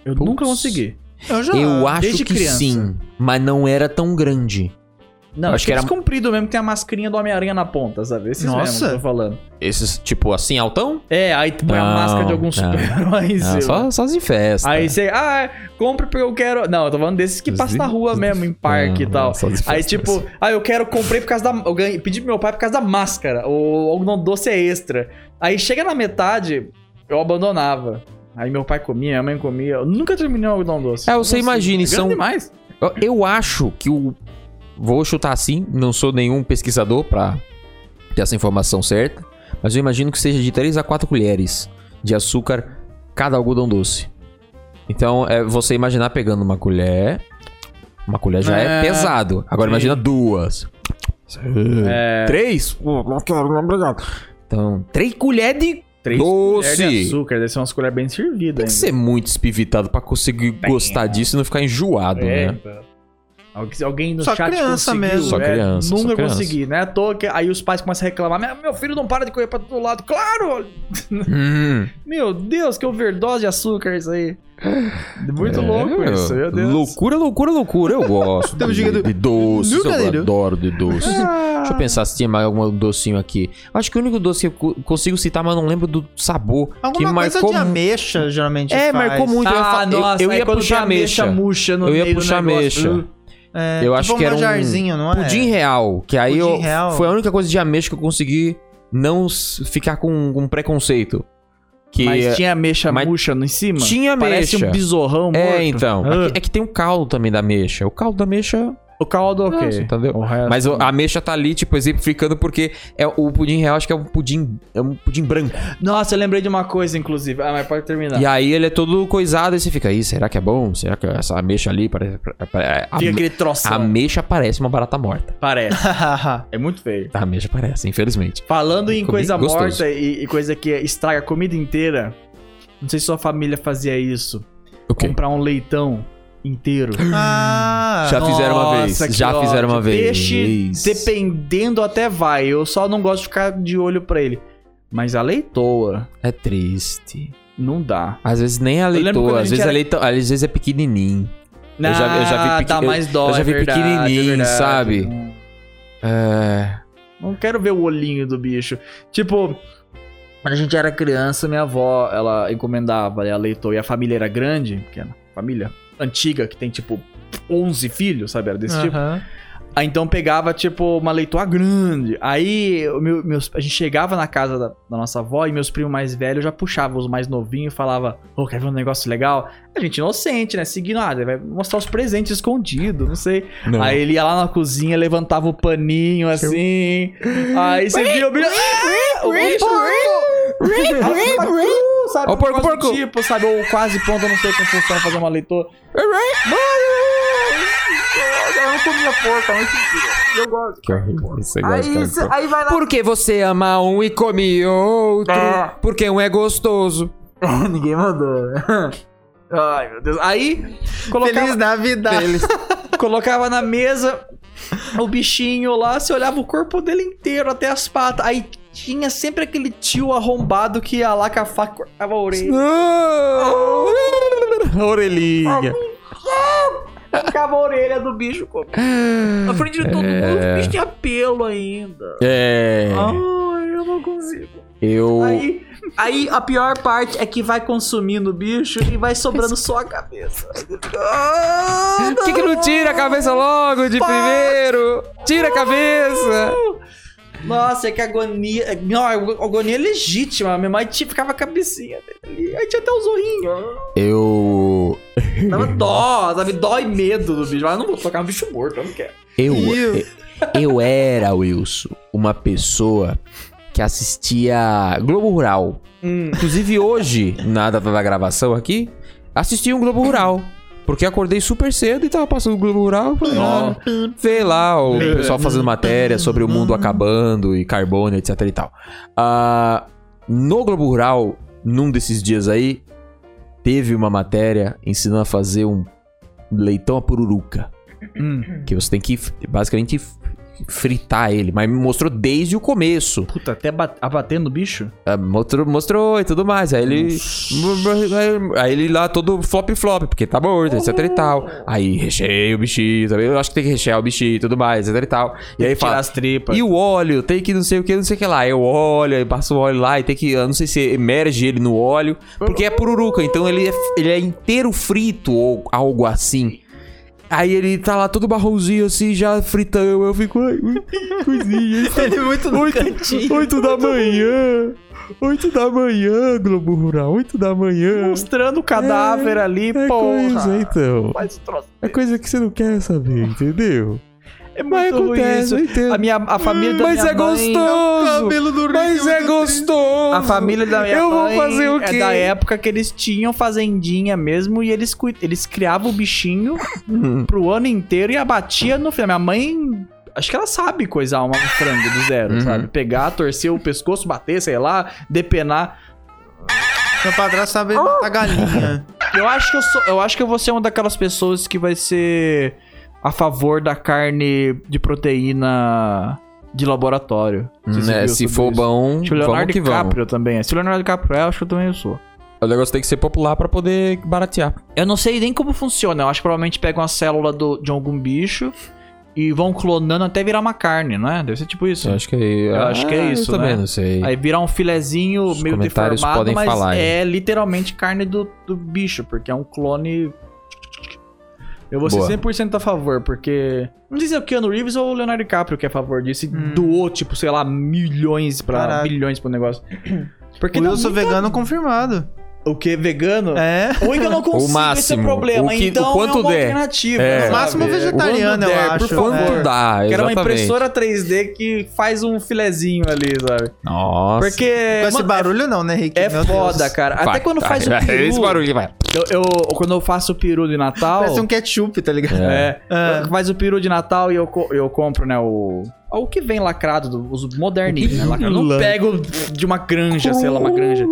Speaker 3: Eu
Speaker 2: Putz.
Speaker 3: nunca consegui.
Speaker 4: Eu já.
Speaker 2: eu acho
Speaker 3: desde
Speaker 2: que
Speaker 3: criança.
Speaker 2: sim, mas não era tão grande.
Speaker 3: Não,
Speaker 2: Acho
Speaker 3: acho
Speaker 2: que
Speaker 3: que
Speaker 2: era-
Speaker 3: comprido mesmo, que tem a mascarinha do Homem-Aranha na ponta, sabe? Esses
Speaker 4: Nossa.
Speaker 3: mesmo que eu tô falando.
Speaker 2: Esses, tipo, assim, altão?
Speaker 3: É, aí tu põe a
Speaker 2: Não,
Speaker 3: máscara de algum
Speaker 2: não.
Speaker 3: super-herói em
Speaker 2: Ah,
Speaker 3: cima.
Speaker 2: só, só as em festa.
Speaker 3: Aí você, ah, compra porque eu quero. Não, eu tô falando desses que passa na rua mesmo, em parque e
Speaker 2: Não,
Speaker 3: tal.
Speaker 2: É, só as em
Speaker 3: Aí
Speaker 2: festa,
Speaker 3: tipo,
Speaker 2: mas-
Speaker 3: ah, eu quero, comprei por causa da. Eu ganhei, pedi pro meu pai por causa da máscara. O algodão doce é extra. Aí chega na metade, eu abandonava. Aí meu pai comia, minha mãe comia. Eu nunca terminei o algodão doce.
Speaker 2: É, você imagina,
Speaker 3: é grande
Speaker 2: são-
Speaker 3: demais.
Speaker 2: Eu, eu acho que o. Vou chutar assim, não sou nenhum pesquisador pra ter essa informação certa. Mas eu imagino que seja de 3 a 4 colheres de açúcar cada algodão doce. Então, é você imaginar pegando uma colher. Uma colher já é,
Speaker 3: É,
Speaker 2: pesado. Agora
Speaker 3: sim. É.
Speaker 2: imagina duas. Três? Pô, não quero, não, obrigado. Então, três colheres de
Speaker 3: Três
Speaker 2: Doce.
Speaker 3: colheres de açúcar, deve ser umas colheres bem servidas
Speaker 2: Tem que
Speaker 3: ainda.
Speaker 2: ser muito espivitado pra conseguir gostar disso e não ficar enjoado,
Speaker 3: É, <laughs>
Speaker 2: né?
Speaker 3: então. Algu- Alguém no
Speaker 4: Só
Speaker 3: chat
Speaker 4: criança
Speaker 3: conseguiu,
Speaker 4: mesmo.
Speaker 2: Só
Speaker 3: é,
Speaker 2: criança,
Speaker 3: Nunca
Speaker 2: só criança.
Speaker 3: consegui, né? À toa que- aí os pais começam a reclamar. "Meu- Meu filho não para de correr pra todo lado. Claro!
Speaker 2: Hum,
Speaker 3: Meu Deus, que overdose de açúcar isso aí. Muito
Speaker 2: é,
Speaker 3: louco isso, meu Deus.
Speaker 2: Loucura, loucura, loucura. Eu gosto
Speaker 4: Temos
Speaker 2: de,
Speaker 4: dica do-
Speaker 2: de doces,
Speaker 4: Nunca
Speaker 2: eu
Speaker 4: lembro.
Speaker 2: adoro de doces.
Speaker 4: <laughs>
Speaker 3: Ah,
Speaker 2: Deixa eu pensar se tinha mais algum docinho aqui. Acho que o único doce que eu co- consigo citar, mas não lembro do sabor.
Speaker 4: Alguma
Speaker 2: que
Speaker 4: coisa
Speaker 2: marcou
Speaker 4: de ameixa, geralmente
Speaker 2: É,
Speaker 4: faz.
Speaker 2: marcou muito. eu ia, fa-
Speaker 3: ah,
Speaker 2: eu-
Speaker 3: nossa,
Speaker 2: eu,
Speaker 3: aí
Speaker 2: ia
Speaker 3: quando
Speaker 2: puxar
Speaker 3: tem ameixa
Speaker 2: ameixa.
Speaker 3: murcha no
Speaker 2: Eu ia
Speaker 3: meio do
Speaker 2: puxar
Speaker 3: negócio.
Speaker 2: ameixa.
Speaker 4: É,
Speaker 2: Eu acho
Speaker 4: tipo
Speaker 2: que
Speaker 4: um
Speaker 2: era um
Speaker 4: manjarzinho, não é? <laughs>
Speaker 2: Pudim real, que aí
Speaker 4: Pudim
Speaker 2: eu,
Speaker 4: real.
Speaker 2: foi a única coisa de ameixa que eu consegui não s- ficar com, com preconceito. Que
Speaker 3: Mas tinha ameixa
Speaker 2: é- mas-
Speaker 3: murcha no em cima?
Speaker 2: Tinha
Speaker 3: Parece
Speaker 2: ameixa.
Speaker 3: um besorrão morto.
Speaker 2: É, então.
Speaker 3: Ah.
Speaker 2: É que- É que tem o caldo também da ameixa. O caldo da ameixa.
Speaker 3: O caldo, ok.
Speaker 2: Nossa, entendeu?
Speaker 3: O resto-
Speaker 2: Mas o- a ameixa tá ali, tipo, exemplificando porque é o pudim real, acho que é um pudim. É um pudim branco.
Speaker 3: Nossa, eu lembrei de uma coisa, inclusive. Ah, mas pode terminar.
Speaker 2: E aí ele é todo coisado e você fica, ih, será que é bom? Será que essa ameixa ali parece. pare- é, A,
Speaker 3: Fica aquele troço.
Speaker 2: a ameixa parece uma barata morta.
Speaker 3: Parece.
Speaker 4: Ah.
Speaker 3: É muito feio.
Speaker 2: A ameixa parece, infelizmente.
Speaker 3: Falando em
Speaker 2: Ficou bem
Speaker 3: coisa
Speaker 2: gostoso.
Speaker 3: morta e, e coisa que estraga a comida inteira, não sei se sua família fazia isso.
Speaker 2: O quê?
Speaker 3: Comprar um leitão inteiro.
Speaker 2: <laughs>
Speaker 4: ah,
Speaker 2: Já fizeram uma
Speaker 3: Nossa,
Speaker 2: vez,
Speaker 3: que
Speaker 2: já
Speaker 3: ódio.
Speaker 2: fizeram uma vez.
Speaker 3: Deixe, dependendo até vai. Eu só não gosto de ficar de olho pra ele. Mas a leitoa
Speaker 2: É triste.
Speaker 3: não dá.
Speaker 2: Às vezes nem a
Speaker 3: lembro quando
Speaker 2: leitoa, às
Speaker 3: a gente
Speaker 2: vezes
Speaker 3: era-
Speaker 2: a leitoa, às vezes é pequenininho. Eu já- eu já vi
Speaker 3: Ah,
Speaker 2: pequi-
Speaker 3: dá
Speaker 2: eu-
Speaker 3: mais dó,
Speaker 2: eu já
Speaker 3: é
Speaker 2: vi
Speaker 3: verdade,
Speaker 2: pequenininho,
Speaker 3: é verdade.
Speaker 2: sabe?
Speaker 3: Não-
Speaker 2: É.
Speaker 3: Não quero ver o olhinho do bicho. Tipo, quando a gente era criança, minha avó, ela encomendava né, a leitoa e a família era grande, que era família antiga, que tem tipo 11 filhos, sabe? Era desse tipo.
Speaker 4: aham.
Speaker 3: Aí então pegava, tipo, uma leitoa grande. Aí o meu- meus, a gente chegava na casa da, da nossa avó e meus primos mais velhos já puxavam os mais novinhos e falava, ô, quer ver um negócio legal? A gente inocente, né? Seguindo, ah, vai mostrar os presentes escondidos, não sei.
Speaker 2: Não.
Speaker 3: Aí ele ia lá na cozinha, levantava o paninho assim. Aí você via o bicho. Ah, o bicho, ah, Sabe,
Speaker 2: Ó o
Speaker 3: um
Speaker 2: porco,
Speaker 3: negócio do
Speaker 2: porco.
Speaker 3: Tipo, sabe, ou quase pronto, eu não sei como funciona fazer uma leitora.
Speaker 2: <laughs> é Que horrível. Você gosta de coisa. Por que você ama um e come outro?
Speaker 3: Ah.
Speaker 2: Porque um é gostoso.
Speaker 3: Ninguém mandou. Ai, meu Deus. Aí, colocava,
Speaker 4: Feliz da vida.
Speaker 3: colocava na mesa o bichinho lá, você olhava o corpo dele inteiro, até as patas. Aí tinha sempre aquele tio arrombado que ia lá com a faca, cortava a orelha.
Speaker 2: Ah, Orelhinha.
Speaker 3: arrancava a orelha do bicho, como. Na frente de todo mundo, o bicho tinha pelo ainda.
Speaker 2: É.
Speaker 3: Ai, eu não consigo.
Speaker 2: Eu.
Speaker 3: Ah. Aí, aí a pior parte é que vai consumindo o bicho e vai sobrando só a cabeça. Ah,
Speaker 2: Por que, que não tira a cabeça logo de primeiro? Tira a cabeça!
Speaker 3: Nossa, é que agonia. Não, a agonia é legítima. Minha mãe tinha- ficava a cabecinha dele ali. Aí tinha até os zorrinhos.
Speaker 2: Eu.
Speaker 3: Dava dó, sabe? Dó e medo do bicho. Mas eu não vou tocar um bicho morto, eu não quero.
Speaker 2: Eu,
Speaker 4: Ih.
Speaker 2: eu era, Wilson, uma pessoa que assistia Globo Rural.
Speaker 3: Hum.
Speaker 2: Inclusive hoje, na data da gravação aqui, assisti um Globo Rural. Porque acordei super cedo e tava passando o Globo Rural. eu Falei,
Speaker 3: Ó.
Speaker 2: ah, vê lá o pessoal fazendo matéria sobre o mundo acabando e carbono, etc e tal. Ah, no Globo Rural, num desses dias aí, teve uma matéria ensinando a fazer um leitão à pururuca. Que você tem que basicamente f- fritar ele. Mas me mostrou desde o começo.
Speaker 3: Puta, até abatendo o bicho?
Speaker 2: Ah, Mostrou, mostrou e tudo mais. Aí ele. Aí ele lá todo flop flop, porque tá morto, etc e tal. Aí recheia o bichinho também. Eu acho que tem que rechear o bichinho e tudo mais, etc e tal. E aí
Speaker 3: Tirar
Speaker 2: fala.
Speaker 3: as tripas.
Speaker 2: E o óleo, tem que não sei o que, não sei o que lá. Eu óleo, aí passa o óleo lá e tem que, eu não sei se emerge ele no óleo, porque é pururuca, então ele é, ele é inteiro frito ou algo assim. Aí ele tá lá todo marronzinho assim, já fritão. Eu fico, ai, que coisinha. isso é
Speaker 4: Ele <laughs> muito no cantinho.
Speaker 2: 8 da manhã. 8 da manhã, Globo Rural. 8 da manhã.
Speaker 3: Mostrando o cadáver ali,
Speaker 2: É coisa,
Speaker 3: porra.
Speaker 2: então.
Speaker 3: Faz o troço.
Speaker 2: É coisa que você não quer saber, entendeu?
Speaker 3: É
Speaker 2: Mas
Speaker 3: muito ruim
Speaker 2: acontece,
Speaker 3: isso.
Speaker 2: eu entendo.
Speaker 3: A minha a família da
Speaker 2: Mas
Speaker 3: minha
Speaker 2: é
Speaker 3: mãe-
Speaker 2: gostoso.
Speaker 4: Cabelo do
Speaker 2: Mas é gostoso.
Speaker 3: né? A família da minha
Speaker 2: Eu vou
Speaker 3: mãe
Speaker 2: fazer o
Speaker 3: é
Speaker 2: quê?
Speaker 3: da época que eles tinham fazendinha mesmo e
Speaker 2: Hum,
Speaker 3: eles, cui- eles criavam o bichinho pro ano inteiro e abatia no final. Minha mãe Acho que ela sabe coisar uma- um frango do zero, sabe? Pegar, torcer o pescoço, bater, sei lá, depenar.
Speaker 4: Meu padrasto sabe
Speaker 2: Ah.
Speaker 4: matar galinha.
Speaker 3: Eu acho que eu sou. Eu acho que eu vou ser uma daquelas pessoas que vai ser a favor da carne de proteína de laboratório. Não sei
Speaker 2: Hum,
Speaker 3: você
Speaker 2: é,
Speaker 3: viu
Speaker 2: se
Speaker 3: sobre
Speaker 2: for
Speaker 3: isso.
Speaker 2: bom,
Speaker 3: Acho que o
Speaker 2: vamos
Speaker 3: Tipo, Leonardo
Speaker 2: que vamos.
Speaker 3: DiCaprio também é. Se o Leonardo DiCaprio é, eu acho que eu também sou.
Speaker 2: O negócio tem que ser popular pra poder baratear.
Speaker 3: Eu não sei nem como funciona. Eu acho que provavelmente pegam uma célula do- de algum bicho e vão clonando até virar uma carne, não é? Deve ser tipo isso.
Speaker 2: Eu acho que é,
Speaker 3: Eu acho que é isso,
Speaker 2: Eu também
Speaker 3: né?
Speaker 2: não sei.
Speaker 3: Aí virar um filezinho
Speaker 2: Os
Speaker 3: meio
Speaker 2: comentários
Speaker 3: deformado,
Speaker 2: podem
Speaker 3: mas
Speaker 2: falar, hein?
Speaker 3: é literalmente carne do, do bicho, porque é um clone... Eu vou ser
Speaker 2: Boa.
Speaker 3: 100% a favor, porque... Não sei se é o Keanu Reeves ou o Leonardo DiCaprio que é a favor disso e doou, tipo, sei lá, milhões pra...
Speaker 4: Caraca.
Speaker 3: Bilhões pro negócio. <laughs> <clears throat> Porque é
Speaker 4: o
Speaker 3: dá
Speaker 4: Wilson
Speaker 3: muita-
Speaker 4: vegano confirmado.
Speaker 3: O que? Vegano?
Speaker 4: É.
Speaker 3: Ou ainda eu não consigo, esse é
Speaker 2: máximo.
Speaker 3: <laughs> o problema.
Speaker 2: O que- o
Speaker 3: então
Speaker 2: quanto
Speaker 3: é uma
Speaker 2: der.
Speaker 3: alternativa.
Speaker 2: É.
Speaker 3: sabe?
Speaker 4: No máximo
Speaker 3: Quando
Speaker 4: vegetariano, eu
Speaker 3: der,
Speaker 4: acho. né?
Speaker 3: Por favor.
Speaker 2: Quanto dá,
Speaker 3: Que era uma
Speaker 2: exatamente.
Speaker 3: impressora 3D que faz um filezinho ali, sabe?
Speaker 2: Nossa.
Speaker 3: Porque.
Speaker 4: Com esse
Speaker 3: É, mano,
Speaker 4: barulho não, né, Rick?
Speaker 3: É, é
Speaker 4: Meu Deus.
Speaker 3: foda, cara. Até
Speaker 2: Vai,
Speaker 3: quando
Speaker 2: tá,
Speaker 3: <laughs> faz o
Speaker 2: é
Speaker 3: peru.
Speaker 2: Esse barulho que vai.
Speaker 3: Eu, eu- quando eu faço o peru de Natal.
Speaker 4: Parece um ketchup, tá ligado?
Speaker 3: É.
Speaker 4: É.
Speaker 3: eu- Faz o peru de Natal e eu, co- eu compro, né? O. O que vem lacrado, do- os moderninhos, né? lacrado. Eu Não pego de uma granja, sei lá, uma granja.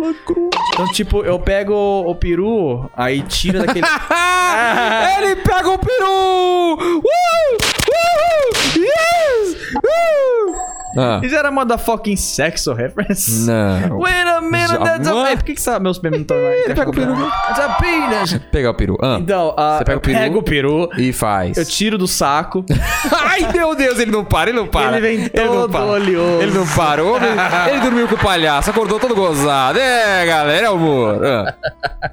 Speaker 3: Então, tipo, eu pego o, o peru, aí tira
Speaker 2: <laughs>
Speaker 3: daquele.
Speaker 2: Ele pega o peru! Uh! Uh! Yes! Uh! Ah,
Speaker 3: Isso era motherfucking sexo reference?
Speaker 2: não.
Speaker 3: Wait a minute,
Speaker 2: Já-
Speaker 3: that's a...
Speaker 2: Ué?
Speaker 3: É, Por que que sabe meus memes não estão na Ele
Speaker 2: pega o peru.
Speaker 3: That's a penis.
Speaker 2: Pegar o peru. Ah,
Speaker 3: Então, ah,
Speaker 2: Você pega o
Speaker 3: eu
Speaker 2: peru?
Speaker 3: pego o peru,
Speaker 2: e faz.
Speaker 3: eu tiro do saco,
Speaker 2: <laughs> Ai, meu Deus, ele não para, ele não para.
Speaker 3: ele vem
Speaker 2: não
Speaker 3: todo
Speaker 2: para.
Speaker 3: oleoso.
Speaker 2: Ele não parou,
Speaker 3: <laughs>
Speaker 2: ele, ele dormiu com o palhaço, acordou todo gozado. É, galera, é humor. Ah,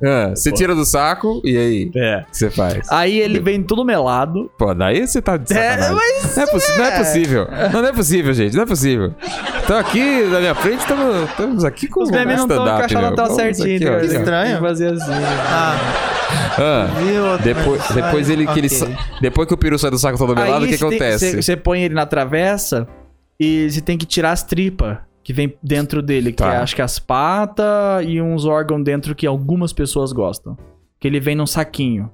Speaker 2: ah, Você tira do saco e aí?
Speaker 3: É.
Speaker 2: O que você faz?
Speaker 3: Aí ele vem todo melado.
Speaker 2: Pô, daí você tá de
Speaker 3: É,
Speaker 2: sacanagem.
Speaker 3: mas
Speaker 2: não, é possi- não é possível. Não, não é possível, gente. Não é possível. Então aqui, na minha frente, estamos, estamos aqui com
Speaker 3: Os memes não estão encaixados na tela certinho. né?
Speaker 2: certinho.
Speaker 3: entendeu?
Speaker 4: Que estranho.
Speaker 3: Tem que Fazer assim.
Speaker 4: Ah, viu?
Speaker 2: depois, depois, ele, que ele
Speaker 4: ah, Ok. É
Speaker 2: sa- depois que o peru sai do saco todo melado, o que acontece?
Speaker 3: Você põe ele na travessa e você tem que tirar as tripas que vem dentro dele, que
Speaker 2: Tá.
Speaker 3: é, acho que as patas e uns órgãos dentro que algumas pessoas gostam. Que ele vem num saquinho.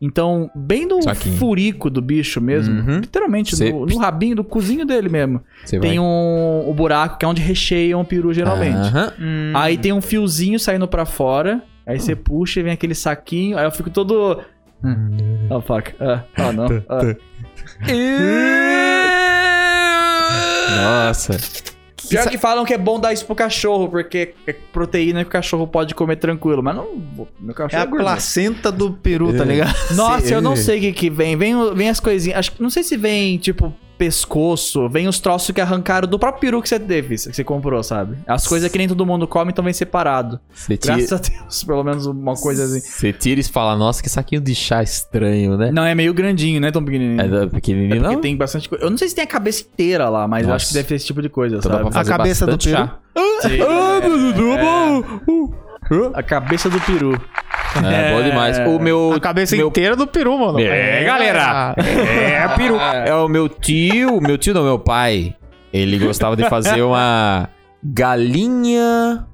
Speaker 3: Então, bem no
Speaker 2: Saquinho.
Speaker 3: furico do bicho mesmo,
Speaker 2: Uhum.
Speaker 3: literalmente
Speaker 2: Cê-
Speaker 3: no, no rabinho, do cozinho dele mesmo.
Speaker 2: Você
Speaker 3: Tem
Speaker 2: vai-
Speaker 3: um, o buraco que é onde recheiam o peru geralmente.
Speaker 2: Aham.
Speaker 4: Hum.
Speaker 3: Aí tem um fiozinho saindo pra fora. Aí você puxa e vem aquele saquinho. Aí eu fico todo. Hum. Oh, fuck. Ah, oh, não.
Speaker 2: Tá.
Speaker 3: Ah.
Speaker 2: Nossa.
Speaker 3: Pior que falam que é bom dar isso pro cachorro, porque é proteína que o cachorro pode comer tranquilo. Mas não. vou- Meu
Speaker 4: É
Speaker 3: cachorro
Speaker 4: a
Speaker 3: gourmet.
Speaker 4: placenta do peru,
Speaker 2: É.
Speaker 4: tá ligado?
Speaker 3: Nossa, eu não sei o que, que vem. vem. o- Vem as coisinhas. Acho que não sei se vem, tipo, pescoço. Vem os troços que arrancaram do próprio peru que você teve, que você comprou, sabe? As coisas que nem todo mundo come, então vem separado.
Speaker 2: Você tira,
Speaker 3: Graças a Deus, <laughs> pelo menos uma coisa assim.
Speaker 2: você tira e fala, nossa, que saquinho de chá estranho, né?
Speaker 3: Não, é meio grandinho, né? Tão pequenininho.
Speaker 2: É da
Speaker 3: É
Speaker 2: pequenininho,
Speaker 3: porque
Speaker 2: não?
Speaker 3: tem bastante coisa. Eu não sei se tem a cabeça inteira lá, mas eu
Speaker 2: Nossa.
Speaker 3: acho que deve ter esse tipo de coisa,
Speaker 2: Então dá
Speaker 3: sabe?
Speaker 2: pra fazer
Speaker 4: cabeça do
Speaker 2: bastante
Speaker 4: peru?
Speaker 2: chá.
Speaker 3: Sim.
Speaker 2: Ah, meu Deus,
Speaker 3: <laughs>
Speaker 2: Uh.
Speaker 3: A cabeça do peru.
Speaker 2: É, bom demais. O meu.
Speaker 4: A cabeça
Speaker 2: meu...
Speaker 4: inteira do peru, mano.
Speaker 2: É, galera! É, peru. É o meu tio, meu tio não, meu pai. Ele gostava de fazer uma galinha.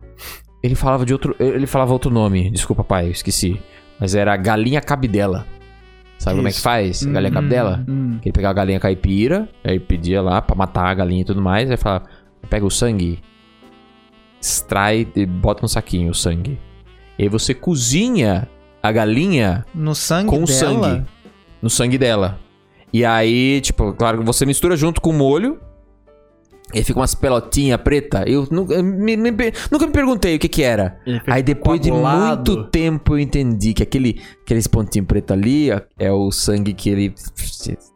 Speaker 2: Ele falava de outro. Ele falava outro nome. Desculpa, pai, eu esqueci. Mas era galinha cabidela. Sabe como é que
Speaker 3: Isso.
Speaker 2: faz? Galinha cabidela?
Speaker 3: Hum.
Speaker 2: Que ele pegava a galinha caipira, aí pedia lá pra matar a galinha e tudo mais, aí falava, pega o sangue, extrai e bota no saquinho o sangue. E aí você cozinha a galinha
Speaker 4: No sangue
Speaker 2: com o
Speaker 4: dela?
Speaker 2: sangue, no sangue dela. E aí, tipo, claro, que você mistura junto com o molho, e fica umas pelotinhas preta. Eu nunca eu me, me- me- nunca me perguntei o que que era. Aí depois de muito tempo eu entendi que aquele, aqueles pontinhos preto ali ó, é o sangue que ele...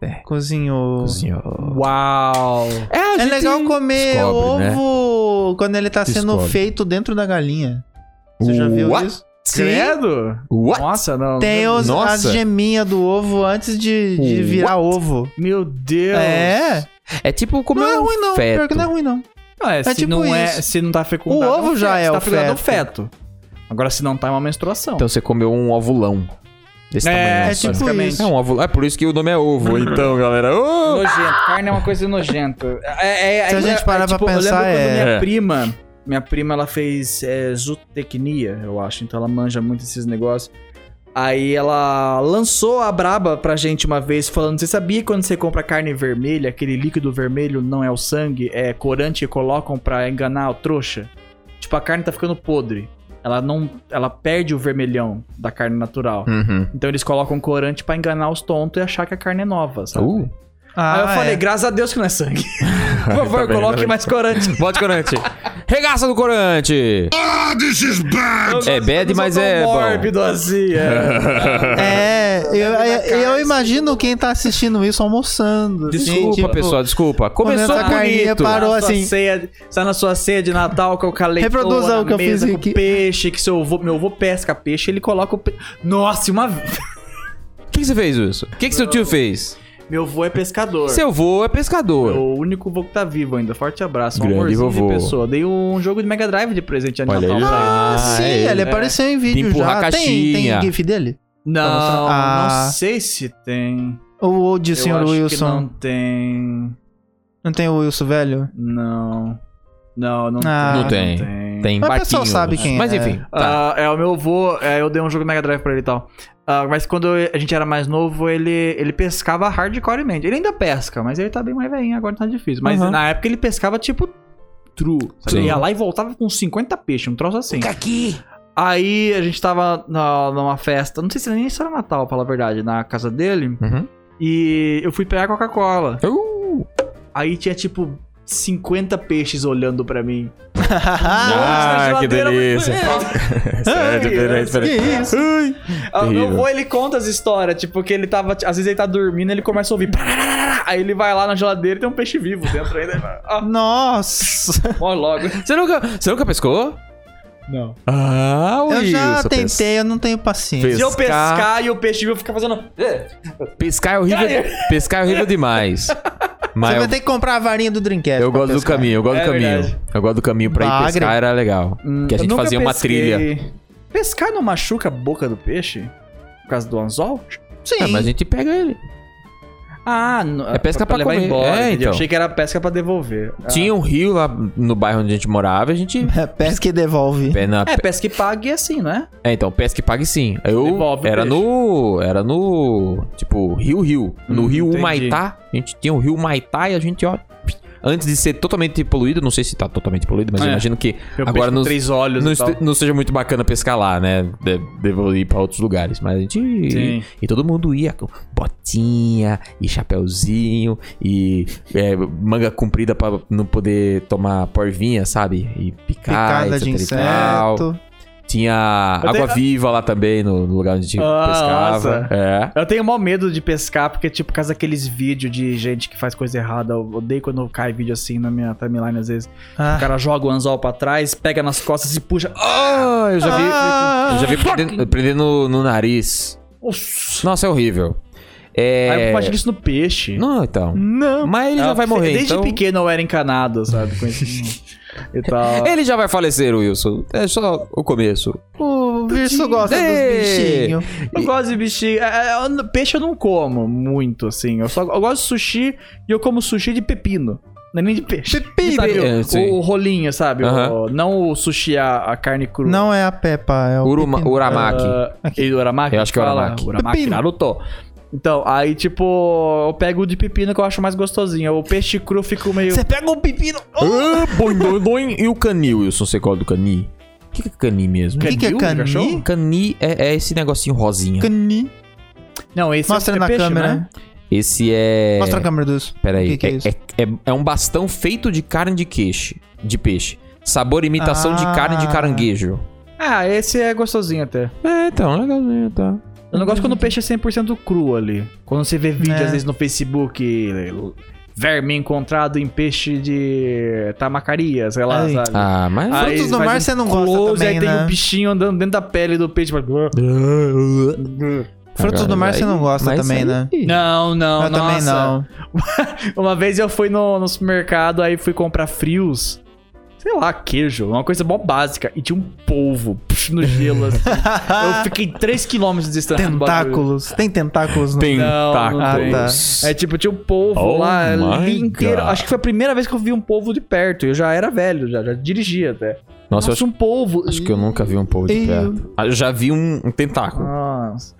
Speaker 2: É,
Speaker 4: Cozinhou.
Speaker 2: cozinhou.
Speaker 3: Uau!
Speaker 2: a
Speaker 4: É
Speaker 2: gente
Speaker 4: legal comer
Speaker 2: descobre, né?
Speaker 4: ovo quando ele tá sendo
Speaker 2: Descobre.
Speaker 4: feito dentro da galinha. Você já viu
Speaker 2: What?
Speaker 4: isso?
Speaker 3: Credo?
Speaker 2: What?
Speaker 3: Nossa, não.
Speaker 4: Tem os, as
Speaker 2: Nossa.
Speaker 4: geminhas do ovo antes de, de
Speaker 2: What?
Speaker 4: virar ovo.
Speaker 3: Meu Deus.
Speaker 4: É.
Speaker 2: É tipo comer
Speaker 4: Não é
Speaker 2: um
Speaker 4: ruim, não.
Speaker 2: feto.
Speaker 4: Pior que não é ruim, não.
Speaker 3: Não, é, se
Speaker 4: tipo
Speaker 3: não é,
Speaker 4: isso.
Speaker 3: se não tá fecundado.
Speaker 4: O ovo
Speaker 3: é um
Speaker 4: já
Speaker 3: feto,
Speaker 4: é
Speaker 3: se tá
Speaker 4: o
Speaker 3: fecundado, é um
Speaker 4: feto.
Speaker 3: feto. Agora, se não tá, é uma menstruação.
Speaker 2: Então você comeu um ovulão. Desse tamanho.
Speaker 4: é
Speaker 2: assim.
Speaker 4: tipo
Speaker 3: basicamente.
Speaker 4: isso.
Speaker 2: É um ovulão. É por isso que o nome é
Speaker 4: <laughs>
Speaker 2: ovo, então, galera. Ô!
Speaker 3: Nojento. Carne é uma coisa nojenta. É, é-
Speaker 4: Se a
Speaker 3: é-
Speaker 4: gente
Speaker 3: é,
Speaker 4: parar pra
Speaker 3: eu lembro
Speaker 4: pensar,
Speaker 3: quando
Speaker 4: é-
Speaker 3: Minha
Speaker 2: É.
Speaker 3: prima, minha prima, ela fez é, zootecnia, eu acho. Então ela manja muito esses negócios. Aí ela lançou a braba pra gente uma vez, falando: Você sabia que quando você compra carne vermelha, aquele líquido vermelho não é o sangue, é corante que colocam pra enganar o trouxa? Tipo, a carne tá ficando podre. Ela não. Ela perde o vermelhão da carne
Speaker 4: Hum.
Speaker 3: natural.
Speaker 2: Uhum.
Speaker 3: Então eles colocam corante pra enganar os tontos e achar que a carne é nova, sabe?
Speaker 2: Uh.
Speaker 3: Aí eu
Speaker 4: Ah,
Speaker 3: falei,
Speaker 4: é.
Speaker 3: graças a Deus que não é
Speaker 4: <laughs>
Speaker 3: sangue. <laughs> Por favor,
Speaker 2: Tá bem,
Speaker 3: coloque
Speaker 2: tá
Speaker 3: mais corante.
Speaker 2: Bote corante. Regaça do corante. É bad,
Speaker 3: Eu não
Speaker 2: mas
Speaker 3: sou tão
Speaker 2: é bom.
Speaker 3: mórbido assim, é.
Speaker 2: <laughs>
Speaker 4: É, eu, eu, eu imagino quem tá assistindo isso almoçando. assim,
Speaker 2: Desculpa,
Speaker 4: tipo,
Speaker 2: pessoal, desculpa.
Speaker 4: comendo
Speaker 2: Começou
Speaker 4: essa carninha,
Speaker 2: bonito.
Speaker 4: parou
Speaker 3: Tá na sua
Speaker 4: assim.
Speaker 3: Ceia, sai na sua ceia de Natal com o caletona
Speaker 4: Reproduza o que eu fiz
Speaker 3: mesa, com
Speaker 4: aqui.
Speaker 3: peixe, que seu avô, meu avô pesca peixe, ele coloca o pe... Nossa, e uma vez...
Speaker 4: tá-
Speaker 2: O que, que você fez isso? O que, que seu tio fez?
Speaker 3: Meu avô é pescador.
Speaker 2: Seu vô é
Speaker 3: É
Speaker 2: pescador.
Speaker 3: O único vô que tá vivo ainda. Forte abraço. Um
Speaker 2: Grande
Speaker 3: amorzinho
Speaker 2: vovô.
Speaker 3: de pessoa. Dei um jogo de Mega Drive de presente de
Speaker 2: Olha
Speaker 3: Natal
Speaker 2: aí.
Speaker 3: pra ele.
Speaker 4: Ah,
Speaker 2: Ah,
Speaker 4: sim,
Speaker 2: é,
Speaker 4: ele
Speaker 2: é.
Speaker 4: apareceu em vídeo
Speaker 2: empurrar
Speaker 4: já.
Speaker 2: a
Speaker 4: Tem,
Speaker 2: caixinha.
Speaker 4: tem gif dele?
Speaker 3: Não,
Speaker 4: Ah.
Speaker 3: não sei se tem.
Speaker 4: Ou ou de
Speaker 3: Eu
Speaker 4: senhor
Speaker 3: acho que
Speaker 4: Wilson?
Speaker 3: não
Speaker 4: Não.
Speaker 3: tem.
Speaker 4: tem o Wilson velho?
Speaker 3: Não. Não, não
Speaker 4: Ah.
Speaker 3: tem.
Speaker 4: Não
Speaker 2: tem. Tem
Speaker 4: Mas o
Speaker 2: barquinho.
Speaker 4: pessoal sabe quem
Speaker 2: Mas
Speaker 4: é.
Speaker 2: enfim, tá.
Speaker 3: Ah, é, o meu avô, é, eu dei um jogo Mega Drive pra ele e tal. Ah, mas quando a gente era mais novo, ele, ele pescava hardcoremente. Ele ainda pesca, mas ele tá bem mais velhinho, agora tá difícil. Mas
Speaker 4: Uhum.
Speaker 3: na época ele pescava tipo true. Sabe?
Speaker 2: Sim.
Speaker 3: Ele ia lá e voltava com 50 peixes, um troço assim. aqui! Aí a gente tava na- numa festa, não sei se nem isso era Natal, pra falar a verdade, na casa dele.
Speaker 2: Uhum.
Speaker 3: E eu fui pegar Coca-Cola.
Speaker 2: Uh,
Speaker 3: Aí tinha tipo 50 peixes olhando pra mim.
Speaker 2: Ah,
Speaker 3: Nossa, a
Speaker 2: que
Speaker 3: geladeira muito-
Speaker 2: delícia.
Speaker 4: É
Speaker 3: Ai,
Speaker 2: Sério, peraí, peraí.
Speaker 4: que isso?
Speaker 3: Ah, meu
Speaker 2: Terrível.
Speaker 3: avô, ele conta as histórias, tipo, que ele tava. Às vezes ele tá dormindo, ele começa a ouvir. <laughs> "Parararara", Aí ele vai lá na geladeira e tem um peixe vivo dentro ainda. ele fala, Ah,
Speaker 4: Nossa!
Speaker 2: <laughs>
Speaker 3: morre logo.
Speaker 2: Você nunca, você nunca pescou?
Speaker 3: Não.
Speaker 2: Ah, o
Speaker 4: <laughs> Eu já
Speaker 2: Wilson, pes-
Speaker 4: tentei, eu não tenho
Speaker 2: Fez.
Speaker 4: paciência.
Speaker 3: Se eu pescar e o peixe vivo fica fazendo.
Speaker 2: Pescar é horrível, pescar é horrível
Speaker 3: <laughs>
Speaker 2: demais.
Speaker 4: Você
Speaker 2: Mas
Speaker 4: vai
Speaker 2: eu,
Speaker 4: ter que comprar a varinha do Dreamcast.
Speaker 2: eu
Speaker 4: pra
Speaker 2: gosto do
Speaker 4: pescar.
Speaker 2: caminho, eu gosto
Speaker 3: É
Speaker 2: do caminho.
Speaker 3: verdade.
Speaker 2: Eu gosto do caminho pra ir
Speaker 4: Bagre. Hum,
Speaker 2: pescar, era legal. que a gente fazia uma trilha.
Speaker 3: Pescar não machuca a boca do peixe? Por causa do anzol?
Speaker 4: Sim.
Speaker 2: É,
Speaker 4: <laughs>
Speaker 2: mas a gente pega ele.
Speaker 3: Ah, não.
Speaker 2: É pesca pra
Speaker 3: levar
Speaker 2: comer. É,
Speaker 3: entendeu?
Speaker 2: então.
Speaker 3: Eu achei que era pesca pra devolver. Ah.
Speaker 2: Tinha um rio lá no bairro onde a gente morava, a gente.
Speaker 4: É Pesca e devolve.
Speaker 2: Pé na-
Speaker 3: É, pesca e pague assim, não é?
Speaker 2: É, então, pesca e pague sim. Eu
Speaker 3: Devolve o
Speaker 2: era
Speaker 3: peixe.
Speaker 2: no. Era no. Tipo, Rio Rio. No
Speaker 3: Hum,
Speaker 2: Rio
Speaker 3: entendi.
Speaker 2: Humaitá. A gente tinha o Rio Humaitá e a gente, ó. Antes de ser totalmente poluído, não sei se tá totalmente poluído, mas
Speaker 3: É.
Speaker 2: eu imagino que
Speaker 3: Eu
Speaker 2: agora
Speaker 3: peixe com
Speaker 2: nos,
Speaker 3: três olhos então.
Speaker 2: não,
Speaker 3: e tal.
Speaker 2: este- não seja muito bacana pescar lá, né? De- Devo ir pra outros lugares. Mas a gente.
Speaker 3: Sim.
Speaker 2: E todo mundo ia com botinha e chapéuzinho e é, manga comprida pra não poder tomar porvinha, sabe? E picar,
Speaker 4: Picada de
Speaker 2: etc e tal.
Speaker 4: inseto.
Speaker 2: Tinha
Speaker 3: Eu tenho-
Speaker 2: água-viva lá também, no no lugar onde a gente
Speaker 3: Ah,
Speaker 2: pescava.
Speaker 3: nossa.
Speaker 2: É.
Speaker 3: Eu tenho maior medo de pescar, porque, tipo, por causa daqueles vídeos de gente que faz coisa errada. Eu odeio quando cai vídeo assim na minha timeline, às vezes. O
Speaker 4: Ah.
Speaker 3: cara joga o anzol pra trás, pega nas costas e puxa.
Speaker 2: Ah, eu já vi,
Speaker 4: Ah.
Speaker 2: eu já vi prendendo, prendendo no, no nariz.
Speaker 3: Nossa!
Speaker 2: Nossa, é horrível. É...
Speaker 3: Aí eu imagino isso no peixe.
Speaker 2: Não, então.
Speaker 4: Não.
Speaker 2: Mas ele
Speaker 3: Ah,
Speaker 2: já vai morrer,
Speaker 3: Desde
Speaker 2: então...
Speaker 3: pequeno eu era encanado, sabe? Com <laughs> esse... e
Speaker 4: Ah.
Speaker 3: tal.
Speaker 2: Ele já vai falecer, Wilson. É só o começo.
Speaker 4: O Virso gosta
Speaker 2: Ei.
Speaker 4: dos bichinhos.
Speaker 3: Eu gosto de bichinho. É, é, eu não- Peixe eu não como muito, assim. Eu, só, eu gosto de sushi e eu como sushi de pepino. Não é nem de peixe.
Speaker 2: Pepino.
Speaker 3: Sabe, o-
Speaker 2: É, sim.
Speaker 3: o, rolinho, sabe?
Speaker 2: Aham.
Speaker 3: O- não o sushi, a, a carne crua.
Speaker 4: Não é a Peppa, é o
Speaker 2: Uruma,
Speaker 4: pepino.
Speaker 2: Uramaki.
Speaker 3: Ah, e do Uramaki?
Speaker 2: Eu acho que é o
Speaker 3: Fala,
Speaker 2: Uramaki.
Speaker 3: Uramaki
Speaker 4: Pepino.
Speaker 3: Naruto. Então, aí tipo, eu pego o de pepino que eu acho mais gostosinho. O peixe cru fica meio.
Speaker 4: Você pega um pepino. O
Speaker 2: Ah, boing, boing, boing. E o cani, Wilson? Você gosta do cani? O que, que é cani mesmo?
Speaker 4: que, que é
Speaker 3: Canil, cachorro?
Speaker 4: cani?
Speaker 2: Cani é, é esse negocinho rosinha.
Speaker 4: Cani.
Speaker 3: Não, esse
Speaker 4: Mostra
Speaker 3: é, é
Speaker 4: na
Speaker 3: peixe,
Speaker 4: câmera.
Speaker 3: né?
Speaker 2: Esse é...
Speaker 4: Mostra a câmera dos.
Speaker 2: Peraí.
Speaker 4: O que que é
Speaker 2: é,
Speaker 4: isso?
Speaker 2: é- é- é um bastão feito de carne de queixe. De peixe. Sabor imitação de
Speaker 4: Ah.
Speaker 2: carne de caranguejo.
Speaker 3: Ah, esse é gostosinho até.
Speaker 2: É, então, legalzinho, tá.
Speaker 3: Eu não gosto quando o peixe é 100% cru ali. Quando você vê vídeo,
Speaker 4: Hum. É.
Speaker 3: às vezes, no Facebook, verme encontrado em peixe de tamacarias, sei lá,
Speaker 4: Ai.
Speaker 3: sabe?
Speaker 2: Ah, mas...
Speaker 4: Ah. Frutos do
Speaker 3: faz um
Speaker 4: mar você não gosta também,
Speaker 3: aí tem um
Speaker 4: né?
Speaker 3: o bichinho andando dentro da pele do peixe. tipo,
Speaker 4: Frutos do mar você não gosta
Speaker 2: mas
Speaker 4: também,
Speaker 2: é aí-
Speaker 4: né?
Speaker 3: Não, não,
Speaker 4: eu também
Speaker 3: nossa.
Speaker 4: não.
Speaker 3: Uma vez eu fui no, no supermercado, aí fui comprar frios. Sei lá, queijo, uma coisa mó básica. E tinha um polvo psh, no gelo. assim.
Speaker 4: <laughs>
Speaker 3: eu fiquei 3km de distância do bagulho.
Speaker 4: Tentáculos. Tem tentáculos no.
Speaker 3: Não,
Speaker 4: não
Speaker 2: Tentáculos.
Speaker 4: tem.
Speaker 3: É tipo, tinha um polvo
Speaker 2: Oh
Speaker 3: lá
Speaker 2: my
Speaker 3: ali inteiro.
Speaker 2: God.
Speaker 3: Acho que foi a primeira vez que eu vi um polvo de perto. Eu já era velho, já, já dirigia até.
Speaker 2: Nossa, eu
Speaker 3: um polvo.
Speaker 2: acho, acho que eu nunca vi um povo de
Speaker 4: Eu-
Speaker 2: perto. Ah, Eu já vi um, um tentáculo.
Speaker 3: Ah,
Speaker 4: criança.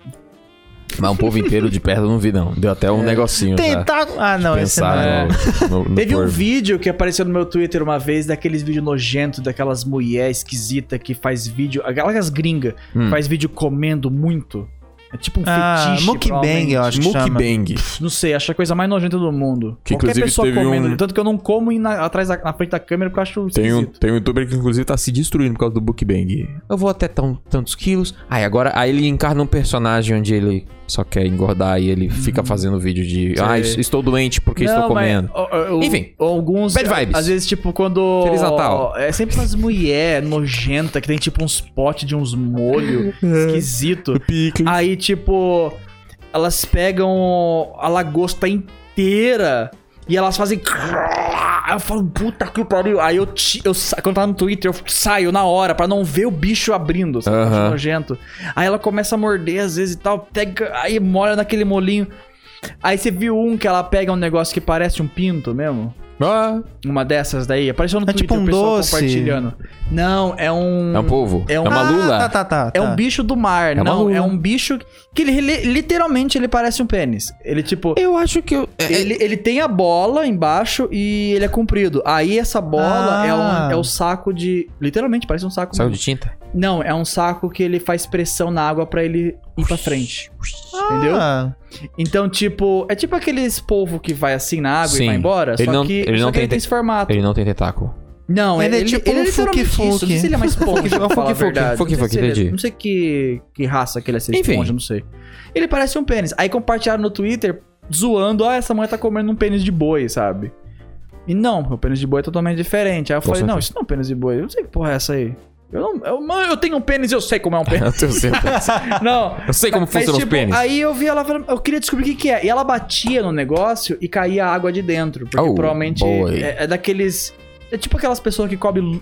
Speaker 2: Mas um povo inteiro de perto eu não vi, não. Deu até um negocinho. já.
Speaker 4: Tentáculo. Ah, não, esse não.
Speaker 2: Pensar né?
Speaker 4: é.
Speaker 2: no, no- no
Speaker 3: Teve um
Speaker 2: corvo.
Speaker 3: vídeo que apareceu no meu Twitter uma vez, daqueles vídeos nojentos, daquelas mulher esquisita que faz vídeo, aquelas gringa,
Speaker 2: Hum.
Speaker 3: faz vídeo comendo muito. É tipo um
Speaker 4: Ah,
Speaker 3: fetiche.
Speaker 4: mukbang, eu
Speaker 3: provavelmente.
Speaker 4: acho que chama.
Speaker 2: Mukbang.
Speaker 3: Não sei, acho a coisa mais nojenta do mundo.
Speaker 2: Que
Speaker 3: Qualquer
Speaker 2: inclusive
Speaker 3: pessoa
Speaker 2: teve
Speaker 3: comendo,
Speaker 2: um-
Speaker 3: tanto que eu não como em- na, atrás da, na frente da câmera porque eu acho
Speaker 2: Tem um,
Speaker 3: esquisito.
Speaker 2: tem um youtuber que inclusive tá se destruindo por causa do mukbang. Eu vou até tão, tantos quilos. Aí agora aí ele encarna um personagem onde ele só quer engordar e ele fica fazendo vídeo de. Ah, es- estou doente porque estou
Speaker 3: Não, mas,
Speaker 2: comendo.
Speaker 3: ó, ó,
Speaker 2: Enfim,
Speaker 3: ó, alguns.
Speaker 2: bad
Speaker 3: a-
Speaker 2: vibes.
Speaker 3: Às vezes, tipo, quando.
Speaker 2: Feliz Natal.
Speaker 3: É sempre umas mulher nojenta que tem, tipo, uns potes de uns molho
Speaker 4: <laughs> É.
Speaker 3: esquisito. Aí, tipo, elas pegam a lagosta inteira e elas fazem. Aí eu falo, puta que pariu. Aí eu, ti- eu sa- quando tá no Twitter, eu saio na hora pra não ver o bicho abrindo, sabe? Eu acho
Speaker 2: Aham.
Speaker 3: nojento. Aí ela começa a morder às vezes e tal, pega, aí molha naquele molinho. Aí você viu um que ela pega um negócio que parece um pinto mesmo?
Speaker 2: Ah,
Speaker 3: Uma dessas daí? Apareceu no
Speaker 4: É
Speaker 3: Twitter
Speaker 4: tipo um
Speaker 3: o pessoal
Speaker 4: doce.
Speaker 3: compartilhando. Não, é um.
Speaker 2: é um povo. É,
Speaker 3: é um-
Speaker 2: uma
Speaker 4: Ah,
Speaker 2: lula.
Speaker 4: Tá, tá, tá.
Speaker 3: É
Speaker 4: tá.
Speaker 3: um bicho do mar,
Speaker 2: É uma
Speaker 3: não.
Speaker 2: lula.
Speaker 3: É um bicho que ele, li- literalmente ele parece um pênis. Ele tipo.
Speaker 2: Eu acho que eu. é- é-
Speaker 3: Ele, ele tem a bola embaixo e ele é comprido. Aí essa bola
Speaker 4: Ah.
Speaker 3: é, um, é o saco de. Literalmente, parece um saco.
Speaker 2: é- Saiu de
Speaker 3: mesmo.
Speaker 2: tinta?
Speaker 3: Não, é um saco que ele faz pressão na água pra ele ir pra frente. Entendeu?
Speaker 4: Ah,
Speaker 3: Então, tipo, é tipo aqueles polvo que vai assim na água
Speaker 2: Sim.
Speaker 3: e vai embora.
Speaker 2: Ele
Speaker 3: só
Speaker 2: não-
Speaker 3: que
Speaker 2: ele
Speaker 3: só
Speaker 2: não
Speaker 3: que
Speaker 2: tem
Speaker 3: ele tem esse formato.
Speaker 2: Ele não tem tentáculo.
Speaker 3: Não,
Speaker 4: Ele
Speaker 3: ele,
Speaker 4: é
Speaker 3: ele,
Speaker 4: tipo
Speaker 3: ele
Speaker 4: um
Speaker 3: é literalmente
Speaker 4: fuki-fuki.
Speaker 3: isso. Não sei se ele é mais poke,
Speaker 2: É um
Speaker 3: pra falar a
Speaker 2: fuki-fuki,
Speaker 3: verdade.
Speaker 2: fuki-fuki,
Speaker 3: Não sei se ele é-
Speaker 2: entendi.
Speaker 3: Não sei que, que raça que ele é, se ele é
Speaker 2: Enfim.
Speaker 3: esponja, não sei. Ele parece um pênis. Aí compartilharam no Twitter, zoando, ó, essa mãe tá comendo um pênis de boi, sabe? E não, o pênis de boi é totalmente diferente. Aí eu
Speaker 2: Com
Speaker 3: falei, não,
Speaker 2: certeza.
Speaker 3: isso não é um pênis de boi. Eu não sei que porra é essa aí. Eu não, eu, mano, eu tenho um pênis, eu sei como é um
Speaker 2: <laughs>
Speaker 3: pênis.
Speaker 2: Eu sei,
Speaker 3: não.
Speaker 2: eu sei como
Speaker 3: Mas,
Speaker 2: funcionam os
Speaker 3: tipo,
Speaker 2: pênis.
Speaker 3: Aí eu vi ela falando, eu queria descobrir o que, que é. E ela batia no negócio e caía água de dentro. Porque
Speaker 2: Oh,
Speaker 3: provavelmente
Speaker 2: boy.
Speaker 3: é, é daqueles. É tipo aquelas pessoas que cobrem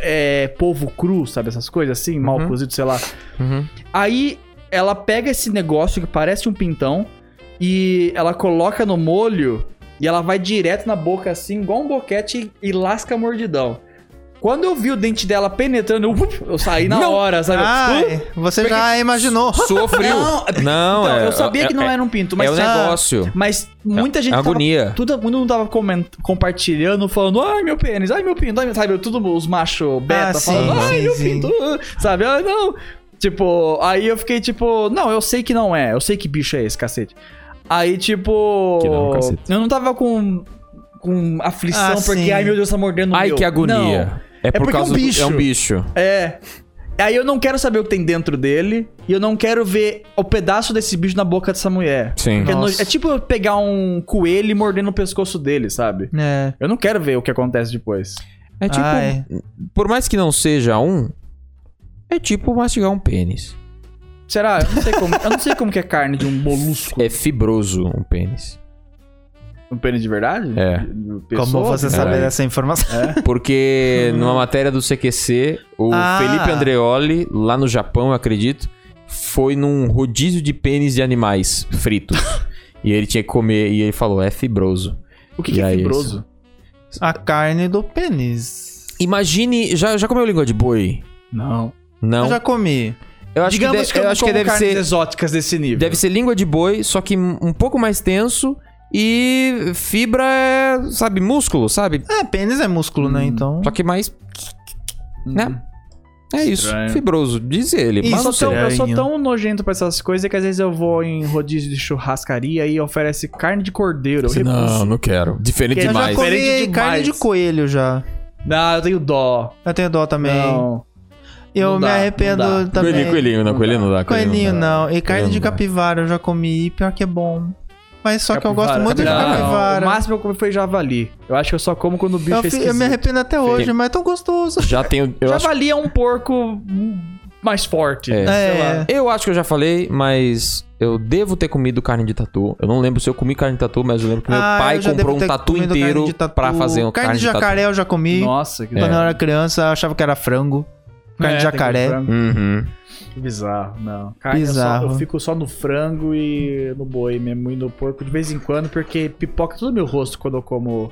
Speaker 3: é, polvo cru, sabe? Essas coisas assim, mal
Speaker 2: Uhum.
Speaker 3: cozido, sei lá.
Speaker 2: Uhum.
Speaker 3: Aí ela pega esse negócio que parece um pintão e ela coloca no molho e ela vai direto na boca assim, igual um boquete e lasca mordidão. Quando eu vi o dente dela penetrando, eu, eu saí na
Speaker 2: Não. Ah,
Speaker 3: hora, sabe?
Speaker 4: Ai,
Speaker 3: Uh,
Speaker 4: você
Speaker 3: <laughs>
Speaker 4: já imaginou.
Speaker 2: Suou frio.
Speaker 3: Não,
Speaker 2: Não,
Speaker 3: então,
Speaker 2: é.
Speaker 3: eu sabia que não era um pinto,
Speaker 2: É
Speaker 3: mas
Speaker 2: o
Speaker 3: tá-
Speaker 2: negócio. É
Speaker 3: mas muita gente tava,
Speaker 2: Agonia.
Speaker 3: todo mundo tava coment- compartilhando, falando, ai meu pênis, ai meu pinto, ai, meu-" sabe, todo mundo- os macho beta
Speaker 4: Ah, sim,
Speaker 3: falando, ai
Speaker 4: sim,
Speaker 3: meu
Speaker 4: sim.
Speaker 3: pinto, <laughs> ah", sabe, ah, não. Tipo, aí eu fiquei tipo, não, eu sei que não é, eu sei que bicho é esse, cacete. Aí tipo,
Speaker 2: Que não, cacete.
Speaker 3: eu não tava com, com aflição,
Speaker 4: Ah,
Speaker 3: porque
Speaker 4: sim.
Speaker 3: ai meu Deus, tá mordendo o
Speaker 2: Ai,
Speaker 3: meu.
Speaker 2: que agonia.
Speaker 3: Não.
Speaker 2: É por
Speaker 3: porque é um
Speaker 2: causa do-
Speaker 3: bicho.
Speaker 2: É um bicho.
Speaker 3: É. Aí eu não quero saber o que tem dentro dele e eu não quero ver o pedaço desse bicho na boca dessa mulher.
Speaker 2: Sim.
Speaker 3: Porque é,
Speaker 4: Nossa.
Speaker 3: nojo- é tipo eu pegar um coelho e morder no pescoço dele, sabe?
Speaker 4: É.
Speaker 3: Eu não quero ver o que acontece depois.
Speaker 2: É tipo.
Speaker 4: Ai.
Speaker 2: Por mais que não seja um, é tipo mastigar um pênis.
Speaker 3: Será? Eu não sei como, eu não sei como que é carne de um molusco.
Speaker 2: É fibroso um pênis.
Speaker 3: Um pênis de verdade?
Speaker 2: É.
Speaker 3: De- de
Speaker 4: Como
Speaker 3: pessoa?
Speaker 4: você
Speaker 3: É.
Speaker 4: sabe dessa informação?
Speaker 2: Porque numa matéria do CQC, o
Speaker 4: Ah.
Speaker 2: Felipe Andreoli, lá no Japão, eu acredito, foi num rodízio de pênis de animais fritos. e ele tinha que comer, e ele falou, é fibroso.
Speaker 3: O que,
Speaker 2: E
Speaker 3: que é
Speaker 2: aí,
Speaker 3: fibroso?
Speaker 4: A carne do pênis.
Speaker 2: Imagine, já, já comeu língua de boi?
Speaker 3: Não.
Speaker 2: Não.
Speaker 4: Eu já comi.
Speaker 2: Eu acho
Speaker 3: Digamos
Speaker 2: que,
Speaker 3: que,
Speaker 2: de-
Speaker 3: eu,
Speaker 2: eu
Speaker 3: não
Speaker 2: acho que
Speaker 3: como
Speaker 2: deve
Speaker 3: carnes
Speaker 2: ser
Speaker 3: exóticas desse nível.
Speaker 2: deve ser língua de boi, só que um pouco mais tenso e fibra é, sabe, músculo, sabe?
Speaker 4: É, pênis é músculo, né?
Speaker 3: Hum,
Speaker 4: Então.
Speaker 2: Só que mais, né? É isso,
Speaker 3: Estranho.
Speaker 2: fibroso, diz ele.
Speaker 4: Isso,
Speaker 2: mas
Speaker 3: Eu
Speaker 2: não
Speaker 3: sou,
Speaker 2: sei.
Speaker 3: tão, eu sou
Speaker 4: Estranho.
Speaker 3: tão nojento pra essas coisas que às vezes eu vou em rodízio de churrascaria e oferece carne de cordeiro. Eu recuso.
Speaker 2: não quero. Diferente
Speaker 3: Quer
Speaker 4: eu já
Speaker 2: demais.
Speaker 4: comi
Speaker 3: Diferente demais.
Speaker 4: carne de coelho já.
Speaker 3: Não, eu tenho dó.
Speaker 4: Eu tenho dó também.
Speaker 3: Não.
Speaker 4: eu
Speaker 3: não
Speaker 4: me
Speaker 3: dá,
Speaker 4: arrependo
Speaker 3: não dá.
Speaker 4: também.
Speaker 2: Coelhinho, coelhinho, não,
Speaker 3: Não
Speaker 2: coelhinho não dá.
Speaker 4: Coelhinho não. E carne
Speaker 2: Coelhinho
Speaker 4: de
Speaker 2: não dá.
Speaker 4: capivara eu já comi. e Pior que é bom. Mas só que eu gosto
Speaker 3: Capivara.
Speaker 4: muito
Speaker 2: Capivara.
Speaker 4: de
Speaker 3: O
Speaker 4: capivara.
Speaker 3: máximo que eu comi foi javali. Eu acho que eu só como quando o bicho
Speaker 4: Eu,
Speaker 3: é
Speaker 4: fi- eu
Speaker 3: esquisito.
Speaker 4: me arrependo até hoje, mas é tão gostoso.
Speaker 2: Já tenho. Eu acho,
Speaker 3: javali é um porco hum, mais forte.
Speaker 2: É.
Speaker 3: Sei
Speaker 4: É.
Speaker 3: lá.
Speaker 2: eu acho que eu já falei, mas eu devo ter comido carne de tatu. Eu não lembro se eu comi carne de tatu, mas eu lembro que meu
Speaker 4: Ah,
Speaker 2: pai
Speaker 4: eu já
Speaker 2: comprou
Speaker 4: devo
Speaker 2: um
Speaker 4: ter
Speaker 2: tatu
Speaker 4: comido
Speaker 2: inteiro
Speaker 4: carne de tatu.
Speaker 2: pra fazer um
Speaker 4: carne, de jacaré eu já comi.
Speaker 3: Nossa, que
Speaker 4: Quando eu era criança, eu achava que era frango. Carne de
Speaker 3: É, tem que ter
Speaker 4: jacaré.
Speaker 3: frango.
Speaker 2: Uhum.
Speaker 3: Que bizarro, não. Carne, eu só-
Speaker 4: Bizarro.
Speaker 3: Eu, fico só no frango e no boi mesmo, e no porco de vez em quando, porque pipoca todo meu rosto quando
Speaker 2: <laughs>
Speaker 3: eu como.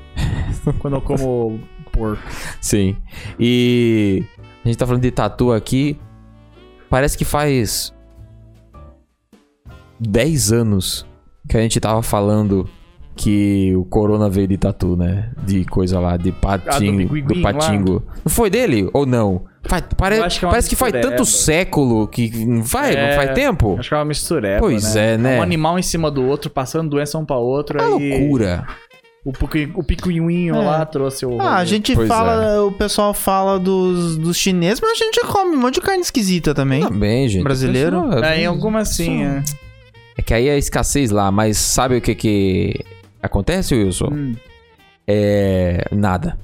Speaker 3: quando eu como porco.
Speaker 2: Sim. E a gente tá falando de tatu aqui. Parece que faz 10 anos que a gente tava falando que o Corona veio de tatu, né? De coisa lá, de patinho,
Speaker 3: Guiguim
Speaker 2: do,
Speaker 3: Ah, lá.
Speaker 2: patingo. Não foi dele ou não? Fa- pare-
Speaker 3: Eu acho que é uma
Speaker 2: parece que faz
Speaker 3: mistureba.
Speaker 2: tanto século que não faz,
Speaker 3: É.
Speaker 2: não faz tempo.
Speaker 3: Acho que é uma mistureba,
Speaker 2: Pois
Speaker 3: né?
Speaker 2: é, né?
Speaker 3: Um animal em cima do outro, passando doença um pra outro.
Speaker 2: É uma
Speaker 3: aí
Speaker 2: loucura.
Speaker 3: O, picu- o picuinho
Speaker 4: É.
Speaker 3: lá trouxe o...
Speaker 4: Ah, a gente
Speaker 2: Pois
Speaker 4: fala, o pessoal fala dos, dos chineses, mas a gente já come um monte de carne esquisita também.
Speaker 2: Também, gente.
Speaker 4: Brasileiro?
Speaker 2: Isso não
Speaker 3: É, em alguma sim, é.
Speaker 2: É que aí é escassez lá, mas sabe o que que acontece, Wilson?
Speaker 3: Hum.
Speaker 2: É... Nada.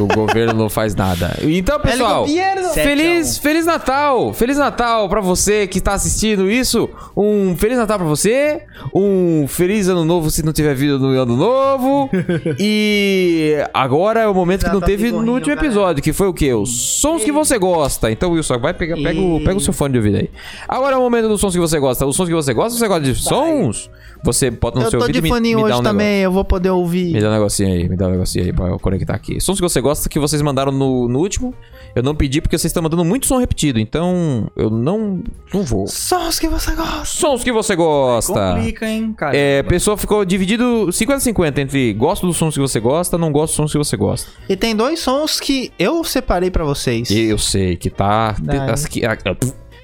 Speaker 2: o governo não faz nada. Então, pessoal...
Speaker 3: Sete
Speaker 2: Feliz, feliz Natal! Feliz Natal pra você que tá assistindo isso. Um Feliz Natal pra você. Um Feliz Ano Novo se não tiver vídeo no Ano Novo. e agora é o momento que não
Speaker 4: Natal né?
Speaker 2: teve no
Speaker 4: figurrinho,
Speaker 2: último
Speaker 4: galera.
Speaker 2: episódio, que foi o quê? Os sons que você gosta. Então, Wilson, vai pegar, pega, o,
Speaker 4: E-
Speaker 2: pega o seu fone de ouvido aí. Agora é o momento dos sons que você gosta. Os sons que você gosta, você gosta de sons? Você bota no
Speaker 4: eu
Speaker 2: seu
Speaker 4: tô
Speaker 2: ouvido
Speaker 4: de
Speaker 2: e me,
Speaker 4: faninho
Speaker 2: me dá
Speaker 4: hoje
Speaker 2: um negócio.
Speaker 4: também, eu vou poder
Speaker 2: Me
Speaker 4: ouvir.
Speaker 2: dá um negocinho aí, me dá um negocinho aí pra eu conectar aqui. Sons que você gosta que vocês mandaram no, no último. Eu não pedi porque vocês estão mandando muito som repetido, então eu não, não vou.
Speaker 4: Só os que você gosta.
Speaker 2: Sons que você gosta.
Speaker 3: é. Complica, hein, cara.
Speaker 2: tá. É, a
Speaker 3: <laughs>
Speaker 2: pessoa ficou dividido 50-50 entre gosto dos sons que você gosta, não gosto dos sons que você gosta.
Speaker 4: E tem dois sons que eu separei pra vocês.
Speaker 2: E eu sei que tá. te-
Speaker 4: Dá, né?
Speaker 2: as que- a- a-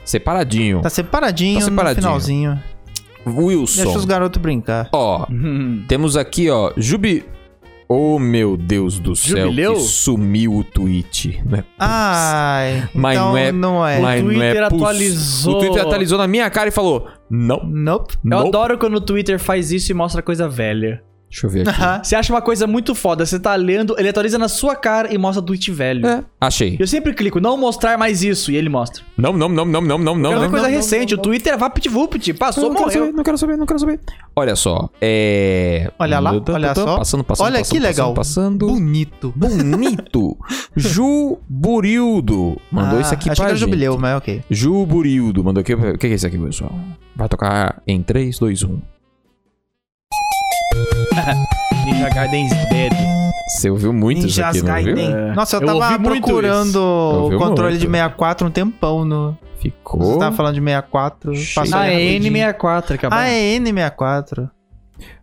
Speaker 2: separadinho.
Speaker 4: Tá separadinho,
Speaker 2: Tá separadinho.
Speaker 4: no finalzinho. Deixa os
Speaker 2: Wilson.
Speaker 4: garotos brincar.
Speaker 2: Ó,
Speaker 3: Hum.
Speaker 2: temos aqui, ó, Jubi. Oh meu Deus do céu,
Speaker 3: Jubileu?
Speaker 2: que sumiu o tweet, né?
Speaker 4: Ah, Ai,
Speaker 2: Mas
Speaker 4: então
Speaker 2: não é-
Speaker 4: não é.
Speaker 2: Mas
Speaker 3: O
Speaker 2: não é
Speaker 3: Twitter
Speaker 2: poss-
Speaker 3: atualizou.
Speaker 2: O Twitter atualizou na minha cara e falou: Não. <laughs>
Speaker 4: Nope.
Speaker 3: Eu
Speaker 2: não.
Speaker 3: adoro quando o Twitter faz isso e mostra coisa velha.
Speaker 2: Deixa eu ver aqui.
Speaker 4: Aham.
Speaker 3: Você acha uma coisa muito foda, você tá lendo, ele atualiza na sua cara e mostra tweet
Speaker 2: <laughs>
Speaker 3: velho.
Speaker 2: É, achei.
Speaker 3: Eu sempre clico, não mostrar mais isso, e ele mostra.
Speaker 2: Não, não, não, não, não, não, não.
Speaker 3: Quero ver
Speaker 2: não,
Speaker 3: coisa
Speaker 2: não,
Speaker 3: recente, o Twitter é VaptVupt, passou,
Speaker 2: não, quero
Speaker 3: morreu.
Speaker 2: saber, não quero saber, não quero saber. Olha só, é.
Speaker 4: Olha lá, olha só.
Speaker 2: Passando, passando,
Speaker 4: Olha
Speaker 2: passando,
Speaker 4: que legal.
Speaker 2: Passando.
Speaker 4: <laughs>
Speaker 2: passando.
Speaker 4: Bonito.
Speaker 2: Bonito. Juburildo mandou
Speaker 4: Ah,
Speaker 2: isso aqui
Speaker 4: acho
Speaker 2: pra
Speaker 4: que
Speaker 2: gente.
Speaker 4: é jubileu, mas ok.
Speaker 2: Juburildo mandou aqui. O que é isso aqui, pessoal? Vai tocar em um. 3, 2, 1.
Speaker 3: Ninja Garden's Dead.
Speaker 2: Você ouviu muito isso aqui,
Speaker 4: Ninjas
Speaker 2: não viu?
Speaker 4: Gaiden.
Speaker 3: É.
Speaker 4: Nossa, eu,
Speaker 3: Eu ouvi
Speaker 4: tava
Speaker 3: muito
Speaker 4: procurando
Speaker 2: ouvi
Speaker 4: o controle
Speaker 2: muito.
Speaker 4: de 64 um tempão no.
Speaker 2: Ficou.
Speaker 4: Você tá tava falando de 64,
Speaker 2: Cheio.
Speaker 4: passou
Speaker 3: Ah,
Speaker 4: aí
Speaker 3: é
Speaker 4: rapidinho.
Speaker 3: N64, acabou.
Speaker 4: Ah, é N64.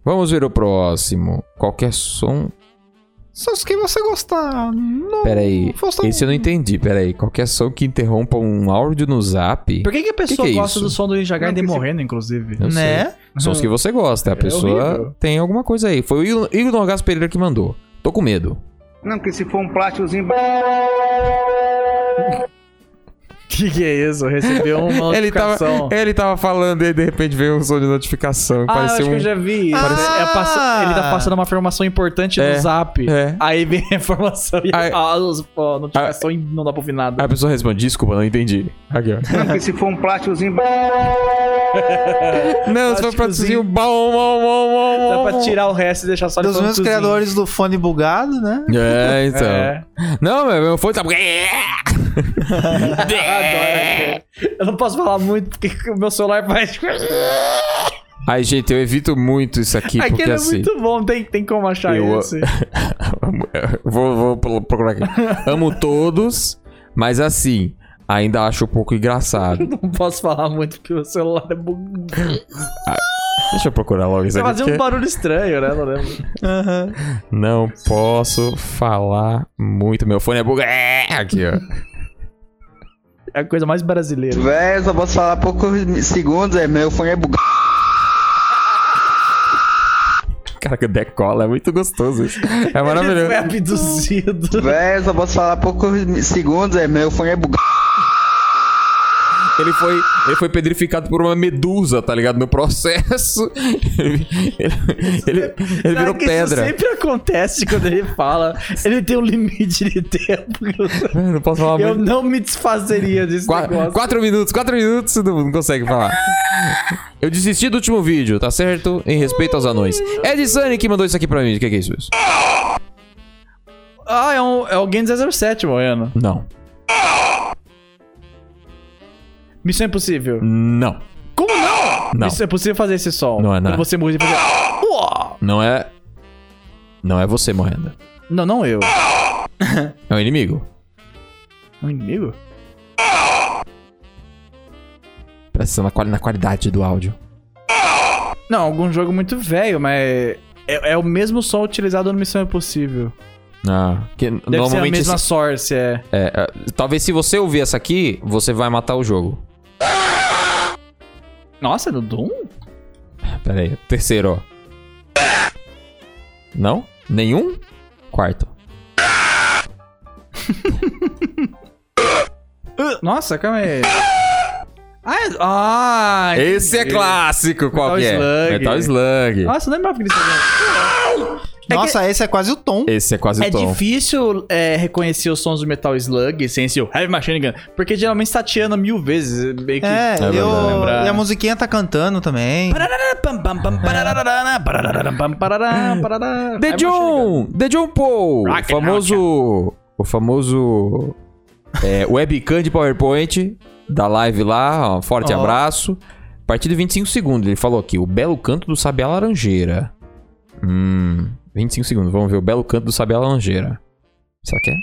Speaker 2: Vamos ver o próximo. Qualquer som
Speaker 4: Só os que você gostar. Não,
Speaker 2: Pera aí,
Speaker 4: Faustão.
Speaker 2: esse eu não entendi. Pera aí, qualquer som que interrompa um áudio no zap.
Speaker 3: Por que, que a pessoa
Speaker 2: que é
Speaker 3: gosta
Speaker 2: isso?
Speaker 3: do som do Ninja Garden
Speaker 4: Não, porque-
Speaker 3: morrendo, inclusive?
Speaker 2: Eu sei.
Speaker 4: Né?
Speaker 2: Sons que você gosta. A pessoa
Speaker 3: horrível.
Speaker 2: tem alguma coisa aí. Foi o Igor- Igor Norgas Pereira que mandou. Tô com medo.
Speaker 6: Não, que se for um plásticozinho.
Speaker 3: Que que é isso? Recebeu
Speaker 2: <laughs>
Speaker 3: uma
Speaker 2: Ele tava,
Speaker 3: notificação.
Speaker 2: ele tava falando e de repente veio um som de notificação.
Speaker 3: Ah, eu acho
Speaker 2: parecia
Speaker 3: que
Speaker 2: um.
Speaker 3: eu já vi. isso.
Speaker 4: Parece-
Speaker 3: É, é passa- Ele tá passando uma informação importante
Speaker 2: É,
Speaker 3: no zap.
Speaker 2: é.
Speaker 3: Aí vem a informação e
Speaker 2: Aí-
Speaker 3: a, a notificação e não dá pra ouvir nada.
Speaker 2: Aí A pessoa responde: Desculpa, não entendi. Aqui, ó.
Speaker 6: Não, que se for um plásticozinho.
Speaker 2: não, você vai produzir um bom, bom,
Speaker 3: Dá
Speaker 2: bom, bom,
Speaker 3: pra
Speaker 2: bom.
Speaker 3: tirar o resto e deixar só
Speaker 4: Dos meus criadores do fone bugado, né?
Speaker 2: É, então.
Speaker 3: É.
Speaker 2: Não, meu, tá- meu
Speaker 3: <laughs>
Speaker 2: foi. <laughs>
Speaker 3: Adoro, cara. É. Eu não posso falar muito porque o meu celular é faz.
Speaker 2: Ai, gente, eu evito muito isso aqui, porque
Speaker 3: Aquele é
Speaker 2: assim.
Speaker 3: muito bom, tem, tem como achar
Speaker 2: Eu-
Speaker 3: esse.
Speaker 2: Amo- é, vou, vou pro- procurar aqui. Amo todos, mas assim, ainda acho um pouco engraçado.
Speaker 3: Não posso falar muito porque o celular é bug...
Speaker 2: Deixa eu procurar logo isso
Speaker 3: Você
Speaker 2: aqui.
Speaker 3: fazia um
Speaker 2: porque
Speaker 3: barulho estranho, né? Não lembro.
Speaker 2: Não posso falar muito. Meu fone é bug. É, Aqui, ó.
Speaker 3: É a coisa mais brasileira.
Speaker 6: Véi, eu só posso falar poucos segundos, é meu fone é bugado.
Speaker 2: Caraca, decola. É muito gostoso isso. É
Speaker 3: Foi
Speaker 2: maravilhoso.
Speaker 3: abduzido.
Speaker 6: Véi, eu só posso falar poucos segundos, é meu fone é bugado.
Speaker 2: Ele foi, ele foi pedrificado por uma medusa, tá ligado? No processo. <laughs> Ele, ele- ele- ele virou
Speaker 3: Cara, que Isso
Speaker 2: pedra.
Speaker 3: sempre acontece quando ele fala. Ele tem um limite de tempo.
Speaker 2: É, Não posso falar
Speaker 3: Eu
Speaker 2: muito.
Speaker 3: não me desfazeria desse
Speaker 2: Qua- Quatro,
Speaker 3: negócio.
Speaker 2: minutos, quatro minutos, não, não consegue falar. Eu desisti do último vídeo, tá certo? Em respeito aos anões. Ed Sunny que mandou isso aqui pra mim. O que, que é isso? isso?
Speaker 3: Ah, é, um, é alguém 17 morrendo.
Speaker 2: Não.
Speaker 3: Missão Impossível.
Speaker 2: Não.
Speaker 3: Como não?
Speaker 2: Não.
Speaker 3: Isso é possível fazer esse som.
Speaker 2: Não é, não
Speaker 3: Quando
Speaker 2: é.
Speaker 3: você morrer, você fazer...
Speaker 2: Não é. Não é você morrendo.
Speaker 3: Não, não eu.
Speaker 2: É um inimigo.
Speaker 3: Um inimigo?
Speaker 2: Presta atenção na quali- na qualidade do áudio.
Speaker 3: Não, algum jogo muito velho, mas é, é o mesmo som utilizado no Missão Impossível.
Speaker 2: Ah, que
Speaker 3: Deve
Speaker 2: normalmente
Speaker 3: ser a mesma
Speaker 2: esse-
Speaker 3: source, é.
Speaker 2: é, é, talvez se você ouvir essa aqui, você vai matar o jogo.
Speaker 3: Nossa, é do Doom?
Speaker 2: Pera aí, terceiro, ó. Não? Nenhum? Quarto.
Speaker 3: Nossa, calma aí. Ah, é... ah
Speaker 2: Esse é
Speaker 3: entendi.
Speaker 2: clássico, qual
Speaker 3: Metal
Speaker 2: que é?
Speaker 3: Slug.
Speaker 2: Metal Slug.
Speaker 3: Nossa, eu lembrava que ele sabia.
Speaker 4: Nossa, esse é quase o tom.
Speaker 2: Esse é quase
Speaker 3: É
Speaker 2: o tom.
Speaker 3: difícil é, reconhecer os sons do Metal Slug sem esse Heavy Machine Gun, porque geralmente tá tirando mil vezes. é Meio que...
Speaker 4: É,
Speaker 2: verdade.
Speaker 4: eu,
Speaker 3: Lembrar.
Speaker 4: e a musiquinha tá cantando também.
Speaker 3: É
Speaker 2: The John! The John Paul! O
Speaker 3: Rocket,
Speaker 2: famoso. O famoso. é, webcam de PowerPoint da live lá. ó, forte
Speaker 3: Ó.
Speaker 2: abraço. A partir de 25 segundos, ele falou aqui: o belo canto do Sabiá Laranjeira. Hum. 25 segundos, vamos ver o belo canto do Sabiá Laranjeira. Será que é?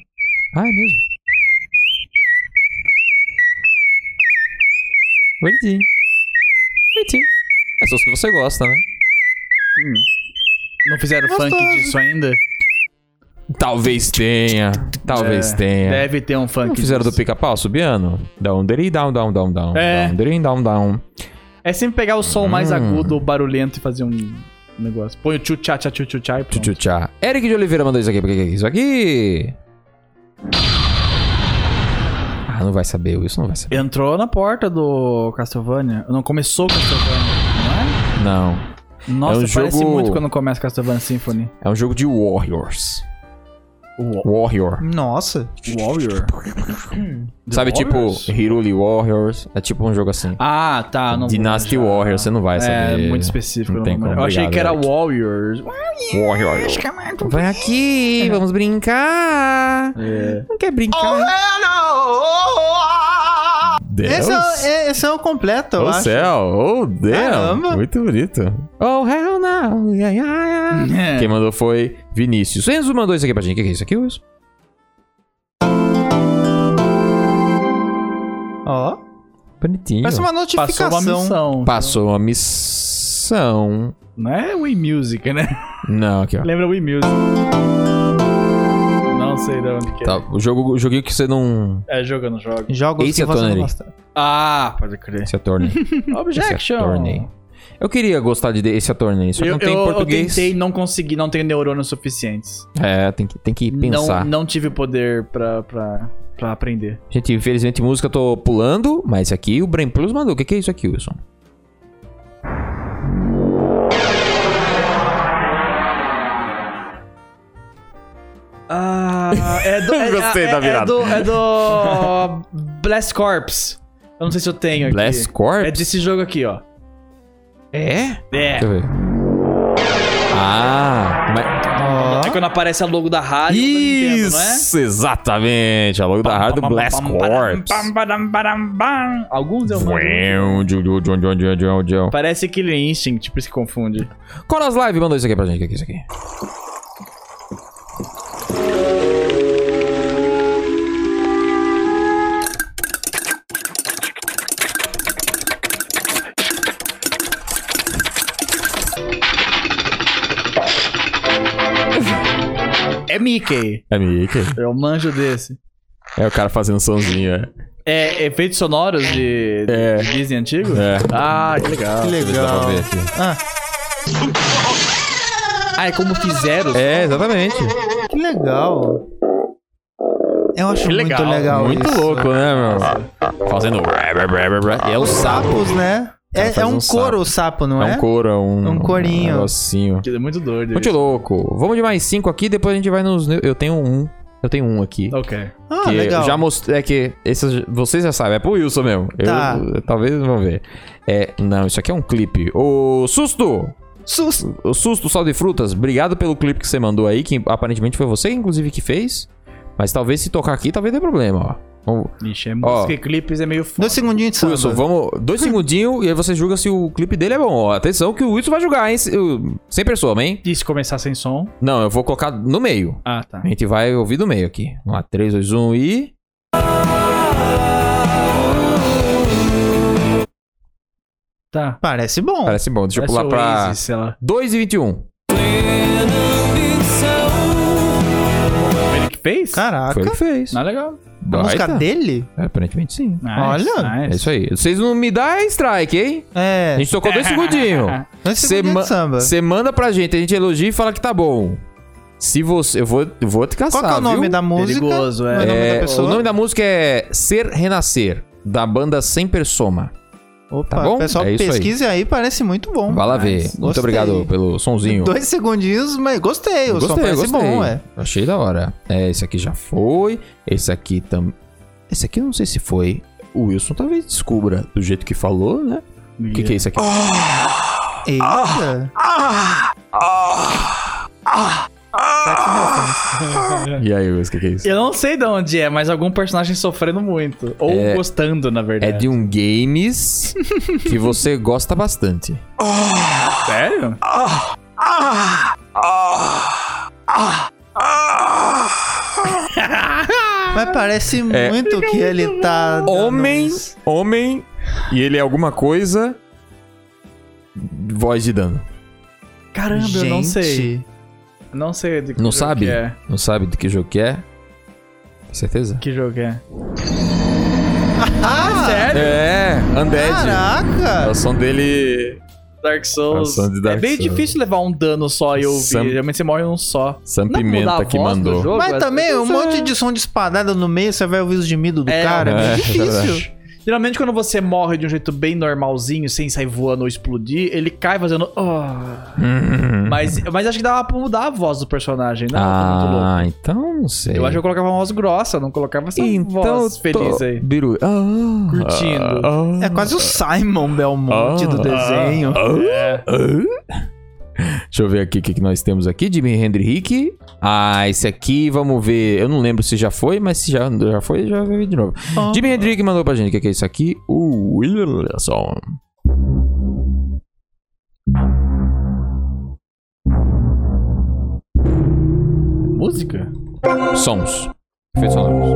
Speaker 2: Ah, é mesmo. Bonitinho. Bonitinho. É só os que você gosta, né?
Speaker 3: Não fizeram funk disso ainda?
Speaker 2: Talvez tenha. Talvez
Speaker 3: É,
Speaker 2: tenha.
Speaker 3: Deve ter um funk.
Speaker 2: Não fizeram do
Speaker 3: disso.
Speaker 2: pica-pau subiano? um Down, diri, down, down, down, down.
Speaker 3: É.
Speaker 2: Down, diri, down, down.
Speaker 3: É sempre pegar o som mais
Speaker 2: Hum.
Speaker 3: agudo ou barulhento e fazer um negócio. Põe o tchu-tchá, tchá, tchu-tchá e pronto.
Speaker 2: Tchutchá. Eric de Oliveira mandou isso aqui. Por que que é isso aqui? Ah, não vai saber, o Wilson não vai saber.
Speaker 3: Entrou na porta do Castlevania. Não começou o Castlevania,
Speaker 2: Não.
Speaker 3: não é? Nossa,
Speaker 2: É um
Speaker 3: parece
Speaker 2: jogo-
Speaker 3: muito quando começa Castlevania Symphony.
Speaker 2: É um jogo de Warriors.
Speaker 3: Wa-
Speaker 2: Warrior.
Speaker 4: Nossa.
Speaker 3: Warrior.
Speaker 2: Sabe, tipo, Hiruli Warriors. É tipo um jogo assim.
Speaker 3: Ah, tá. Não vou
Speaker 2: Dynasty
Speaker 3: manjar.
Speaker 2: Warriors, você não vai
Speaker 3: É,
Speaker 2: saber.
Speaker 3: muito específico.
Speaker 2: Não
Speaker 3: eu
Speaker 2: tem
Speaker 3: vou
Speaker 2: como,
Speaker 3: manjar. Eu achei
Speaker 2: obrigado,
Speaker 3: que era
Speaker 2: Eric.
Speaker 3: Warriors.
Speaker 2: <laughs> Warrior. Vai aqui, vamos brincar.
Speaker 3: É.
Speaker 2: Não quer brincar? né? Deus.
Speaker 4: Esse é, o- é- esse é o completo, eu
Speaker 2: oh,
Speaker 4: acho.
Speaker 2: céu! Oh, damn!
Speaker 4: Caramba.
Speaker 2: Muito bonito. Oh, hell no! Yeah, yeah, yeah. <laughs>
Speaker 3: É,
Speaker 2: Quem mandou foi Vinícius. Enzo mandou isso aqui pra gente. O que que é isso aqui, Wilson?
Speaker 4: Ó.
Speaker 2: Bonitinho.
Speaker 4: Parece uma
Speaker 3: Passou
Speaker 4: notificação.
Speaker 3: uma missão.
Speaker 2: Passou uma missão.
Speaker 3: Não é Wii Music, né? <laughs>
Speaker 2: Não, aqui, ó.
Speaker 3: Lembra Wii Music. Não sei de onde que é.
Speaker 2: Tá, o jogo, o joguinho que você não
Speaker 3: É jogo ou não jogo?
Speaker 4: Jogos
Speaker 2: Ace
Speaker 4: que você não
Speaker 2: Attorney.
Speaker 4: gosta.
Speaker 3: Ah, pode crer.
Speaker 2: se atorne. <laughs> é Esse Attorney.
Speaker 3: Objection.
Speaker 2: Eu queria gostar de esse é Attorney, só que
Speaker 3: Eu,
Speaker 2: não tem
Speaker 3: eu,
Speaker 2: em
Speaker 3: eu
Speaker 2: português.
Speaker 3: tentei, não consegui, não tenho neurônios suficientes.
Speaker 2: É, tem que, tem que pensar.
Speaker 3: Não, não tive poder pra, pra, pra aprender.
Speaker 2: Gente, infelizmente música eu tô pulando, mas aqui o Brain Plus mandou. O que, que é isso aqui, Wilson?
Speaker 3: Ah, é
Speaker 2: <laughs>
Speaker 3: do. é-
Speaker 2: Gostei
Speaker 3: é-
Speaker 2: da
Speaker 3: é
Speaker 2: virada.
Speaker 3: do- É do. Blast Corps. Eu não sei se eu tenho aqui.
Speaker 2: Blast Corps?
Speaker 3: É desse jogo aqui, ó.
Speaker 2: É?
Speaker 3: É.
Speaker 2: Deixa eu ver. Ah, mas...
Speaker 3: É quando aparece a logo da rádio. do Nintendo, não é?
Speaker 2: Isso, exatamente. A logo da rádio do Blast Corps.
Speaker 3: Pam, pam, pam, pam. Alguns eu mando.
Speaker 2: Vueu, diu, diu, diu, diu, diu, diu, diu.
Speaker 3: Parece Killer Instinct, por isso que confunde.
Speaker 2: Coras Live mandou isso aqui pra gente. O que que é isso aqui?
Speaker 3: É Mickey.
Speaker 2: É Mickey.
Speaker 3: Eu manjo desse.
Speaker 2: É o cara fazendo somzinho, é.
Speaker 3: É efeitos sonoros de, de
Speaker 2: É.
Speaker 3: Disney antigo?
Speaker 2: É.
Speaker 3: Ah, que legal.
Speaker 4: Que legal.
Speaker 3: Ah, é como fizeram.
Speaker 2: É, exatamente.
Speaker 4: Que legal. Eu acho muito legal,
Speaker 2: Muito
Speaker 4: isso.
Speaker 2: louco, né, meu? Fazendo... É o sapo.
Speaker 4: Sapos, né? É,
Speaker 2: faz
Speaker 4: é um
Speaker 2: um
Speaker 4: coro o sapo, não
Speaker 2: É
Speaker 4: é?
Speaker 2: um couro, é um...
Speaker 4: Um corinho.
Speaker 2: Um negocinho.
Speaker 3: É muito doido.
Speaker 2: Muito
Speaker 3: isso.
Speaker 2: louco. Vamos de mais cinco aqui, depois a gente vai nos... Eu tenho um. Eu tenho um aqui.
Speaker 3: Ok.
Speaker 4: Ah,
Speaker 2: que
Speaker 4: legal.
Speaker 2: já mostrei. É que esses, vocês já sabem, é pro Wilson mesmo. Eu-
Speaker 4: Tá.
Speaker 2: talvez vamos ver. É, não, isso aqui é um clipe. Ô, susto!
Speaker 4: Susto.
Speaker 2: O susto, sal de frutas, obrigado pelo clipe que você mandou aí, que aparentemente foi você, inclusive, que fez. Mas talvez se tocar aqui, talvez dê problema, ó. Vamos,
Speaker 3: Ixi, é música
Speaker 2: Ó.
Speaker 3: e clipes é meio foda.
Speaker 4: Dois segundinhos de samba.
Speaker 2: Wilson, vamos. Dois segundinhos e aí você julga se o clipe dele é bom. Ó, atenção que o Wilson vai julgar, hein? se- eu- Sem pessoa, hein?
Speaker 3: E se começar sem som?
Speaker 2: Não, eu vou colocar no meio.
Speaker 3: Ah, tá.
Speaker 2: A gente vai ouvir do meio aqui. Vamos lá, um 3, 2, 1 e.
Speaker 3: Tá.
Speaker 4: Parece bom.
Speaker 2: Parece bom. Deixa eu
Speaker 3: Parece
Speaker 2: pular pra
Speaker 3: Oasis, sei lá.
Speaker 2: 2 e 21.
Speaker 3: Ele que fez?
Speaker 4: Caraca.
Speaker 2: Foi ele que fez.
Speaker 3: Não é legal.
Speaker 4: A música
Speaker 2: Baita.
Speaker 4: dele?
Speaker 2: É, aparentemente sim.
Speaker 4: Olha.
Speaker 2: É isso aí. Vocês não me dá strike, hein?
Speaker 4: É.
Speaker 2: A gente tocou dois
Speaker 4: <laughs>
Speaker 2: segundinhos.
Speaker 4: Dois segundinhos de samba.
Speaker 2: Você manda pra gente, a gente elogia e fala que tá bom. Se você. Eu vou, eu vou te caçar.
Speaker 4: Qual que é o nome
Speaker 2: viu?
Speaker 4: da música?
Speaker 3: Perigoso, é.
Speaker 4: O nome
Speaker 2: É,
Speaker 4: da pessoa?
Speaker 2: o nome da música é Ser Renascer, da banda Sem Persoma.
Speaker 4: Opa,
Speaker 2: Tá bom?
Speaker 4: pessoal,
Speaker 2: É isso aí.
Speaker 4: pesquise aí. parece muito bom.
Speaker 2: Vai lá ver.
Speaker 4: Nice.
Speaker 2: Muito
Speaker 4: Gostei.
Speaker 2: obrigado pelo sonzinho.
Speaker 4: Dois segundinhos, mas gostei. O som parece bom, é.
Speaker 2: Achei da hora. É, esse aqui já foi. Esse aqui também. Esse aqui eu não sei se foi. O Wilson talvez descubra do jeito que falou, né? O que, que é isso aqui?
Speaker 4: Eita.
Speaker 2: E aí, Wilson, o que, que é isso?
Speaker 3: Eu não sei de onde é, mas algum personagem sofrendo muito. Ou
Speaker 2: É-
Speaker 3: gostando, na
Speaker 2: É
Speaker 3: verdade.
Speaker 2: de um games que você gosta bastante.
Speaker 3: Sério?
Speaker 4: Mas parece
Speaker 2: É.
Speaker 4: muito que ele tá... dando
Speaker 2: Homem,
Speaker 4: uns-
Speaker 2: homem, e ele é alguma coisa. Voz de dano.
Speaker 3: Caramba, eu não sei.
Speaker 4: Gente.
Speaker 3: Não sei de que
Speaker 2: Não
Speaker 3: jogo
Speaker 2: sabe?
Speaker 3: que é.
Speaker 2: Não sabe do que jogo que é? Tem certeza?
Speaker 3: Que jogo que é?
Speaker 4: Ah, sério?
Speaker 2: É, Undead. A
Speaker 4: Caraca.
Speaker 2: ação dele.
Speaker 3: Dark Souls.
Speaker 2: Nossa, de Dark
Speaker 3: é meio
Speaker 2: Souls.
Speaker 3: difícil levar um dano só e ouvir.
Speaker 2: Sam-
Speaker 3: Geralmente você morre num só.
Speaker 2: Sam
Speaker 3: Não muda a
Speaker 2: Pimenta que
Speaker 3: voz do
Speaker 2: mandou.
Speaker 3: jogo,
Speaker 4: Mas
Speaker 3: às
Speaker 4: também, um
Speaker 3: vezes é-
Speaker 4: monte de som de espadada no meio, você vai ouvir os gemidos do
Speaker 3: É,
Speaker 4: cara. É, meio
Speaker 2: é
Speaker 4: difícil.
Speaker 3: Geralmente quando você morre de um jeito bem normalzinho, sem sair voando ou explodir, ele cai fazendo...
Speaker 2: Uhum.
Speaker 3: "Ah".
Speaker 2: Hum.
Speaker 3: Mas, mas acho que dava pra mudar a voz do personagem, né? Tá muito louco.
Speaker 2: Ah, então não sei.
Speaker 3: Eu acho que eu colocava uma voz grossa, eu não colocava essa voz
Speaker 2: Então, tô-
Speaker 3: feliz aí.
Speaker 2: Biru. Ah,
Speaker 3: Curtindo.
Speaker 2: ah,
Speaker 4: É quase o Simon Belmonte
Speaker 2: Ah,
Speaker 4: do desenho.
Speaker 2: ah,
Speaker 3: É.
Speaker 2: ah. Deixa eu ver aqui o que, que nós temos aqui. Jimi Hendrix. Ah, esse aqui, vamos ver. Eu não lembro se já foi, mas se já, já foi, já vai ver de novo.
Speaker 3: Ah.
Speaker 2: Jimi Hendrix mandou pra gente. O que, que é isso aqui? O Wilson.
Speaker 3: Música?
Speaker 2: Sons. Efeitos sonoros.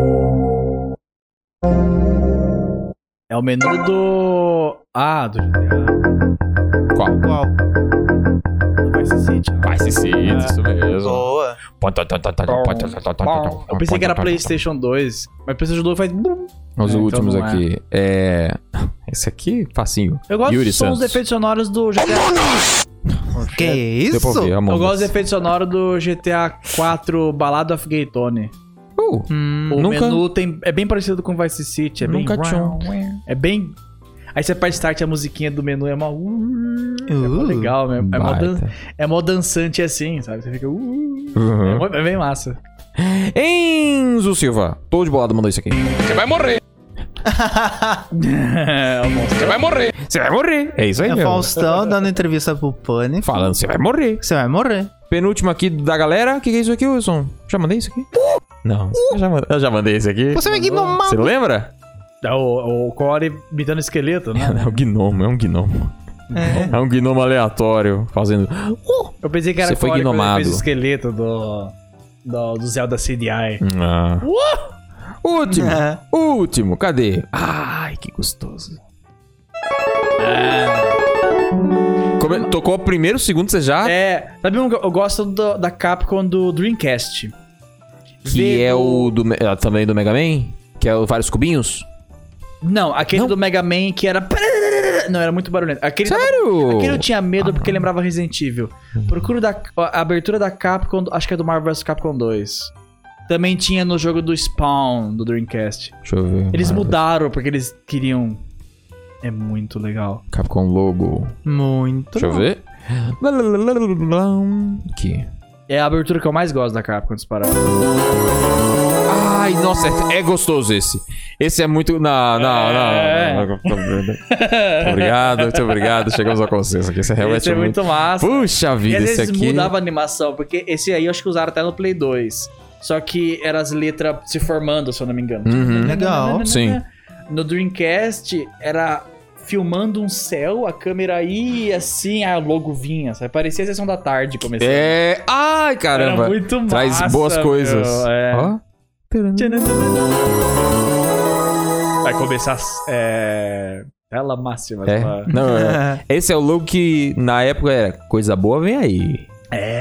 Speaker 3: É o menu do... Ah, do GTA.
Speaker 2: Qual?
Speaker 4: Qual?
Speaker 3: do Vice City.
Speaker 2: Vai se
Speaker 3: Ah.
Speaker 2: isso mesmo.
Speaker 4: Boa.
Speaker 3: Eu pensei que era PlayStation 2, mas PlayStation 2 faz. bum.
Speaker 2: Os
Speaker 3: É, então
Speaker 2: últimos
Speaker 3: não é.
Speaker 2: aqui. É. Esse aqui, facinho.
Speaker 3: Eu gosto
Speaker 2: Yuri
Speaker 3: dos sons
Speaker 2: Santos.
Speaker 3: dos efeitos sonoros do GTA.
Speaker 4: Que
Speaker 2: Deu pra
Speaker 4: isso?
Speaker 2: ouvir, Among
Speaker 3: Eu gosto
Speaker 2: Us.
Speaker 3: dos efeitos sonoros do GTA 4 Ballad of Gaytone.
Speaker 2: Uh,
Speaker 3: O
Speaker 2: Nunca-
Speaker 3: menu tem, é bem parecido com Vice City. É
Speaker 2: Nunca
Speaker 3: bem.
Speaker 2: tinha um.
Speaker 3: É bem. Aí você aperta start a musiquinha do menu é mó. é mó
Speaker 4: Uh,
Speaker 3: legal mesmo. É mó, dan-
Speaker 2: baita.
Speaker 3: é mó dançante assim, sabe? Você fica. uh, é,
Speaker 2: Uhum.
Speaker 3: mó- é bem massa.
Speaker 2: Enzo Silva. Tô de bolado, mandou isso aqui.
Speaker 4: <laughs>
Speaker 3: É, o monstro.
Speaker 2: Você vai morrer. É isso aí,
Speaker 4: É
Speaker 2: mesmo.
Speaker 4: Faustão dando entrevista pro Pane.
Speaker 2: Falando, você vai morrer.
Speaker 4: Você vai morrer.
Speaker 2: Penúltimo aqui da galera. O que, que é isso aqui, Wilson? Já mandei isso aqui? Não, eu já mandei, eu já mandei esse aqui.
Speaker 4: Você vai um ignorar.
Speaker 2: Você lembra?
Speaker 3: É o, o Core imitando esqueleto,
Speaker 2: <laughs>
Speaker 3: né?
Speaker 2: É o gnomo, é um gnomo. É, um gnomo aleatório, fazendo. Uh!
Speaker 3: Eu pensei que era
Speaker 2: Você foi
Speaker 3: fora quando ele
Speaker 2: gnomado.
Speaker 3: fez o esqueleto do, do, do Zelda CDI.
Speaker 2: Ah. Último,
Speaker 4: É.
Speaker 2: último, cadê? Ai, que gostoso. É. Come- Tocou o primeiro, o segundo, você já.
Speaker 3: É, sabe um que eu gosto do- da Capcom do Dreamcast?
Speaker 2: que é o do, Me- ah, também do Mega Man? Que é o vários cubinhos?
Speaker 3: Não, aquele
Speaker 2: Não?
Speaker 3: do Mega Man que era... <laughs> Não, era muito barulhento. Aquele
Speaker 2: Sério? Ah. Uhum.
Speaker 3: Aquele eu tinha medo porque lembrava Resident Evil. Procuro da, a abertura da Capcom, acho que é do Marvel vs Capcom 2. Também tinha no jogo do Spawn, do Dreamcast.
Speaker 2: Deixa eu ver. Ah,
Speaker 3: Eles
Speaker 2: Marvel.
Speaker 3: mudaram porque eles queriam... É muito legal.
Speaker 2: Capcom logo.
Speaker 4: Muito.
Speaker 2: Deixa eu ver. Aqui.
Speaker 3: É a abertura que eu mais gosto da Capcom disparado.
Speaker 2: Ai, nossa, é, é gostoso esse. Esse é muito. Não, não,
Speaker 3: É.
Speaker 2: não. não. Muito obrigado, muito obrigado. Chegamos ao consenso aqui. Esse é realmente
Speaker 3: Esse é muito massa.
Speaker 2: Puxa
Speaker 3: e
Speaker 2: vida,
Speaker 3: às
Speaker 2: esse
Speaker 3: vezes
Speaker 2: aqui.
Speaker 3: mudava a animação, porque esse aí eu acho que usaram até no Play 2. Só que eram as letras se formando, se eu não me engano.
Speaker 2: Uhum.
Speaker 4: Legal.
Speaker 2: Sim.
Speaker 3: No Dreamcast era filmando um céu, a câmera ia assim, a logo vinha, sabe? Parecia a sessão da tarde começando.
Speaker 2: É. Ai,
Speaker 3: Era
Speaker 2: caramba.
Speaker 3: muito massa,
Speaker 2: Traz boas
Speaker 3: meu,
Speaker 2: coisas.
Speaker 3: é.
Speaker 2: Ó.
Speaker 3: Vai começar é, Ela máxima.
Speaker 2: É. Não,
Speaker 3: <laughs>
Speaker 2: é. Esse é o logo que na época era coisa boa, vem aí.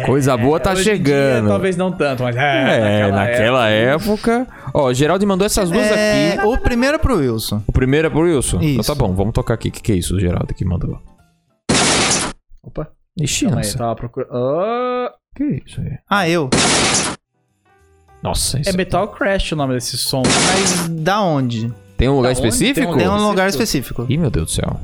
Speaker 2: coisa boa tá
Speaker 3: É. Hoje em dia,
Speaker 2: chegando.
Speaker 3: talvez não tanto, mas é,
Speaker 2: É, naquela, época. Ó, Geraldo mandou essas duas
Speaker 4: É,
Speaker 2: aqui.
Speaker 4: o primeiro é pro Wilson.
Speaker 2: O primeiro é pro Wilson. Então
Speaker 4: Isso.
Speaker 2: tá bom, vamos tocar aqui. O que, que é isso, Geraldo, que mandou?
Speaker 3: Opa,
Speaker 2: Ixi,
Speaker 3: calma aí, tá. eu
Speaker 2: nossa.
Speaker 3: tava procurando. Ah,
Speaker 2: Que isso aí?
Speaker 4: Ah, eu.
Speaker 2: Nossa, isso.
Speaker 3: é Metal Crash o nome desse som.
Speaker 4: Mas da onde?
Speaker 2: Tem um lugar
Speaker 3: Da onde?
Speaker 2: específico?
Speaker 3: Tem
Speaker 4: Tem um lugar específico.
Speaker 2: Ih, meu Deus do céu.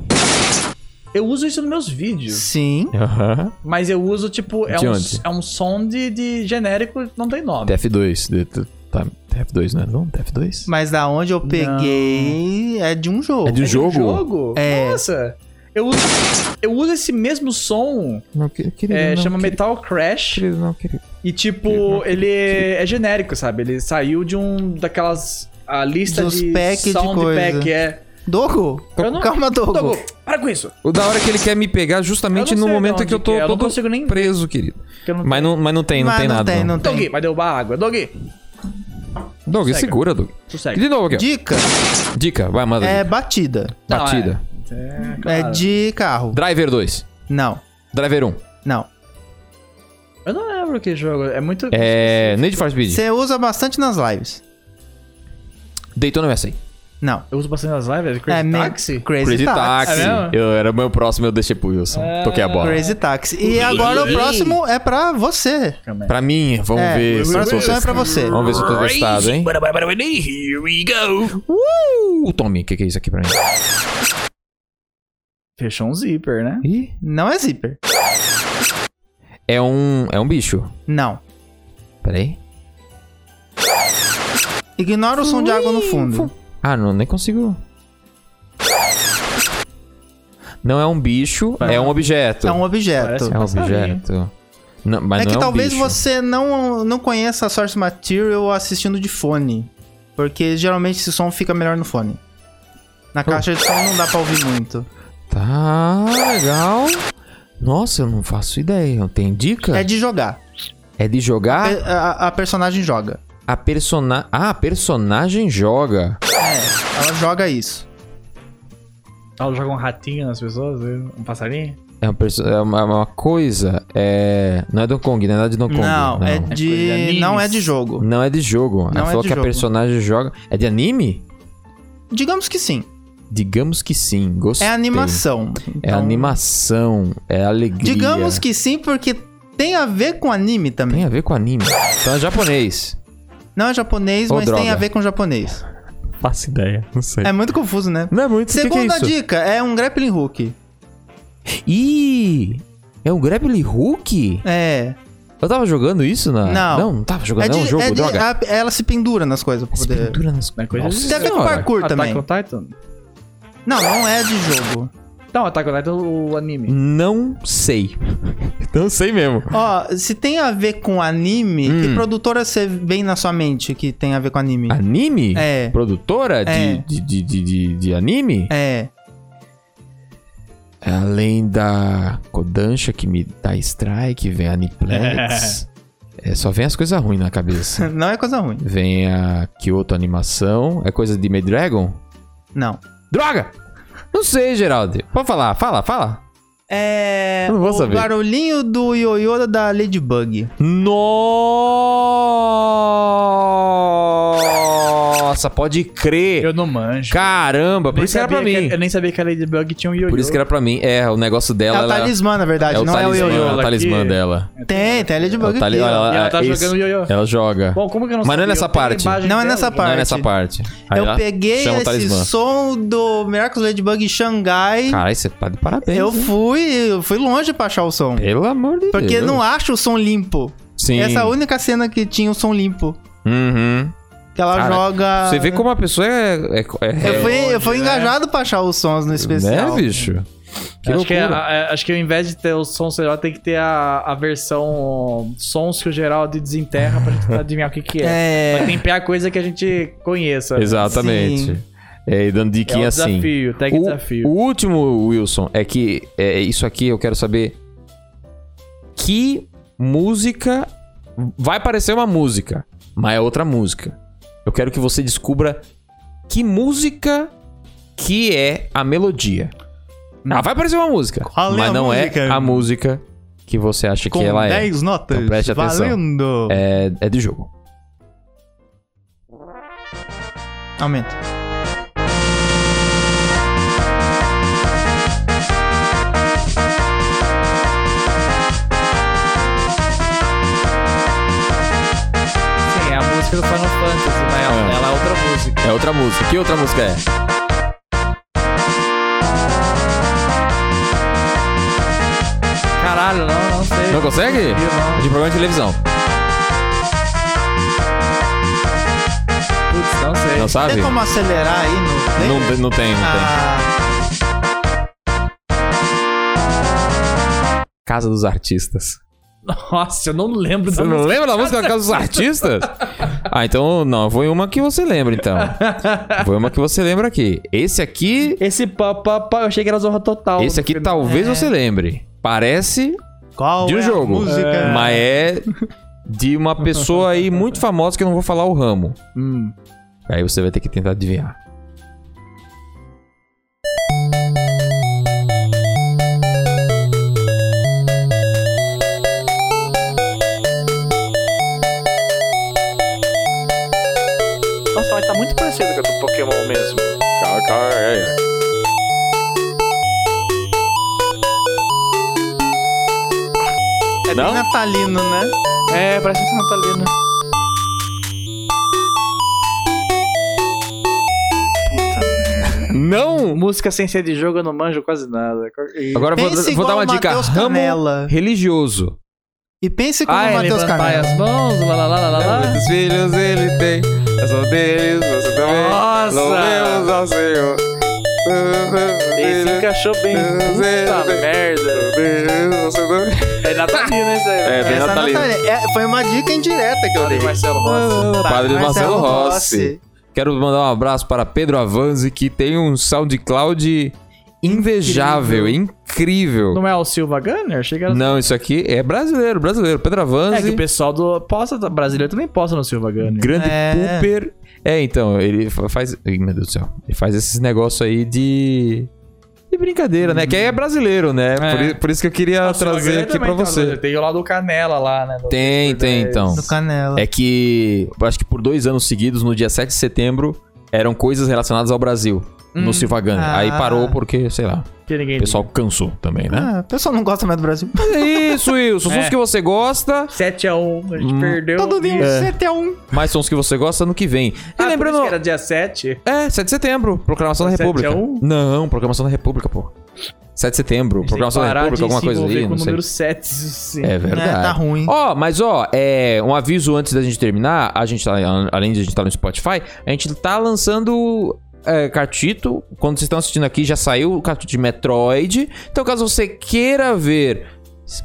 Speaker 3: Eu uso isso nos meus vídeos,
Speaker 4: Sim.
Speaker 2: Aham.
Speaker 3: mas eu uso, tipo, é,
Speaker 2: De
Speaker 3: um,
Speaker 2: onde?
Speaker 3: é um som de, de genérico, não tem nome.
Speaker 2: TF2. de- de- Tá, TF2, né? Não, TF2.
Speaker 4: Mas da onde eu peguei é de um jogo.
Speaker 2: É de um jogo?
Speaker 3: jogo?
Speaker 4: É.
Speaker 3: Nossa! Eu uso, eu uso esse mesmo som,
Speaker 2: Não, que- querido,
Speaker 3: é,
Speaker 2: não,
Speaker 3: chama
Speaker 2: querido,
Speaker 3: Metal Crash.
Speaker 2: Querido, não, querido.
Speaker 3: E tipo, ele é genérico, sabe? Ele saiu de um daquelas a lista
Speaker 4: Dos
Speaker 3: de
Speaker 4: pack de
Speaker 3: sound
Speaker 4: coisa.
Speaker 3: pack é.
Speaker 4: Dogo?
Speaker 3: Eu não-
Speaker 4: Calma, Dogo.
Speaker 3: Dogo, para com isso.
Speaker 2: O da hora é que ele quer me pegar justamente
Speaker 3: Eu
Speaker 2: no
Speaker 3: não sei de
Speaker 2: momento
Speaker 3: onde
Speaker 2: que eu tô
Speaker 3: que é, eu não
Speaker 2: todo
Speaker 3: consigo nem ver.
Speaker 2: preso, querido.
Speaker 3: Que eu não-
Speaker 2: Mas não, mas não tem, não
Speaker 4: Mas
Speaker 2: tem
Speaker 4: não
Speaker 2: nada.
Speaker 4: tem, não tem.
Speaker 3: Doug, vai derrubar a água. Doug,
Speaker 2: Doug,
Speaker 3: Sossega.
Speaker 2: segura, Doug.
Speaker 3: sossega.
Speaker 2: De novo aqui, ó.
Speaker 4: Dica
Speaker 2: Dica, vai, manda.
Speaker 4: é
Speaker 2: dica.
Speaker 4: batida.
Speaker 3: Não,
Speaker 2: Batida.
Speaker 4: É de carro.
Speaker 2: Driver 2.
Speaker 4: Não.
Speaker 2: Driver 1.
Speaker 4: Não.
Speaker 3: Eu não lembro que jogo. É muito.
Speaker 2: É. Need for Speed.
Speaker 4: Você usa bastante nas lives.
Speaker 2: Daytona USA.
Speaker 4: Não.
Speaker 3: Eu uso bastante nas lives. é Crazy
Speaker 4: é me-
Speaker 3: Taxi?
Speaker 4: Crazy,
Speaker 2: Crazy
Speaker 4: Taxi.
Speaker 2: Taxi.
Speaker 3: É mesmo? É,
Speaker 2: eu era o meu próximo, eu deixei pro Wilson. Toquei a bola.
Speaker 4: Crazy Taxi. E agora o próximo é pra você.
Speaker 3: Calma aí.
Speaker 2: Pra mim, vamos
Speaker 4: É,
Speaker 2: ver se
Speaker 4: a
Speaker 2: eu tô
Speaker 4: solução é pra você.
Speaker 2: Vamos ver se eu tô testado, hein? Uh, Tommy, o que, que é isso aqui pra mim?
Speaker 3: Fechou um zíper, né?
Speaker 2: Ih,
Speaker 4: Não é zíper.
Speaker 2: é um. É um bicho.
Speaker 4: Não.
Speaker 2: Peraí.
Speaker 4: Ignora o som de água no fundo.
Speaker 2: Ah, não, nem consigo. Não é um bicho, é um objeto.
Speaker 4: É um objeto.
Speaker 3: Parece
Speaker 2: É um
Speaker 3: passarinho.
Speaker 2: objeto. Não, mas
Speaker 4: É
Speaker 2: não
Speaker 4: que
Speaker 2: é um
Speaker 4: talvez
Speaker 2: bicho.
Speaker 4: você não, não conheça a Source Material assistindo de fone. Porque geralmente esse som fica melhor no fone. Na
Speaker 2: Então-
Speaker 4: caixa de som não dá pra ouvir muito.
Speaker 2: Tá, legal. Nossa, eu não faço ideia. Não tem dica?
Speaker 4: É de jogar.
Speaker 2: É de jogar?
Speaker 4: Pe- A, a personagem joga.
Speaker 2: A persona... Ah, a personagem joga.
Speaker 4: É, ela joga isso.
Speaker 3: Ela joga um ratinho nas pessoas, um passarinho.
Speaker 2: É uma, perso- é uma, uma coisa. É... Não é Donkey Kong, não é nada de Donkey Kong.
Speaker 4: Não, é
Speaker 3: de
Speaker 4: de.
Speaker 3: animes.
Speaker 4: não é de jogo.
Speaker 2: Não é de jogo.
Speaker 4: Não
Speaker 2: Ela
Speaker 4: é
Speaker 2: falou
Speaker 4: de
Speaker 2: que a
Speaker 4: jogo.
Speaker 2: personagem joga. É de anime?
Speaker 4: Digamos que sim.
Speaker 2: Digamos que sim. Gostei.
Speaker 4: É animação.
Speaker 2: É
Speaker 4: Então,
Speaker 2: animação. É alegria.
Speaker 4: Digamos que sim, porque tem a ver com anime também.
Speaker 2: Tem a ver com anime. Então é japonês.
Speaker 4: Não é japonês,
Speaker 2: Ô,
Speaker 4: mas tem
Speaker 2: droga.
Speaker 4: a ver com japonês.
Speaker 2: Faço ideia. Não sei.
Speaker 4: É muito confuso, né?
Speaker 2: Não é muito. O que, que é
Speaker 4: Segunda
Speaker 2: isso?
Speaker 4: dica, é um grappling hook.
Speaker 2: Ih! É um Grappling Hook?
Speaker 4: É.
Speaker 2: Eu tava jogando isso na.
Speaker 4: Não.
Speaker 2: Não, não tava jogando.
Speaker 4: é
Speaker 2: É, um jogo,
Speaker 4: é de-
Speaker 2: droga.
Speaker 4: a- ela se pendura nas coisas pra
Speaker 2: Essa
Speaker 4: poder.
Speaker 2: pintura nas
Speaker 3: Não é coisa de-
Speaker 4: Tem a ver com
Speaker 2: senhora.
Speaker 4: parkour também.
Speaker 3: Attack on Titan?
Speaker 4: Não, não é de jogo.
Speaker 3: Não, Attack on Titan o anime.
Speaker 2: Não sei. <laughs> Não sei mesmo.
Speaker 4: Ó, se tem a ver com anime,
Speaker 2: Hum.
Speaker 4: que produtora você vem na sua mente que tem a ver com anime?
Speaker 2: Anime?
Speaker 4: É.
Speaker 2: Produtora de,
Speaker 4: É.
Speaker 2: de, de, de, de- de anime? É,
Speaker 4: É. <laughs>
Speaker 2: Além da Kodansha que me dá strike, vem a Aniplex. É, só vem as coisas ruins na cabeça.
Speaker 4: Não é coisa ruim.
Speaker 2: Vem a Kyoto Animação. É coisa de May Dragon?
Speaker 4: Não.
Speaker 2: Droga! Não sei, Geraldo. Pode falar, fala, fala.
Speaker 4: É.
Speaker 2: Eu não vou
Speaker 4: o
Speaker 2: saber.
Speaker 4: barulhinho do ioiô da Ladybug.
Speaker 2: Nossa, pode crer.
Speaker 3: Eu não manjo.
Speaker 2: Caramba, por
Speaker 3: Nem
Speaker 2: isso que era
Speaker 3: sabia
Speaker 2: pra mim.
Speaker 3: que- eu nem sabia que a Ladybug tinha um ioiô.
Speaker 2: Por isso que era pra mim. É, o negócio
Speaker 4: É
Speaker 2: dela.
Speaker 4: o
Speaker 2: ela-
Speaker 4: talismã, na verdade,
Speaker 2: é o
Speaker 4: não é
Speaker 2: talismã,
Speaker 4: o ioiô.
Speaker 2: é o
Speaker 3: Ela
Speaker 2: talismã
Speaker 3: que-
Speaker 2: dela.
Speaker 4: Tem, tem a
Speaker 2: É o
Speaker 4: Ladybug
Speaker 2: tali-
Speaker 4: aqui. ó.
Speaker 2: ela,
Speaker 3: E ela tá
Speaker 2: esse-
Speaker 3: jogando ioiô.
Speaker 2: Ela joga.
Speaker 3: Bom, como que eu não
Speaker 2: Mas não é
Speaker 3: sabia?
Speaker 2: nessa
Speaker 3: Eu tenho a
Speaker 2: parte.
Speaker 3: imagem
Speaker 4: Não é
Speaker 3: dela,
Speaker 4: nessa
Speaker 3: já.
Speaker 2: Não é
Speaker 4: parte.
Speaker 2: nessa parte. Aí
Speaker 4: Eu
Speaker 2: ela
Speaker 4: peguei
Speaker 2: chama o
Speaker 4: esse
Speaker 2: talismã.
Speaker 4: som do Miraculous Ladybug Xangai.
Speaker 2: Caralho, você tá de parabéns.
Speaker 4: eu
Speaker 2: hein?
Speaker 4: fui, eu fui longe pra achar o som.
Speaker 2: Pelo amor de Deus.
Speaker 4: Porque não acho o som limpo.
Speaker 2: Sim.
Speaker 4: Essa é a única cena que tinha o som limpo.
Speaker 2: Uhum.
Speaker 4: Que ela
Speaker 2: Cara,
Speaker 4: joga.
Speaker 2: Você vê como a pessoa é. é, é-
Speaker 4: Ah. Eu fui, eu fui engajado pra achar os sons no especial.
Speaker 2: Né, bicho? Que
Speaker 3: acho, que é-
Speaker 2: loucura.
Speaker 3: é- acho que ao invés de ter o som serial, tem que ter a, a versão sons que o Geraldo desenterra pra gente tentar adivinhar o que, que é. Mas
Speaker 4: É.
Speaker 3: tem que pegar coisa que a gente conheça.
Speaker 2: Exatamente.
Speaker 4: Sim.
Speaker 2: É, e dando
Speaker 3: É um
Speaker 2: diquinha assim.
Speaker 3: desafio, tag
Speaker 2: O,
Speaker 3: desafio.
Speaker 2: o último, Wilson, é que é, isso aqui eu quero saber que música vai parecer uma música, mas é outra música. Eu quero que você descubra que música que é a melodia. Ela vai aparecer uma música,
Speaker 4: Qual é
Speaker 2: mas
Speaker 4: a
Speaker 2: não é
Speaker 4: música?
Speaker 2: a música que você acha
Speaker 4: Com
Speaker 2: que ela é.
Speaker 4: 10 notas.
Speaker 2: Então preste atenção.
Speaker 4: Valendo.
Speaker 2: É, é do jogo.
Speaker 4: Aumenta.
Speaker 7: Sim, é a música do Final Fantasy, mas ela,
Speaker 2: É.
Speaker 7: ela é outra música.
Speaker 2: É outra música. Que outra música é?
Speaker 7: Caralho, não, não sei.
Speaker 2: Não consegue? É de programa de televisão.
Speaker 7: Putz, não sei.
Speaker 2: Não sabe?
Speaker 4: Tem
Speaker 2: Não,
Speaker 4: como acelerar aí no play?
Speaker 2: não tem, não tem.
Speaker 4: Ah,
Speaker 2: Casa dos Artistas.
Speaker 7: Nossa, eu não lembro
Speaker 2: Você
Speaker 7: da
Speaker 2: não
Speaker 7: música.
Speaker 2: lembra da música da Casa dos Artistas? Ah, então não. Foi uma que você lembra, então. Foi uma que você lembra aqui. Esse aqui...
Speaker 7: Esse pá, pá, pá, eu achei que era Zorra Total.
Speaker 2: Esse aqui
Speaker 7: tá
Speaker 2: talvez você lembre. Parece
Speaker 4: qual
Speaker 2: de um
Speaker 4: é
Speaker 2: jogo.
Speaker 4: a música?
Speaker 2: Mas é de uma pessoa aí muito famosa que eu não vou falar o ramo.
Speaker 3: Hum.
Speaker 2: Aí você vai ter que tentar adivinhar.
Speaker 5: Nossa, mas tá muito parecido com a do Pokémon mesmo.
Speaker 4: É bem natalino, né?
Speaker 5: É, parece muito
Speaker 7: tá
Speaker 5: natalino.
Speaker 2: Não!
Speaker 5: Música sem ser de jogo eu não manjo quase nada. E-
Speaker 2: Agora eu
Speaker 4: Pense
Speaker 2: vou, vou dar
Speaker 4: igual
Speaker 2: uma
Speaker 4: o
Speaker 2: dica.
Speaker 4: Matheus
Speaker 2: Ramo
Speaker 4: Canela.
Speaker 2: religioso.
Speaker 4: E pense como
Speaker 7: Ah,
Speaker 4: o
Speaker 7: é
Speaker 4: Matheus
Speaker 7: levantai
Speaker 4: Canela.
Speaker 7: as mãos, lá, lá, lá, lá, lá.
Speaker 2: Quantos filhos ele tem? Eu sou deles, você também.
Speaker 7: Nossa!
Speaker 2: Louvemos ao Senhor.
Speaker 5: Esse encaixou bem. Puta merda. É natalino esse aí.
Speaker 2: É, bem
Speaker 4: Essa
Speaker 2: natalino.
Speaker 4: natalina. É, foi uma dica indireta que eu dei.
Speaker 5: Padre Marcelo Rossi.
Speaker 2: Padre Marcelo Rossi. Quero mandar um abraço para Pedro Avanzi, que tem um SoundCloud invejável, incrível.
Speaker 3: Não é o Silva Gunner? Achei que era...
Speaker 2: Não, isso aqui é brasileiro, brasileiro. Pedro
Speaker 3: É que o
Speaker 2: Avanzi,
Speaker 3: pessoal do... Posta, brasileiro também posta no Silva Gunner.
Speaker 2: grande
Speaker 4: É.
Speaker 2: pooper. É, então, ele fa- faz... Ih, meu Deus do céu. Ele faz esses negócios aí de... De brincadeira, né? Que aí é brasileiro, né? Por, i- por isso que eu queria trazer aqui pra você.
Speaker 3: Tem o lado do Canela lá, né?
Speaker 2: Tem, tem, então.
Speaker 4: Do Canela.
Speaker 2: É que eu acho que por dois anos seguidos, no dia 7 de setembro, eram coisas relacionadas ao Brasil. No Silvagana.
Speaker 4: Ah.
Speaker 2: Aí parou porque, sei lá,
Speaker 3: Que ninguém
Speaker 2: o pessoal cansou também, né?
Speaker 4: Ah, o pessoal não gosta mais do Brasil.
Speaker 2: Mas é isso, Wilson. Sons
Speaker 3: É.
Speaker 2: que você gosta,
Speaker 3: 7x1, a, gente
Speaker 2: Hum.
Speaker 3: perdeu.
Speaker 4: Todo dia,
Speaker 3: É.
Speaker 4: 7 a 1.
Speaker 2: mais sons que você gosta ano que vem. E
Speaker 3: Ah, lembrando...
Speaker 2: lembrando.
Speaker 3: era dia 7?
Speaker 2: É, 7 de setembro, Proclamação da
Speaker 3: 7 a
Speaker 2: República.
Speaker 3: 1?
Speaker 2: Não, Proclamação da República, pô. 7 de setembro, Proclamação da República, alguma coisa ali,
Speaker 3: com
Speaker 2: não
Speaker 3: o
Speaker 2: sei.
Speaker 3: número 7, sim.
Speaker 2: É verdade.
Speaker 4: É, tá ruim.
Speaker 2: Ó, mas ó, é, um aviso antes da gente terminar, a gente tá, além de a gente estar no Spotify, a gente tá lançando é, cartito, quando vocês estão assistindo aqui já saiu o cartito de Metroid, então caso você queira ver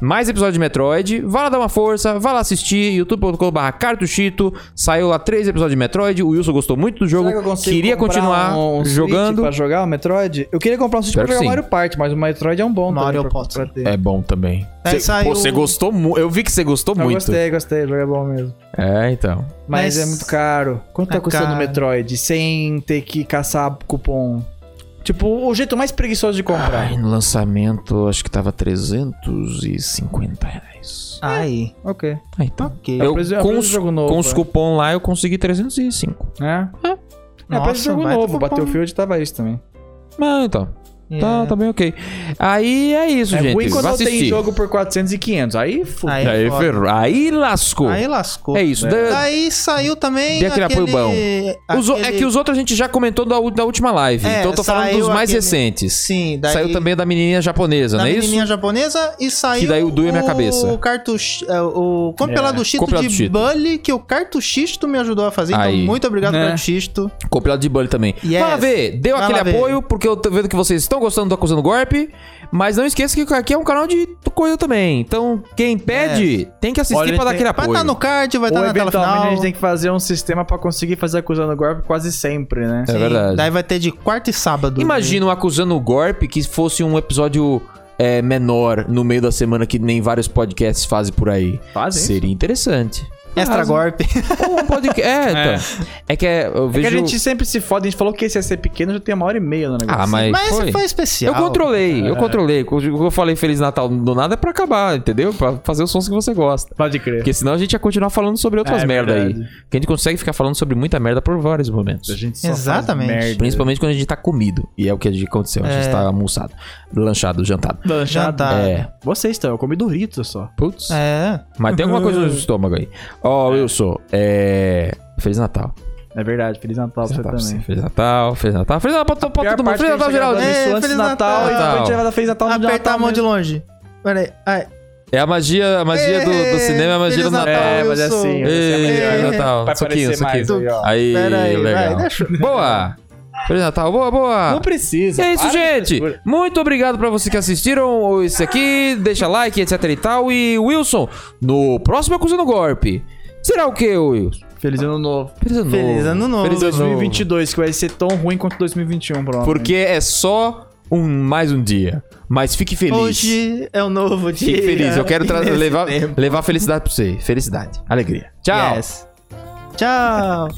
Speaker 2: mais episódios de Metroid, vá lá dar uma força, vá lá assistir, youtube.com.br cartuchito, saiu lá três episódios de Metroid, o Wilson gostou muito do jogo,
Speaker 7: Será que eu consigo
Speaker 2: queria
Speaker 7: comprar
Speaker 2: continuar
Speaker 7: um Switch
Speaker 2: jogando.
Speaker 7: Pra jogar o Metroid? Eu queria comprar um Switch
Speaker 2: Espero
Speaker 7: pra jogar
Speaker 2: que sim.
Speaker 7: Mario Party, mas o Metroid é um bom.
Speaker 4: Mario
Speaker 7: também pra-
Speaker 4: Potter.
Speaker 7: pra ter.
Speaker 2: É bom também.
Speaker 4: Aí
Speaker 2: Cê-
Speaker 4: saiu-
Speaker 2: Pô, você gostou muito. Eu vi que você gostou
Speaker 7: Eu
Speaker 2: muito.
Speaker 7: gostei, gostei. O jogo é bom mesmo.
Speaker 2: É, então.
Speaker 7: Mas,
Speaker 4: Mas-
Speaker 7: é muito caro. Quanto tá
Speaker 4: É
Speaker 7: custando o
Speaker 4: caro.
Speaker 7: Metroid sem ter que caçar cupom? Tipo, o jeito mais preguiçoso de comprar.
Speaker 2: Ai, no lançamento, acho que tava 350 reais.
Speaker 4: Ai,
Speaker 7: ok.
Speaker 2: Ah, então.
Speaker 4: ok.
Speaker 2: Eu,
Speaker 7: preço- é
Speaker 2: com,
Speaker 7: preço
Speaker 2: os,
Speaker 7: de jogo novo,
Speaker 2: com os
Speaker 7: é.
Speaker 2: cupom lá, eu consegui 305.
Speaker 7: É. É, parece jogo
Speaker 4: vai
Speaker 7: novo.
Speaker 4: tomar
Speaker 7: Battlefield tava isso também.
Speaker 2: Ah, então.
Speaker 4: pau.
Speaker 2: Tá,
Speaker 4: É.
Speaker 2: tá bem ok. Aí é isso,
Speaker 7: é ruim
Speaker 2: gente. Vai
Speaker 7: quando tem
Speaker 2: assistir.
Speaker 7: jogo por 400 e 500. Aí, fu...
Speaker 4: Aí,
Speaker 2: Aí,
Speaker 4: foda.
Speaker 2: ferrou. Aí lascou.
Speaker 4: Aí lascou.
Speaker 2: é isso. Da-
Speaker 4: Daí saiu também.
Speaker 2: Dê aquele apoio bom. os o- É
Speaker 4: aquele-
Speaker 2: que os outros a gente já comentou da, u- da última live.
Speaker 4: É,
Speaker 2: então eu tô falando
Speaker 4: saiu
Speaker 2: dos mais
Speaker 4: aquele-
Speaker 2: recentes.
Speaker 4: Sim, daí.
Speaker 2: Saiu também da menininha japonesa,
Speaker 4: da
Speaker 2: não é isso?
Speaker 4: menininha japonesa e saiu.
Speaker 2: Que daí o doeu minha cabeça.
Speaker 4: O cartucho. é, O compilado Chito
Speaker 2: Compilado
Speaker 4: de
Speaker 2: Chito.
Speaker 4: Bully, que o cartuchisto me ajudou a fazer.
Speaker 2: Aí.
Speaker 4: Então, muito obrigado,
Speaker 7: Né?
Speaker 4: cartuchisto.
Speaker 2: Compilado de Bully também.
Speaker 4: Yes.
Speaker 2: Vai lá ver, deu
Speaker 4: Vai
Speaker 2: aquele
Speaker 4: lá ver.
Speaker 2: apoio, porque eu tô vendo que vocês estão gostando do Acusando Golpe. Mas não esqueça que aqui é um canal de coisa também. Então, quem pede, tem que assistir
Speaker 7: Olha,
Speaker 2: pra dar
Speaker 7: tem-
Speaker 2: aquele
Speaker 4: Vai
Speaker 2: apoio.
Speaker 4: estar tá no card, vai estar
Speaker 7: ou
Speaker 4: na tela
Speaker 7: eventualmente
Speaker 4: final.
Speaker 7: a gente tem que fazer um sistema pra conseguir fazer acusando o golpe quase sempre, né?
Speaker 2: É
Speaker 4: Sim,
Speaker 2: verdade.
Speaker 4: Daí vai ter de quarta e sábado. né?
Speaker 2: Imagina um Acusando Golpe que fosse um episódio é, menor no meio da semana que nem vários podcasts fazem por aí.
Speaker 7: Fazem.
Speaker 2: Seria interessante.
Speaker 4: Extra golpe.
Speaker 2: Ou um podcast. É, então. É que é, eu
Speaker 3: É que
Speaker 2: vejo.
Speaker 3: a gente sempre se foda, a gente falou que esse ia ser pequeno, já tem uma hora e meia no negócio.
Speaker 2: Ah, mas.
Speaker 4: Mas
Speaker 2: foi.
Speaker 4: esse foi especial.
Speaker 2: Eu controlei, eu controlei. O que eu falei Feliz Natal do nada é pra acabar, entendeu? Pra fazer os sons que você gosta.
Speaker 3: Pode crer.
Speaker 2: Porque senão a gente ia continuar falando sobre outras
Speaker 3: É, é
Speaker 2: merda aí.
Speaker 3: verdade.
Speaker 2: Porque a gente consegue ficar falando sobre muita merda por vários momentos.
Speaker 3: A gente só faz
Speaker 4: Exatamente.
Speaker 3: merda.
Speaker 2: Principalmente quando a gente tá comido. E é o que a gente aconteceu. A gente
Speaker 4: É.
Speaker 2: tá almoçado, lanchado, jantado.
Speaker 3: Lanchado.
Speaker 4: Jantar.
Speaker 2: É.
Speaker 3: Vocês estão, eu comi Doritos só.
Speaker 2: Putz.
Speaker 4: tá. É.
Speaker 2: Mas tem alguma
Speaker 4: <laughs>
Speaker 2: coisa no estômago aí. Ó, Wilson, é. Feliz Natal.
Speaker 3: É verdade, Feliz Natal pra
Speaker 2: Feliz
Speaker 3: você
Speaker 2: Natal pra você.
Speaker 3: também.
Speaker 2: Feliz Natal, Feliz Natal, Feliz Natal pra, pra
Speaker 3: Pior
Speaker 2: todo mundo.
Speaker 3: parte
Speaker 2: Feliz
Speaker 3: que a
Speaker 2: Natal,
Speaker 3: gente tá
Speaker 2: geral.
Speaker 3: gravando
Speaker 4: É,
Speaker 3: isso antes do
Speaker 4: Feliz
Speaker 3: Natal,
Speaker 4: Natal.
Speaker 3: e depois a gente vai dar Feliz Natal no dia
Speaker 4: Apertar a
Speaker 3: Natal
Speaker 4: mão de
Speaker 3: mesmo.
Speaker 4: longe. Pera aí. Ai.
Speaker 2: É a magia, a magia do, do
Speaker 4: Ei,
Speaker 2: cinema, é a magia do
Speaker 4: Feliz
Speaker 2: Natal.
Speaker 3: É, mas é
Speaker 4: Wilson.
Speaker 3: assim, é assim,
Speaker 2: Ei,
Speaker 4: é
Speaker 2: Feliz
Speaker 4: melhor.
Speaker 2: Natal.
Speaker 3: Vai
Speaker 2: Suquinho,
Speaker 3: aparecer mais
Speaker 2: suquinho.
Speaker 3: aí, ó.
Speaker 2: Aí,
Speaker 4: Pera aí,
Speaker 2: legal.
Speaker 4: vai, deixa eu-
Speaker 2: Boa! Feliz Natal, boa,
Speaker 3: Não
Speaker 2: boa! E
Speaker 3: precisa.
Speaker 2: é isso,
Speaker 3: para de
Speaker 2: gente!
Speaker 3: frescura.
Speaker 2: Muito obrigado pra vocês que assistiram isso aqui. Deixa like, etc e tal. E Wilson, no próximo Acusando Golpe, será o que, Wilson?
Speaker 3: Feliz ano novo.
Speaker 2: Feliz ano
Speaker 4: Feliz
Speaker 2: novo.
Speaker 4: ano novo.
Speaker 2: Feliz ano novo.
Speaker 3: 2022, que vai ser tão ruim quanto 2021, provavelmente.
Speaker 2: Porque é só um mais um dia. Mas fique feliz.
Speaker 4: Hoje é o novo dia.
Speaker 2: Fique feliz. Eu quero
Speaker 4: <laughs>
Speaker 2: tra-
Speaker 4: Nesse
Speaker 2: levar,
Speaker 4: tempo.
Speaker 2: levar felicidade pra você. Felicidade. Alegria. Tchau.
Speaker 4: Yes. Tchau.